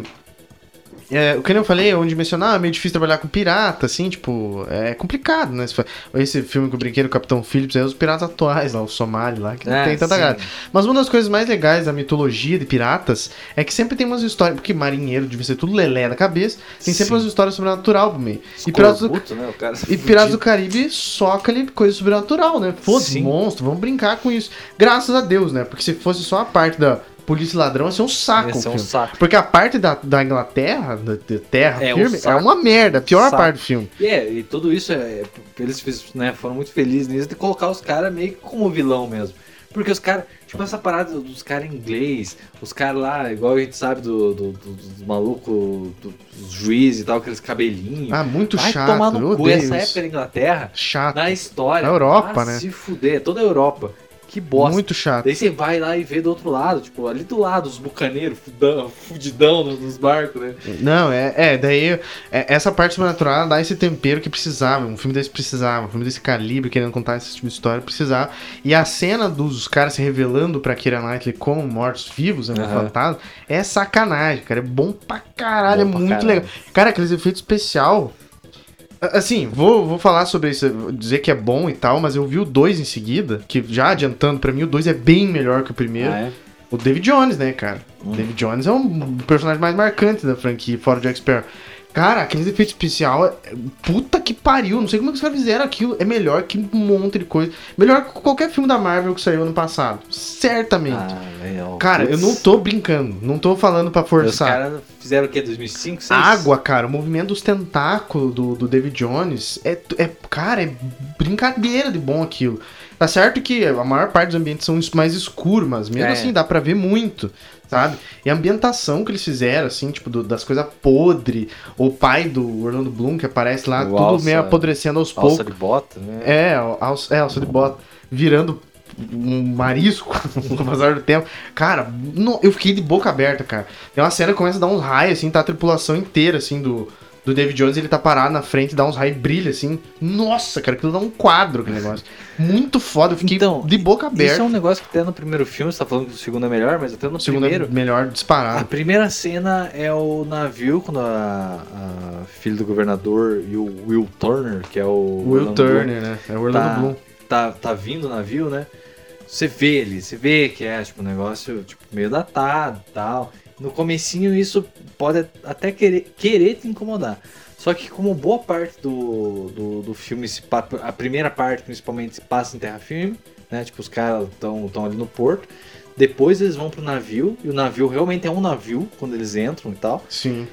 Speaker 3: é, o que nem eu falei, onde mencionar, é meio difícil trabalhar com pirata, assim, tipo, é complicado, né? Esse fa- Esse filme que eu brinquei, o Capitão Phillips, é os piratas atuais lá, o Somali lá, que não
Speaker 4: É,
Speaker 3: tem tanta
Speaker 4: sim.
Speaker 3: graça. Mas uma das coisas mais legais da mitologia de piratas é que sempre tem umas histórias, porque marinheiro devia ser tudo lelé na cabeça, tem sempre
Speaker 4: Sim.
Speaker 3: umas histórias sobrenatural pro meio. E Piratas do
Speaker 4: Escorbuto, né? O cara
Speaker 3: e Piratas do Caribe soca ali coisa sobrenatural, né? Foda-se,
Speaker 4: Sim.
Speaker 3: monstro, vamos brincar com isso. Graças a Deus, né? Porque se fosse só a parte da polícia e ladrão, ia ser um saco.
Speaker 4: Esse
Speaker 3: o
Speaker 4: é um
Speaker 3: filme.
Speaker 4: saco.
Speaker 3: Porque a parte da, da Inglaterra, da, da terra
Speaker 4: É um
Speaker 3: firme, é
Speaker 4: saco.
Speaker 3: uma merda. A pior
Speaker 4: Saco.
Speaker 3: parte do filme.
Speaker 4: E é, e tudo isso, é, eles fiz- né, foram muito felizes nisso de colocar os caras meio que como vilão mesmo. Porque os caras, tipo essa parada dos caras inglês, os caras lá, igual a gente sabe do, do, do, do maluco, do, dos juízes e tal, aqueles cabelinhos.
Speaker 3: Ah, muito
Speaker 4: Vai
Speaker 3: chato.
Speaker 4: tomar
Speaker 3: eu
Speaker 4: no cu
Speaker 3: odeio
Speaker 4: essa
Speaker 3: isso.
Speaker 4: época é da Inglaterra,
Speaker 3: Chato.
Speaker 4: na história.
Speaker 3: Na Europa,
Speaker 4: ah,
Speaker 3: né?
Speaker 4: Se fuder, toda a Europa. Que bosta.
Speaker 3: Muito chato.
Speaker 4: Daí você vai lá e vê do outro lado, tipo, ali do lado, os bucaneiros, fudão, fudidão nos- nos barcos, né?
Speaker 3: Não, é, é daí é, essa parte sobrenatural dá esse tempero que precisava. Um filme desse precisava, um filme desse calibre, querendo contar esse tipo de história, precisava. E a cena dos caras se revelando pra Kira Knightley como mortos-vivos, né, como
Speaker 4: Aham.
Speaker 3: fantasma, é sacanagem, cara. É bom pra caralho,
Speaker 4: Bom
Speaker 3: é
Speaker 4: pra
Speaker 3: muito
Speaker 4: caralho.
Speaker 3: legal. Cara, aqueles efeitos especial. a- Assim, vou, vou falar sobre isso, vou dizer que é bom e tal, mas eu vi o 2 em seguida, que já adiantando, pra mim o 2 é bem melhor que o primeiro.
Speaker 4: Ah, é?
Speaker 3: O David Jones, né, cara?
Speaker 4: Hum.
Speaker 3: O David Jones é um personagem mais marcante da franquia, fora o Jack Sparrow. Cara, aquele efeito especial, é- é- puta que pariu, não sei como é que os caras fizeram aquilo. É melhor que um monte de coisa. Melhor que qualquer filme da Marvel que saiu ano passado. Certamente.
Speaker 4: Ah, legal.
Speaker 3: cara, eu
Speaker 4: Putz.
Speaker 3: não tô brincando, não tô falando pra
Speaker 4: Os
Speaker 3: forçar.
Speaker 4: caras fizeram o quê? 2005, 2006?
Speaker 3: Água, cara, o movimento dos tentáculos do, do David Jones é, é. Cara, é brincadeira de bom aquilo. Tá certo que a maior parte dos ambientes são es- mais escuros, mas mesmo
Speaker 4: É.
Speaker 3: assim dá pra ver muito, sabe? E a ambientação que eles fizeram, assim, tipo, do- das coisas podre, o pai do Orlando Bloom que aparece lá,
Speaker 4: O
Speaker 3: tudo
Speaker 4: Alça-
Speaker 3: meio apodrecendo aos
Speaker 4: Alça
Speaker 3: poucos.
Speaker 4: de bota, né?
Speaker 3: É, o alça, é, alça de bota, virando um marisco *laughs* com o passar do tempo. Cara, não- eu fiquei de boca aberta, cara. Tem uma cena que começa a dar uns raios, assim, tá a tripulação inteira, assim, do, do David Jones, ele tá parado na frente, dá uns raios e brilha, assim. Nossa, cara, aquilo dá um quadro, aquele negócio. Muito foda, eu fiquei
Speaker 4: Então,
Speaker 3: de boca
Speaker 4: Isso
Speaker 3: aberta.
Speaker 4: é um negócio que até no primeiro filme, você tá falando que o segundo é melhor, mas até no
Speaker 3: Segundo é
Speaker 4: primeiro. Ah,
Speaker 3: melhor
Speaker 4: A
Speaker 3: disparado.
Speaker 4: primeira cena é o navio, quando a, a filha do governador e o Will Turner, que é o.
Speaker 3: O Will
Speaker 4: Orlando Bloom,
Speaker 3: Turner, né? É o Orlando Bloom.
Speaker 4: tá, tá vindo o navio, né? Você vê ele, você vê que é tipo, um negócio tipo, meio datado e tal. No comecinho isso pode até querer, querer te incomodar. Só que como boa parte do, do, do filme, se pa- a primeira parte principalmente se passa em terra firme, né? Tipo, os caras estão tão ali no porto. Depois eles vão pro navio, e o navio realmente é um navio quando eles entram e tal.
Speaker 3: Sim.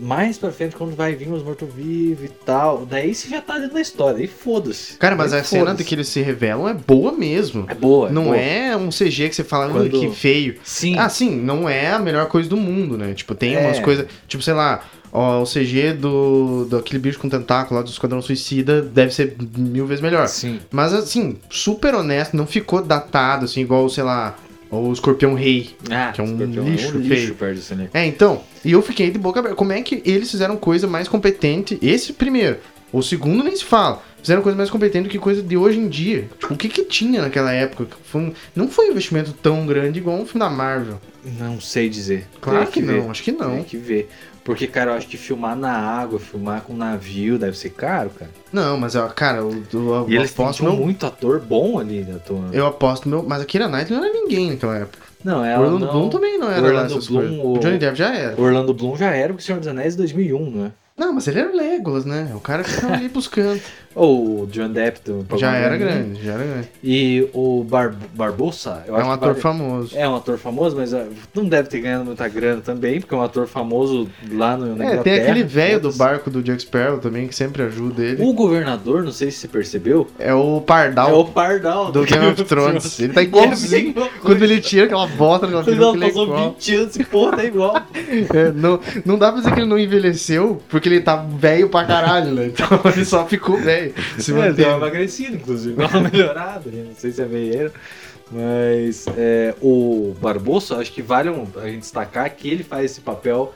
Speaker 4: Mais pra frente, quando vai vir os mortos-vivos e tal, daí você já tá dentro da história, e foda-se.
Speaker 3: Cara, mas
Speaker 4: Aí
Speaker 3: a cena
Speaker 4: foda-se.
Speaker 3: de que eles se revelam é boa mesmo.
Speaker 4: É boa.
Speaker 3: não
Speaker 4: boa.
Speaker 3: é um CG que você fala, "Hum,
Speaker 4: Quando-
Speaker 3: que feio.
Speaker 4: Sim.
Speaker 3: Ah, sim, não é a melhor coisa do mundo, né? Tipo, tem
Speaker 4: É.
Speaker 3: umas coisas. Tipo, sei lá, ó, o CG do, do aquele bicho com tentáculo lá do Esquadrão Suicida deve ser mil vezes melhor.
Speaker 4: sim.
Speaker 3: Mas assim, super honesto, não ficou datado, assim, igual, sei lá, o Escorpião Rei.
Speaker 4: Ah,
Speaker 3: que é um
Speaker 4: Escorpião,
Speaker 3: lixo feio.
Speaker 4: perto disso, né?
Speaker 3: É, então, e eu fiquei de boca aberta. Como é que eles fizeram coisa mais competente? Esse primeiro. O segundo nem se fala. fizeram coisa mais competente do que coisa de hoje em dia. Tipo, o que que tinha naquela época? Foi um- não foi um investimento tão grande igual um filme da Marvel.
Speaker 4: Não sei dizer.
Speaker 3: Claro
Speaker 4: Teria
Speaker 3: que,
Speaker 4: ver.
Speaker 3: não, acho que
Speaker 4: Tem
Speaker 3: não.
Speaker 4: que ver. Porque, cara, eu acho que filmar na água, filmar com navio deve ser caro, cara.
Speaker 3: Não, mas, ó, cara, eu, eu,
Speaker 4: E
Speaker 3: eu
Speaker 4: eles têm
Speaker 3: aposto meu...
Speaker 4: muito ator bom ali né, atuando.
Speaker 3: Eu aposto meu... Mas a Kira Knightley não era ninguém naquela época.
Speaker 4: Não,
Speaker 3: O
Speaker 4: ela
Speaker 3: Orlando
Speaker 4: não...
Speaker 3: Bloom também não era
Speaker 4: Orlando
Speaker 3: lá essas
Speaker 4: Bloom,
Speaker 3: coisas.
Speaker 4: o-
Speaker 3: O Johnny Depp já era.
Speaker 4: O Orlando Bloom já era o Senhor dos Anéis de 2001, né?
Speaker 3: Não, mas ele era o Legolas, né? O cara que ficava ali
Speaker 4: *laughs*
Speaker 3: buscando.
Speaker 4: Ou o John Depp do
Speaker 3: já
Speaker 4: programa
Speaker 3: era
Speaker 4: Brasil.
Speaker 3: grande, já era grande.
Speaker 4: E o Bar Barbosa, eu
Speaker 3: É
Speaker 4: acho
Speaker 3: um
Speaker 4: que
Speaker 3: ator
Speaker 4: vale-
Speaker 3: famoso.
Speaker 4: É um ator famoso, mas ah, não deve ter ganhado muita grana também, porque é um ator famoso lá no na
Speaker 3: É, tem
Speaker 4: Inglaterra,
Speaker 3: aquele velho do
Speaker 4: foda-se.
Speaker 3: barco do Jack Sparrow também, que sempre ajuda ele.
Speaker 4: O governador, não sei se você percebeu,
Speaker 3: É o
Speaker 4: é
Speaker 3: Pardal
Speaker 4: o Pardal
Speaker 3: do Game
Speaker 4: *laughs*
Speaker 3: of Thrones. Ele tá igualzinho.
Speaker 4: É a mesma
Speaker 3: Quando
Speaker 4: coisa.
Speaker 3: ele tira aquela bota, aquela
Speaker 4: Ele
Speaker 3: peruca, ele é
Speaker 4: passou
Speaker 3: igual.
Speaker 4: 20 anos e porra, tá igual.
Speaker 3: É, não, não dá pra dizer que ele não envelheceu, porque ele tá velho pra caralho, né? Então *laughs* ele só ficou velho. *laughs* Se
Speaker 4: é, deu uma
Speaker 3: manteve.
Speaker 4: emagrecida, inclusive, deu uma melhorada, né? não sei se é veieiro. Mas é, o Barbosa, acho que vale um- a gente destacar que ele faz esse papel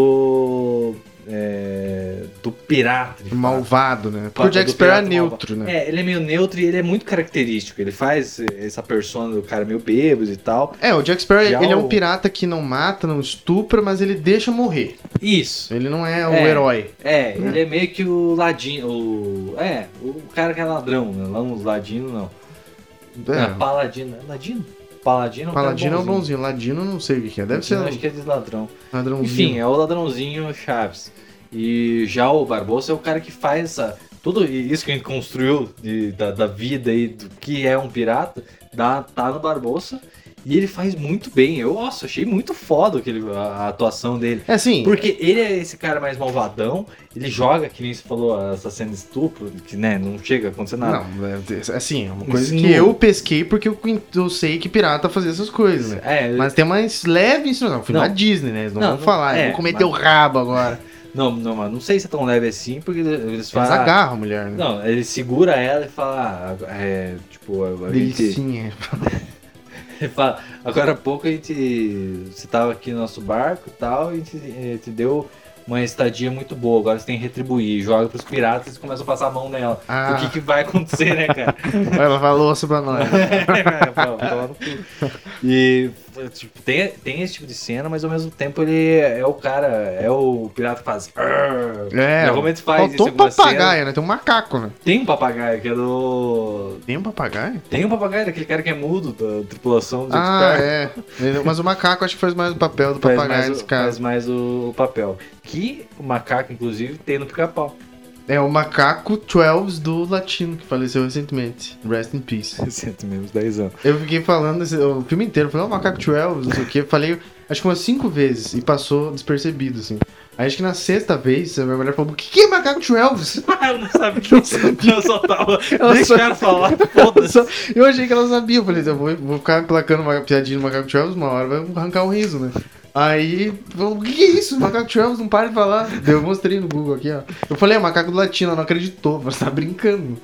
Speaker 4: do. é, do pirata. de fato.
Speaker 3: Malvado, né? Porque o
Speaker 4: Do
Speaker 3: Jack Sparrow é
Speaker 4: pirata malvado.
Speaker 3: neutro, né?
Speaker 4: É, ele é meio neutro e ele é muito característico. Ele faz essa persona do cara meio bêbado e tal.
Speaker 3: É, o Jack Sparrow,
Speaker 4: Já
Speaker 3: ele é
Speaker 4: o-
Speaker 3: um pirata que não mata, não estupra, mas ele deixa morrer.
Speaker 4: Isso.
Speaker 3: Ele não é o
Speaker 4: É.
Speaker 3: herói.
Speaker 4: É, ele é meio que o ladinho. O, é, o cara que é ladrão, né? Lá no ladino não. É.
Speaker 3: É.
Speaker 4: paladino. É ladino? Paladino, o cara
Speaker 3: Paladino é o bonzinho, Ladino não sei o que que é. Deve ser
Speaker 4: Eu
Speaker 3: um
Speaker 4: Acho que é de ladrão.
Speaker 3: ladrãozinho.
Speaker 4: Enfim, é o ladrãozinho Chaves. E já o Barbosa é o cara que faz essa. Tudo isso que a gente construiu de- da, da vida e do que é um pirata, dá, tá no Barbosa. E ele faz muito bem. Eu, nossa, achei muito foda aquele, a, a atuação dele.
Speaker 3: É assim,
Speaker 4: Porque ele é esse cara mais malvadão, ele joga, que nem você falou, essa cena de estupro, que né, não chega a acontecer nada.
Speaker 3: Não, é- é- assim, é uma coisa
Speaker 4: Sim.
Speaker 3: que eu pesquei porque eu, con- eu sei que pirata fazia essas coisas, né?
Speaker 4: É,
Speaker 3: Mas tem uma leve instrução. Fui
Speaker 4: Não.
Speaker 3: na Disney, né? Eles não,
Speaker 4: Não,
Speaker 3: vão
Speaker 4: não-
Speaker 3: falar,
Speaker 4: é,
Speaker 3: vão comer
Speaker 4: mas-
Speaker 3: teu rabo
Speaker 4: *laughs*
Speaker 3: agora.
Speaker 4: não, não, mas não sei se é tão leve assim, porque eles
Speaker 3: Eles
Speaker 4: falam.
Speaker 3: agarram a mulher, né?
Speaker 4: Não, ele segura ela e fala, ah, é, tipo, a gente,
Speaker 3: Delicinha.
Speaker 4: ele fala, agora há pouco a gente, você tava aqui no nosso barco e tal, e te, eh, te deu uma estadia muito boa, agora você tem que retribuir, joga pros piratas e começa a passar a mão nela.
Speaker 3: Ah.
Speaker 4: O que que vai acontecer, né,
Speaker 3: *laughs*
Speaker 4: cara? *laughs*
Speaker 3: Ela falou assim pra nós.
Speaker 4: Pô, toma no cu. e tipo, tem, tem esse tipo de cena, mas ao mesmo tempo ele é o cara, é o pirata que faz... "Arr".
Speaker 3: É,
Speaker 4: Normalmente faz isso em
Speaker 3: faltou um
Speaker 4: algumas cenas.
Speaker 3: papagaio, né? Tem um macaco, né?
Speaker 4: Tem um papagaio que é do...
Speaker 3: Tem um papagaio?
Speaker 4: Tem um papagaio daquele cara que é mudo da tripulação do
Speaker 3: Ah,
Speaker 4: Jack Sparrow.
Speaker 3: é. Ele- Mas o macaco acho que faz mais o papel do
Speaker 4: um Faz
Speaker 3: papagaio
Speaker 4: mais,
Speaker 3: nesse
Speaker 4: o, faz
Speaker 3: caso.
Speaker 4: mais o papel. Que o macaco, inclusive, tem
Speaker 3: *laughs*
Speaker 4: no pica-pau.
Speaker 3: É o macaco 12 do latino que faleceu recentemente. Rest in peace.
Speaker 4: Sinto menos 10 anos.
Speaker 3: Eu fiquei falando esse- o filme inteiro, falei, ó, Macaco 12, não sei o que, falei acho que umas cinco vezes e passou despercebido, assim. Aí acho que na sexta vez, a minha mulher falou, o que, que é Macaco 12?
Speaker 4: *laughs* eu não sabia que eu sabia, eu só tava.
Speaker 3: Eu
Speaker 4: Deixa
Speaker 3: só-
Speaker 4: o cara falar, foda-se.
Speaker 3: Só- *laughs* Eu achei que ela sabia, eu falei, eu vou, vou ficar placando uma piadinha do Macaco 12, uma hora vai arrancar um riso, né? Aí, falou, o que, que é isso? Macaco 12, não para de falar. Daí Eu mostrei no Google aqui, ó. Eu falei, é macaco do latino, ela não acreditou, você tá brincando.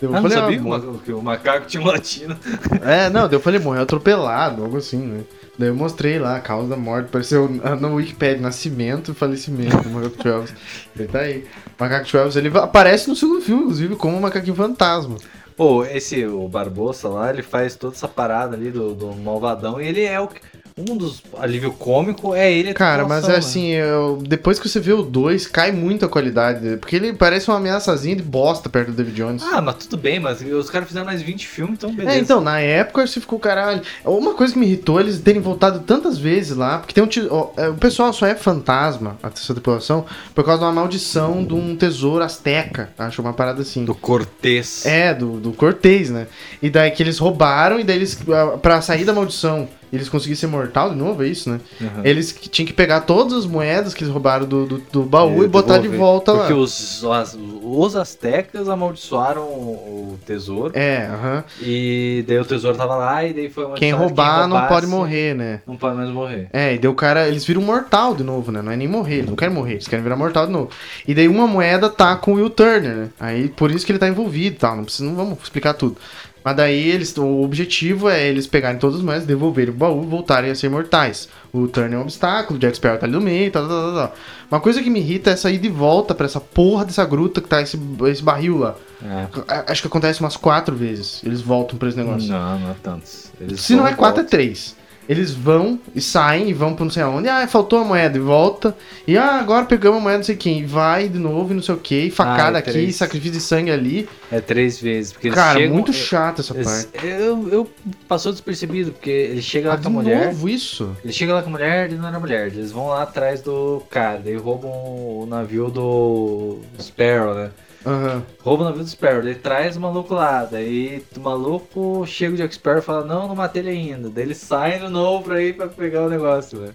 Speaker 3: Daí Eu
Speaker 4: Ah, não
Speaker 3: falei, "Ah,
Speaker 4: sabia que o
Speaker 3: bom."
Speaker 4: ma- que o macaco tinha um latino.
Speaker 3: É, não, daí eu falei, morreu atropelado, algo assim, né? Daí eu mostrei lá a causa da morte, apareceu na- no Wikipedia, nascimento e falecimento do Macaco Travis. Ele tá aí. O Macaco Travis, ele aparece no segundo filme, inclusive, como o Macaquinho Fantasma.
Speaker 4: Pô, esse, o Barbosa lá, ele faz toda essa parada ali do, do malvadão e ele é o. que- Um dos alívio cômico é ele. a
Speaker 3: Cara, mas é
Speaker 4: tripulação, né?
Speaker 3: assim, eu- depois que você vê o 2, cai muito a qualidade dele, porque ele parece uma ameaçazinha de bosta perto do David Jones.
Speaker 4: Ah, mas tudo bem, mas os caras fizeram mais 20 filmes, então beleza.
Speaker 3: É, então, na época você ficou caralho. Uma coisa que me irritou é eles terem voltado tantas vezes lá, porque tem um. ti- ó, é, O pessoal só é fantasma, a terceira tripulação, por causa de uma maldição de um tesouro azteca. Acho uma parada assim.
Speaker 4: Do Cortez.
Speaker 3: É, do, do Cortez, né? E daí que eles roubaram, e daí eles. ah, Pra sair da maldição, eles conseguirem ser mortal de novo, é isso, né?
Speaker 4: Uhum.
Speaker 3: Eles que- tinham que pegar todas as moedas que eles roubaram do, do, do baú e, botar de
Speaker 4: devolver.
Speaker 3: volta lá.
Speaker 4: Porque os, as- os aztecas amaldiçoaram o tesouro.
Speaker 3: É, aham.
Speaker 4: E daí o tesouro tava lá e daí foi uma
Speaker 3: Quem roubar não pode morrer, né?
Speaker 4: Não pode mais morrer.
Speaker 3: É, e daí o cara, eles viram mortal de novo, né? Não é nem morrer, eles não querem morrer, eles querem virar mortal de novo. E daí uma moeda tá com o Will Turner, né? Aí por isso que ele tá envolvido e tal, não, precisa, não vamos explicar tudo. Mas daí eles, o objetivo é eles pegarem todas as moedas, devolverem o baú, voltarem a ser mortais. O Turner é um obstáculo, o Jack Sparrow tá ali no meio, tal, tal, tal, tal. Uma coisa que me irrita é sair de volta pra essa porra dessa gruta que tá esse, esse barril lá.
Speaker 4: É.
Speaker 3: A- Acho que acontece umas quatro vezes. Eles voltam pra esse negócio.
Speaker 4: Não, não é tantos. Eles
Speaker 3: Se não
Speaker 4: vão
Speaker 3: é
Speaker 4: e
Speaker 3: quatro, é
Speaker 4: voltam.
Speaker 3: três. Eles vão e saem e vão pra não sei aonde. Ah, faltou a moeda e volta. E ah, agora pegamos a moeda, não sei quem. E vai de novo e não sei o que. Facada
Speaker 4: Ah, é
Speaker 3: aqui,
Speaker 4: três.
Speaker 3: sacrifício de sangue ali.
Speaker 4: É três vezes. Porque eles
Speaker 3: Cara,
Speaker 4: chegam-
Speaker 3: muito
Speaker 4: é-
Speaker 3: chato essa
Speaker 4: eles-
Speaker 3: parte.
Speaker 4: Eu, eu passou despercebido, porque ele chega lá
Speaker 3: Ah,
Speaker 4: com
Speaker 3: de
Speaker 4: a mulher.
Speaker 3: novo isso?
Speaker 4: Ele chega lá com a mulher e não era mulher. Eles vão lá atrás do cara, daí roubam o navio do Sparrow, né?
Speaker 3: Aham.
Speaker 4: Rouba o navio do Sparrow, daí traz o maluco lá, daí o maluco chega o Jack Sparrow e fala, não, não matei ele ainda. Daí ele sai de novo pra ir pra pegar o negócio, né?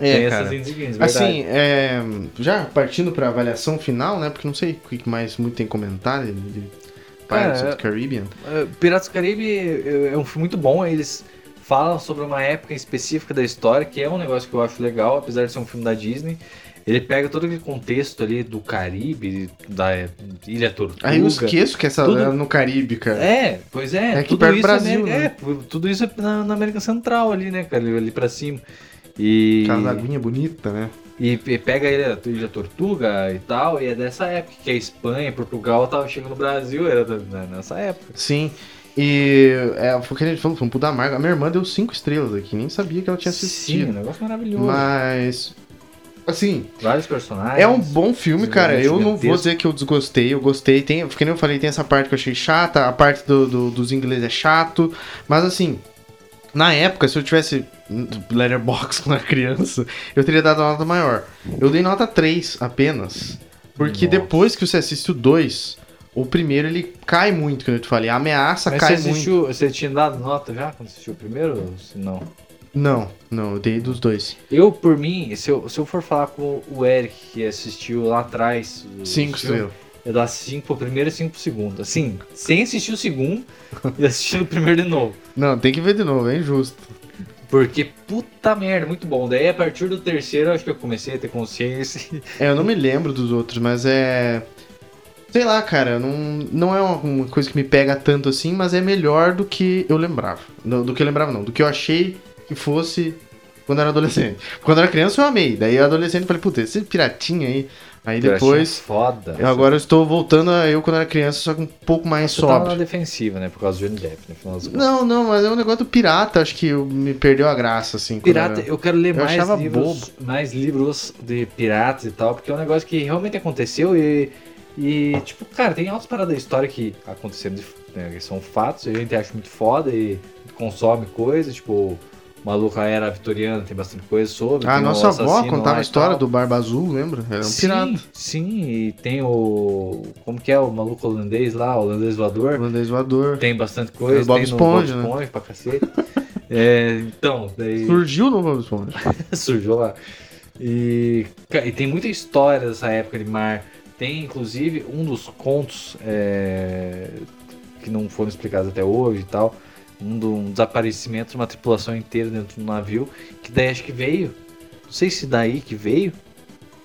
Speaker 3: É,
Speaker 4: Tem
Speaker 3: cara.
Speaker 4: essas indivíduos, verdade.
Speaker 3: Assim, é, já partindo pra avaliação final, né? Porque não sei o que mais muito tem comentário de Pirates
Speaker 4: Cara,
Speaker 3: of the Caribbean.
Speaker 4: É, Piratas do Caribe é é um filme muito bom, eles falam sobre uma época específica da história, que é um negócio que eu acho legal, apesar de ser um filme da Disney. Ele pega todo aquele contexto ali do Caribe, da é, Ilha Tortuga.
Speaker 3: Aí eu esqueço que essa
Speaker 4: Tudo-
Speaker 3: é no Caribe, cara.
Speaker 4: É, pois é,
Speaker 3: É aqui
Speaker 4: tudo
Speaker 3: perto do
Speaker 4: isso
Speaker 3: Brasil,
Speaker 4: é, América- é, tudo isso é na, na América Central ali, né, cara, ali pra cima. E,
Speaker 3: Aquela aguinha bonita, né?
Speaker 4: e pe- pega a Ilha, Ilha Tortuga e tal, e é dessa época que a Espanha, Portugal tava chegando no Brasil, era da- da- nessa época.
Speaker 3: Sim. E é, foi o que a gente falou, foi um puta amargo. A minha irmã deu cinco estrelas aqui, nem sabia que ela tinha
Speaker 4: Sim, um
Speaker 3: assistido.
Speaker 4: negócio maravilhoso.
Speaker 3: Mas. Assim,
Speaker 4: Vários personagens.
Speaker 3: é um bom filme, cara. Eu não vou
Speaker 4: gigantesco.
Speaker 3: dizer que eu desgostei, eu gostei. Tem, porque nem eu falei, tem essa parte que eu achei chata, a parte do- do- dos ingleses é chato. Mas assim, na época, se eu tivesse letterbox *laughs* quando era criança, eu teria dado uma nota maior. Eu dei nota 3 apenas. Porque
Speaker 4: Nossa.
Speaker 3: depois que você assiste o 2, o primeiro ele cai muito, como eu te falei. A ameaça
Speaker 4: Mas
Speaker 3: cai
Speaker 4: você,
Speaker 3: muito.
Speaker 4: assistiu, você tinha dado nota já quando assistiu o primeiro? ou se Não.
Speaker 3: Não, não, eu dei dos dois.
Speaker 4: Eu, por mim, se eu, se eu for falar com o Eric, que assistiu lá atrás. o
Speaker 3: Cinco
Speaker 4: filme,
Speaker 3: estrelas.
Speaker 4: Eu dou 5 pro primeiro e 5 pro segundo. Assim, sem assistir o segundo e assistir o primeiro de novo.
Speaker 3: Não, tem que ver de novo, é injusto.
Speaker 4: Porque puta merda, muito bom. Daí a partir do terceiro eu acho que eu comecei a ter consciência.
Speaker 3: É, eu não me lembro dos outros, mas é. Sei lá, cara, não, não é uma, uma coisa que me pega tanto assim, mas é melhor do que eu lembrava. Não, do que eu lembrava, não. Do que eu achei que fosse quando eu era adolescente. Quando eu era criança eu amei. Daí eu adolescente eu falei, puta, esse piratinha aí. Aí depois.
Speaker 4: Foda.
Speaker 3: eu agora eu estou voltando a eu quando era criança, só que um pouco mais
Speaker 4: Você tava na
Speaker 3: sóbrio.
Speaker 4: defensiva, né? Por causa do Johnny Depp, né? Afinal das contas.
Speaker 3: Não, não, mas é um negócio do pirata, acho que eu- me perdeu a graça, assim. quando
Speaker 4: Pirata,
Speaker 3: era-
Speaker 4: eu quero ler
Speaker 3: Eu
Speaker 4: mais
Speaker 3: achava
Speaker 4: livros, mais livros de piratas e tal, porque é um negócio que realmente aconteceu e, e tipo, cara, tem altas paradas da história que aconteceram, de, né, que são fatos, e a gente acha muito foda e consome coisas, tipo, o maluco era vitoriana, tem bastante coisa sobre.
Speaker 3: A
Speaker 4: tem o
Speaker 3: Ah, nossa assim, é avó
Speaker 4: assassino lá
Speaker 3: contava
Speaker 4: e
Speaker 3: a história
Speaker 4: tal.
Speaker 3: do Barba Azul, lembra? Era um pirata.
Speaker 4: Sim, sim, e tem o. Como que é o maluco holandês lá, o holandês voador?
Speaker 3: Holandês voador.
Speaker 4: Tem bastante
Speaker 3: É
Speaker 4: coisa,
Speaker 3: o Bob
Speaker 4: tem
Speaker 3: Esponja, né?
Speaker 4: no Bob Esponja pra cacete. *laughs* É, então, daí.
Speaker 3: Surgiu no Bob Esponja.
Speaker 4: *laughs* sujou lá. E, ca- e tem muita história dessa época de mar. Tem inclusive um dos contos é, que não foram explicados até hoje e tal. Um, do, um desaparecimento de uma tripulação inteira dentro do navio. Que daí acho que veio. Não sei se daí que veio.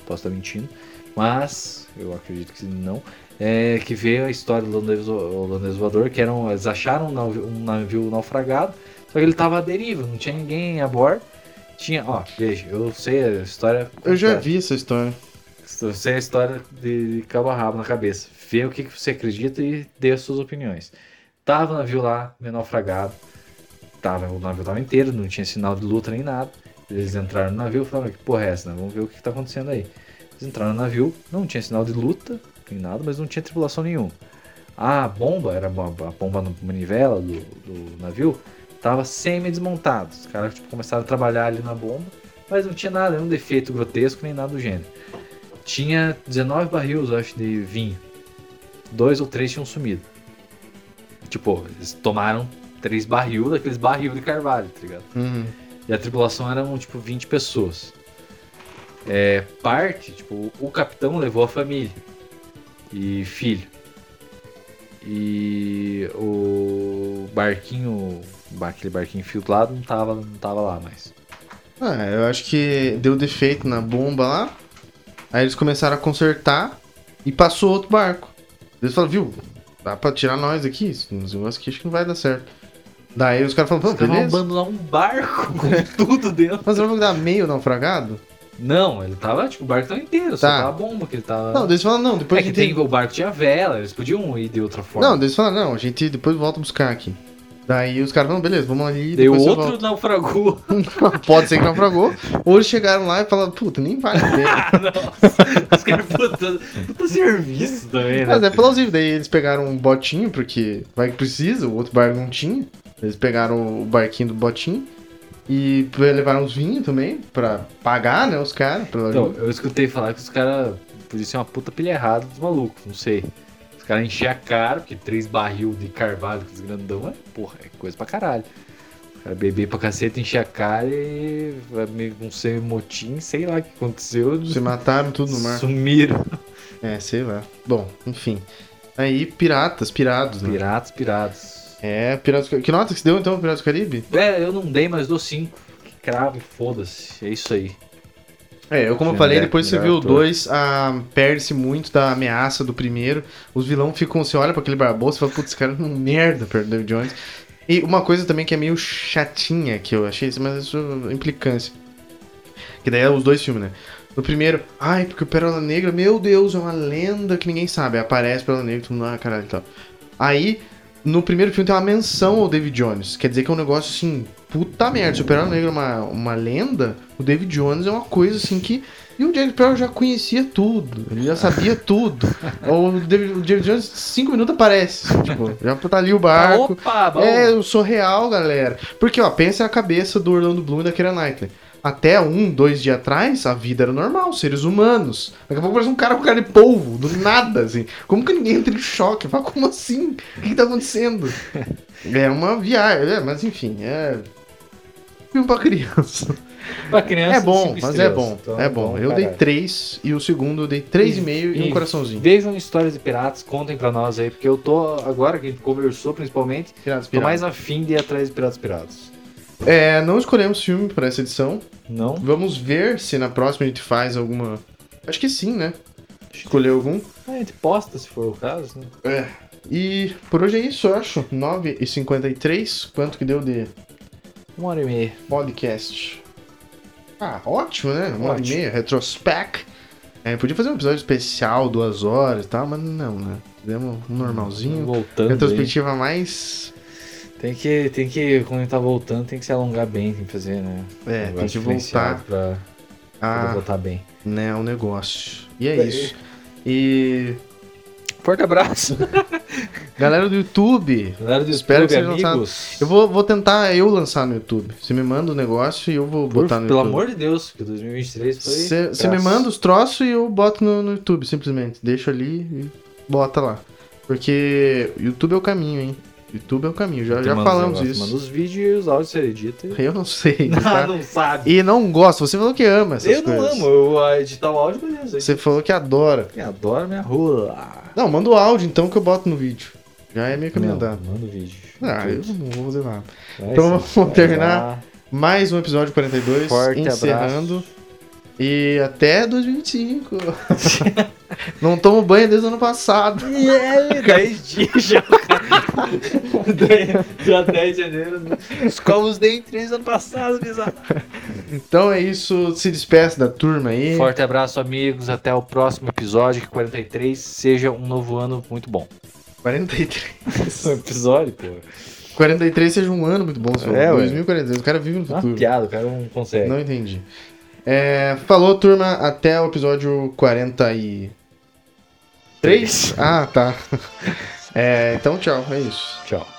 Speaker 4: Posso estar mentindo. Mas eu acredito que não. É, que veio a história do holandês, holandês voador, que eram, eles acharam um navio, um navio naufragado, só que ele estava à deriva, não tinha ninguém a bordo. Tinha, ó, veja, eu sei a história.
Speaker 3: Eu já
Speaker 4: completa.
Speaker 3: vi essa história.
Speaker 4: Eu sei é a história de cabo a rabo na cabeça. Vê o que, que você acredita e dê as suas opiniões. Tava o navio lá, meio naufragado. Tava, o navio tava inteiro, não tinha sinal de luta nem nada. Eles entraram no navio e falaram, que porra é essa, né? Vamos ver o que, que tá acontecendo aí. Eles entraram no navio, não tinha sinal de luta, nem nada, mas não tinha tripulação nenhuma. A bomba, era a bomba- a bomba na manivela do, do navio, tava semi-desmontada. Os caras tipo, começaram a trabalhar ali na bomba, mas não tinha nada, nenhum defeito grotesco, nem nada do gênero. Tinha 19 barris, eu acho, de vinho. Dois ou três tinham sumido. Tipo, eles tomaram três barril daqueles barril de carvalho, tá ligado? E a tripulação eram, tipo, 20 pessoas. É, parte, tipo, o capitão levou a família e filho. E o barquinho, aquele barquinho filtrado, não tava, não tava lá mais.
Speaker 3: Ah, eu acho que deu defeito na bomba lá. Aí eles começaram a consertar e passou outro barco. Eles falaram, viu? dá pra tirar nós daqui, esse negócio aqui acho que não vai dar certo. Daí os caras falam, pô,
Speaker 4: Os caras vão
Speaker 3: beleza.
Speaker 4: abandonar um barco com tudo dentro.
Speaker 3: Mas eu vou dar meio naufragado?
Speaker 4: Não, ele tava, tipo, o barco tava inteiro, só
Speaker 3: Tá.
Speaker 4: tava a bomba que ele tava.
Speaker 3: Não, daí eles falam, não, depois
Speaker 4: é que
Speaker 3: a gente
Speaker 4: tem... o barco tinha vela, eles podiam ir de outra forma.
Speaker 3: Não, daí eles falam, não, a gente depois volta buscar aqui. Daí os caras falam, beleza, vamos ali.
Speaker 4: Deu
Speaker 3: depois você
Speaker 4: outro naufragou.
Speaker 3: volta. *laughs* Pode ser que naufragou. Ou eles chegaram lá e falaram, puta, nem vale a pena.
Speaker 4: *laughs* Ah, Nossa, os caras puta, puta serviço também, né?
Speaker 3: Mas é plausível, daí eles pegaram um botinho, porque vai que precisa, o outro barco não tinha. Eles pegaram o barquinho do botinho e levaram os vinhos também, pra pagar, né, os caras. Pela...
Speaker 4: Então, eu escutei falar que os caras podia ser uma puta pilha errada dos malucos, não sei. Os caras enchiam a cara, porque três barril de carvalho com os grandão é, porra, é coisa pra caralho. Os caras beber pra cacete, encher a cara e vai meio com ser motim, sei lá o que aconteceu.
Speaker 3: Se mataram tudo no mar.
Speaker 4: Sumiram.
Speaker 3: É, sei lá. Bom, enfim. Aí, piratas, pirados, né?
Speaker 4: Piratas, piratas.
Speaker 3: É, piratas. Que nota que você deu então, Piratas do Caribe?
Speaker 4: É, eu não dei, mas dou cinco. Que cravo, e foda-se. É isso aí.
Speaker 3: É, eu como eu
Speaker 4: Gene
Speaker 3: falei,
Speaker 4: Depp,
Speaker 3: depois você
Speaker 4: melhor
Speaker 3: viu o
Speaker 4: ator.
Speaker 3: 2, ah, perde-se muito da ameaça do primeiro. Os vilão ficam, você olha pra aquele barboso e fala, putz, esse cara é um merda, Perto David Jones. E uma coisa também que é meio chatinha que eu achei, mas isso é implicância. Que daí é os dois filmes, né? No primeiro, ai, porque o Pérola Negra, meu Deus, é uma lenda que ninguém sabe. Aí Aparece o Pérola Negra, todo mundo, ah, caralho, e tal. Aí, no primeiro filme tem uma menção ao David Jones. Quer dizer que é um negócio assim, puta merda. Se o Pérola Negra é uma, uma lenda, o David Jones é uma coisa assim que. E o Jack Pearl já conhecia tudo, ele já sabia tudo. o David, o David Jones, cinco minutos aparece. Tipo, já tá ali o barco.
Speaker 4: Opa, baú.
Speaker 3: É, eu sou real, galera. Porque, ó, pensa na cabeça do Orlando Bloom e da Keira Knightley. Até um, dois dias atrás, a vida era normal, seres humanos. Daqui a pouco parece um cara com cara de polvo, do nada, assim. Como que ninguém entra em choque? Fala, como assim? O que, que tá acontecendo? É uma viagem, né? mas enfim, é. Filme pra criança.
Speaker 4: Pra criança,
Speaker 3: É bom,
Speaker 4: cinco
Speaker 3: mas é
Speaker 4: estrelas.
Speaker 3: bom.
Speaker 4: Então,
Speaker 3: É bom. Eu dei
Speaker 4: caralho. três
Speaker 3: três e o segundo eu dei três e meio e um coraçãozinho.
Speaker 4: Vejam histórias de piratas, contem pra nós aí, porque eu tô, agora que a gente conversou principalmente,
Speaker 3: Piratas,
Speaker 4: tô
Speaker 3: piratas.
Speaker 4: mais afim de ir atrás de piratas piratas.
Speaker 3: É, não escolhemos filme pra essa edição.
Speaker 4: Não?
Speaker 3: Vamos ver se na próxima a gente faz alguma. Acho que sim, né? Escolher algum.
Speaker 4: A gente posta se for o caso, né?
Speaker 3: É. E por hoje é isso, eu acho. 9h53. Quanto que deu de
Speaker 4: Uma hora e meia.
Speaker 3: podcast? Ah, ótimo, né? Uma hora e
Speaker 4: Ótimo.
Speaker 3: meia. Retrospect. É, podia fazer um episódio especial, duas horas e tal, mas não, né? Fizemos um normalzinho.
Speaker 4: Voltando. aí.
Speaker 3: Retrospectiva mais.
Speaker 4: Tem que, tem que, quando a gente tá voltando, tem que se alongar bem, tem que fazer, né?
Speaker 3: É,
Speaker 4: Um
Speaker 3: tem que
Speaker 4: negócio diferenciado
Speaker 3: voltar Ah.
Speaker 4: Pra poder
Speaker 3: a.
Speaker 4: voltar bem.
Speaker 3: né, o negócio. E é
Speaker 4: É.
Speaker 3: isso. E.
Speaker 4: Forte abraço.
Speaker 3: Galera do YouTube,
Speaker 4: Galera do
Speaker 3: Espero
Speaker 4: Espero
Speaker 3: que
Speaker 4: que
Speaker 3: seja lançado.
Speaker 4: amigos.
Speaker 3: Eu vou, vou tentar eu lançar no YouTube. Você me manda o negócio e eu vou
Speaker 4: Por,
Speaker 3: botar no
Speaker 4: pelo
Speaker 3: YouTube.
Speaker 4: amor de Deus, que 2023 foi.
Speaker 3: Você me
Speaker 4: graça.
Speaker 3: manda os troços e eu boto no, no YouTube, simplesmente. Deixo ali e bota lá. Porque YouTube é o caminho, hein? YouTube é o caminho, já,
Speaker 4: Tu
Speaker 3: já
Speaker 4: manda os
Speaker 3: falamos
Speaker 4: negócios, Manda
Speaker 3: isso.
Speaker 4: os vídeos e os áudios você edita. *laughs* e-
Speaker 3: *laughs* Eu não sei.
Speaker 4: Ah,
Speaker 3: tá?
Speaker 4: não sabe.
Speaker 3: E não gosto, você falou que ama essas
Speaker 4: Eu não
Speaker 3: coisas.
Speaker 4: amo, eu ah, editar o áudio, beleza.
Speaker 3: Você falou que adora.
Speaker 4: Eu adoro minha rola.
Speaker 3: Não, manda o áudio então que eu boto no vídeo. Já é meio caminho
Speaker 4: Não,
Speaker 3: andado.
Speaker 4: Manda o vídeo.
Speaker 3: Ah, eu
Speaker 4: Tudo.
Speaker 3: não vou fazer nada.
Speaker 4: Vai
Speaker 3: então
Speaker 4: sim,
Speaker 3: vamos
Speaker 4: vai
Speaker 3: terminar.
Speaker 4: lá.
Speaker 3: Mais um episódio 42,
Speaker 4: Forte
Speaker 3: encerrando.
Speaker 4: abraço.
Speaker 3: E até 2025. *laughs* Não tomo banho desde o ano passado. *laughs*
Speaker 4: É, 10 dias já. *laughs* Dez- já 10 de janeiro. Escova os dentes três ano passado, bizarro.
Speaker 3: Então é isso. Se despeça da turma aí.
Speaker 4: Forte abraço, amigos. Até o próximo episódio. Que é 43 seja um novo ano muito bom.
Speaker 3: 43.
Speaker 4: é um episódio, pô.
Speaker 3: 43 seja um ano muito bom, senhor.
Speaker 4: É, ué.
Speaker 3: 2043. O cara vive no
Speaker 4: Uma
Speaker 3: futuro.
Speaker 4: piada, o cara não consegue.
Speaker 3: Não entendi. É, falou, turma. Até o episódio 43. Ah, tá. *laughs* É, então, tchau. É isso.
Speaker 4: Tchau.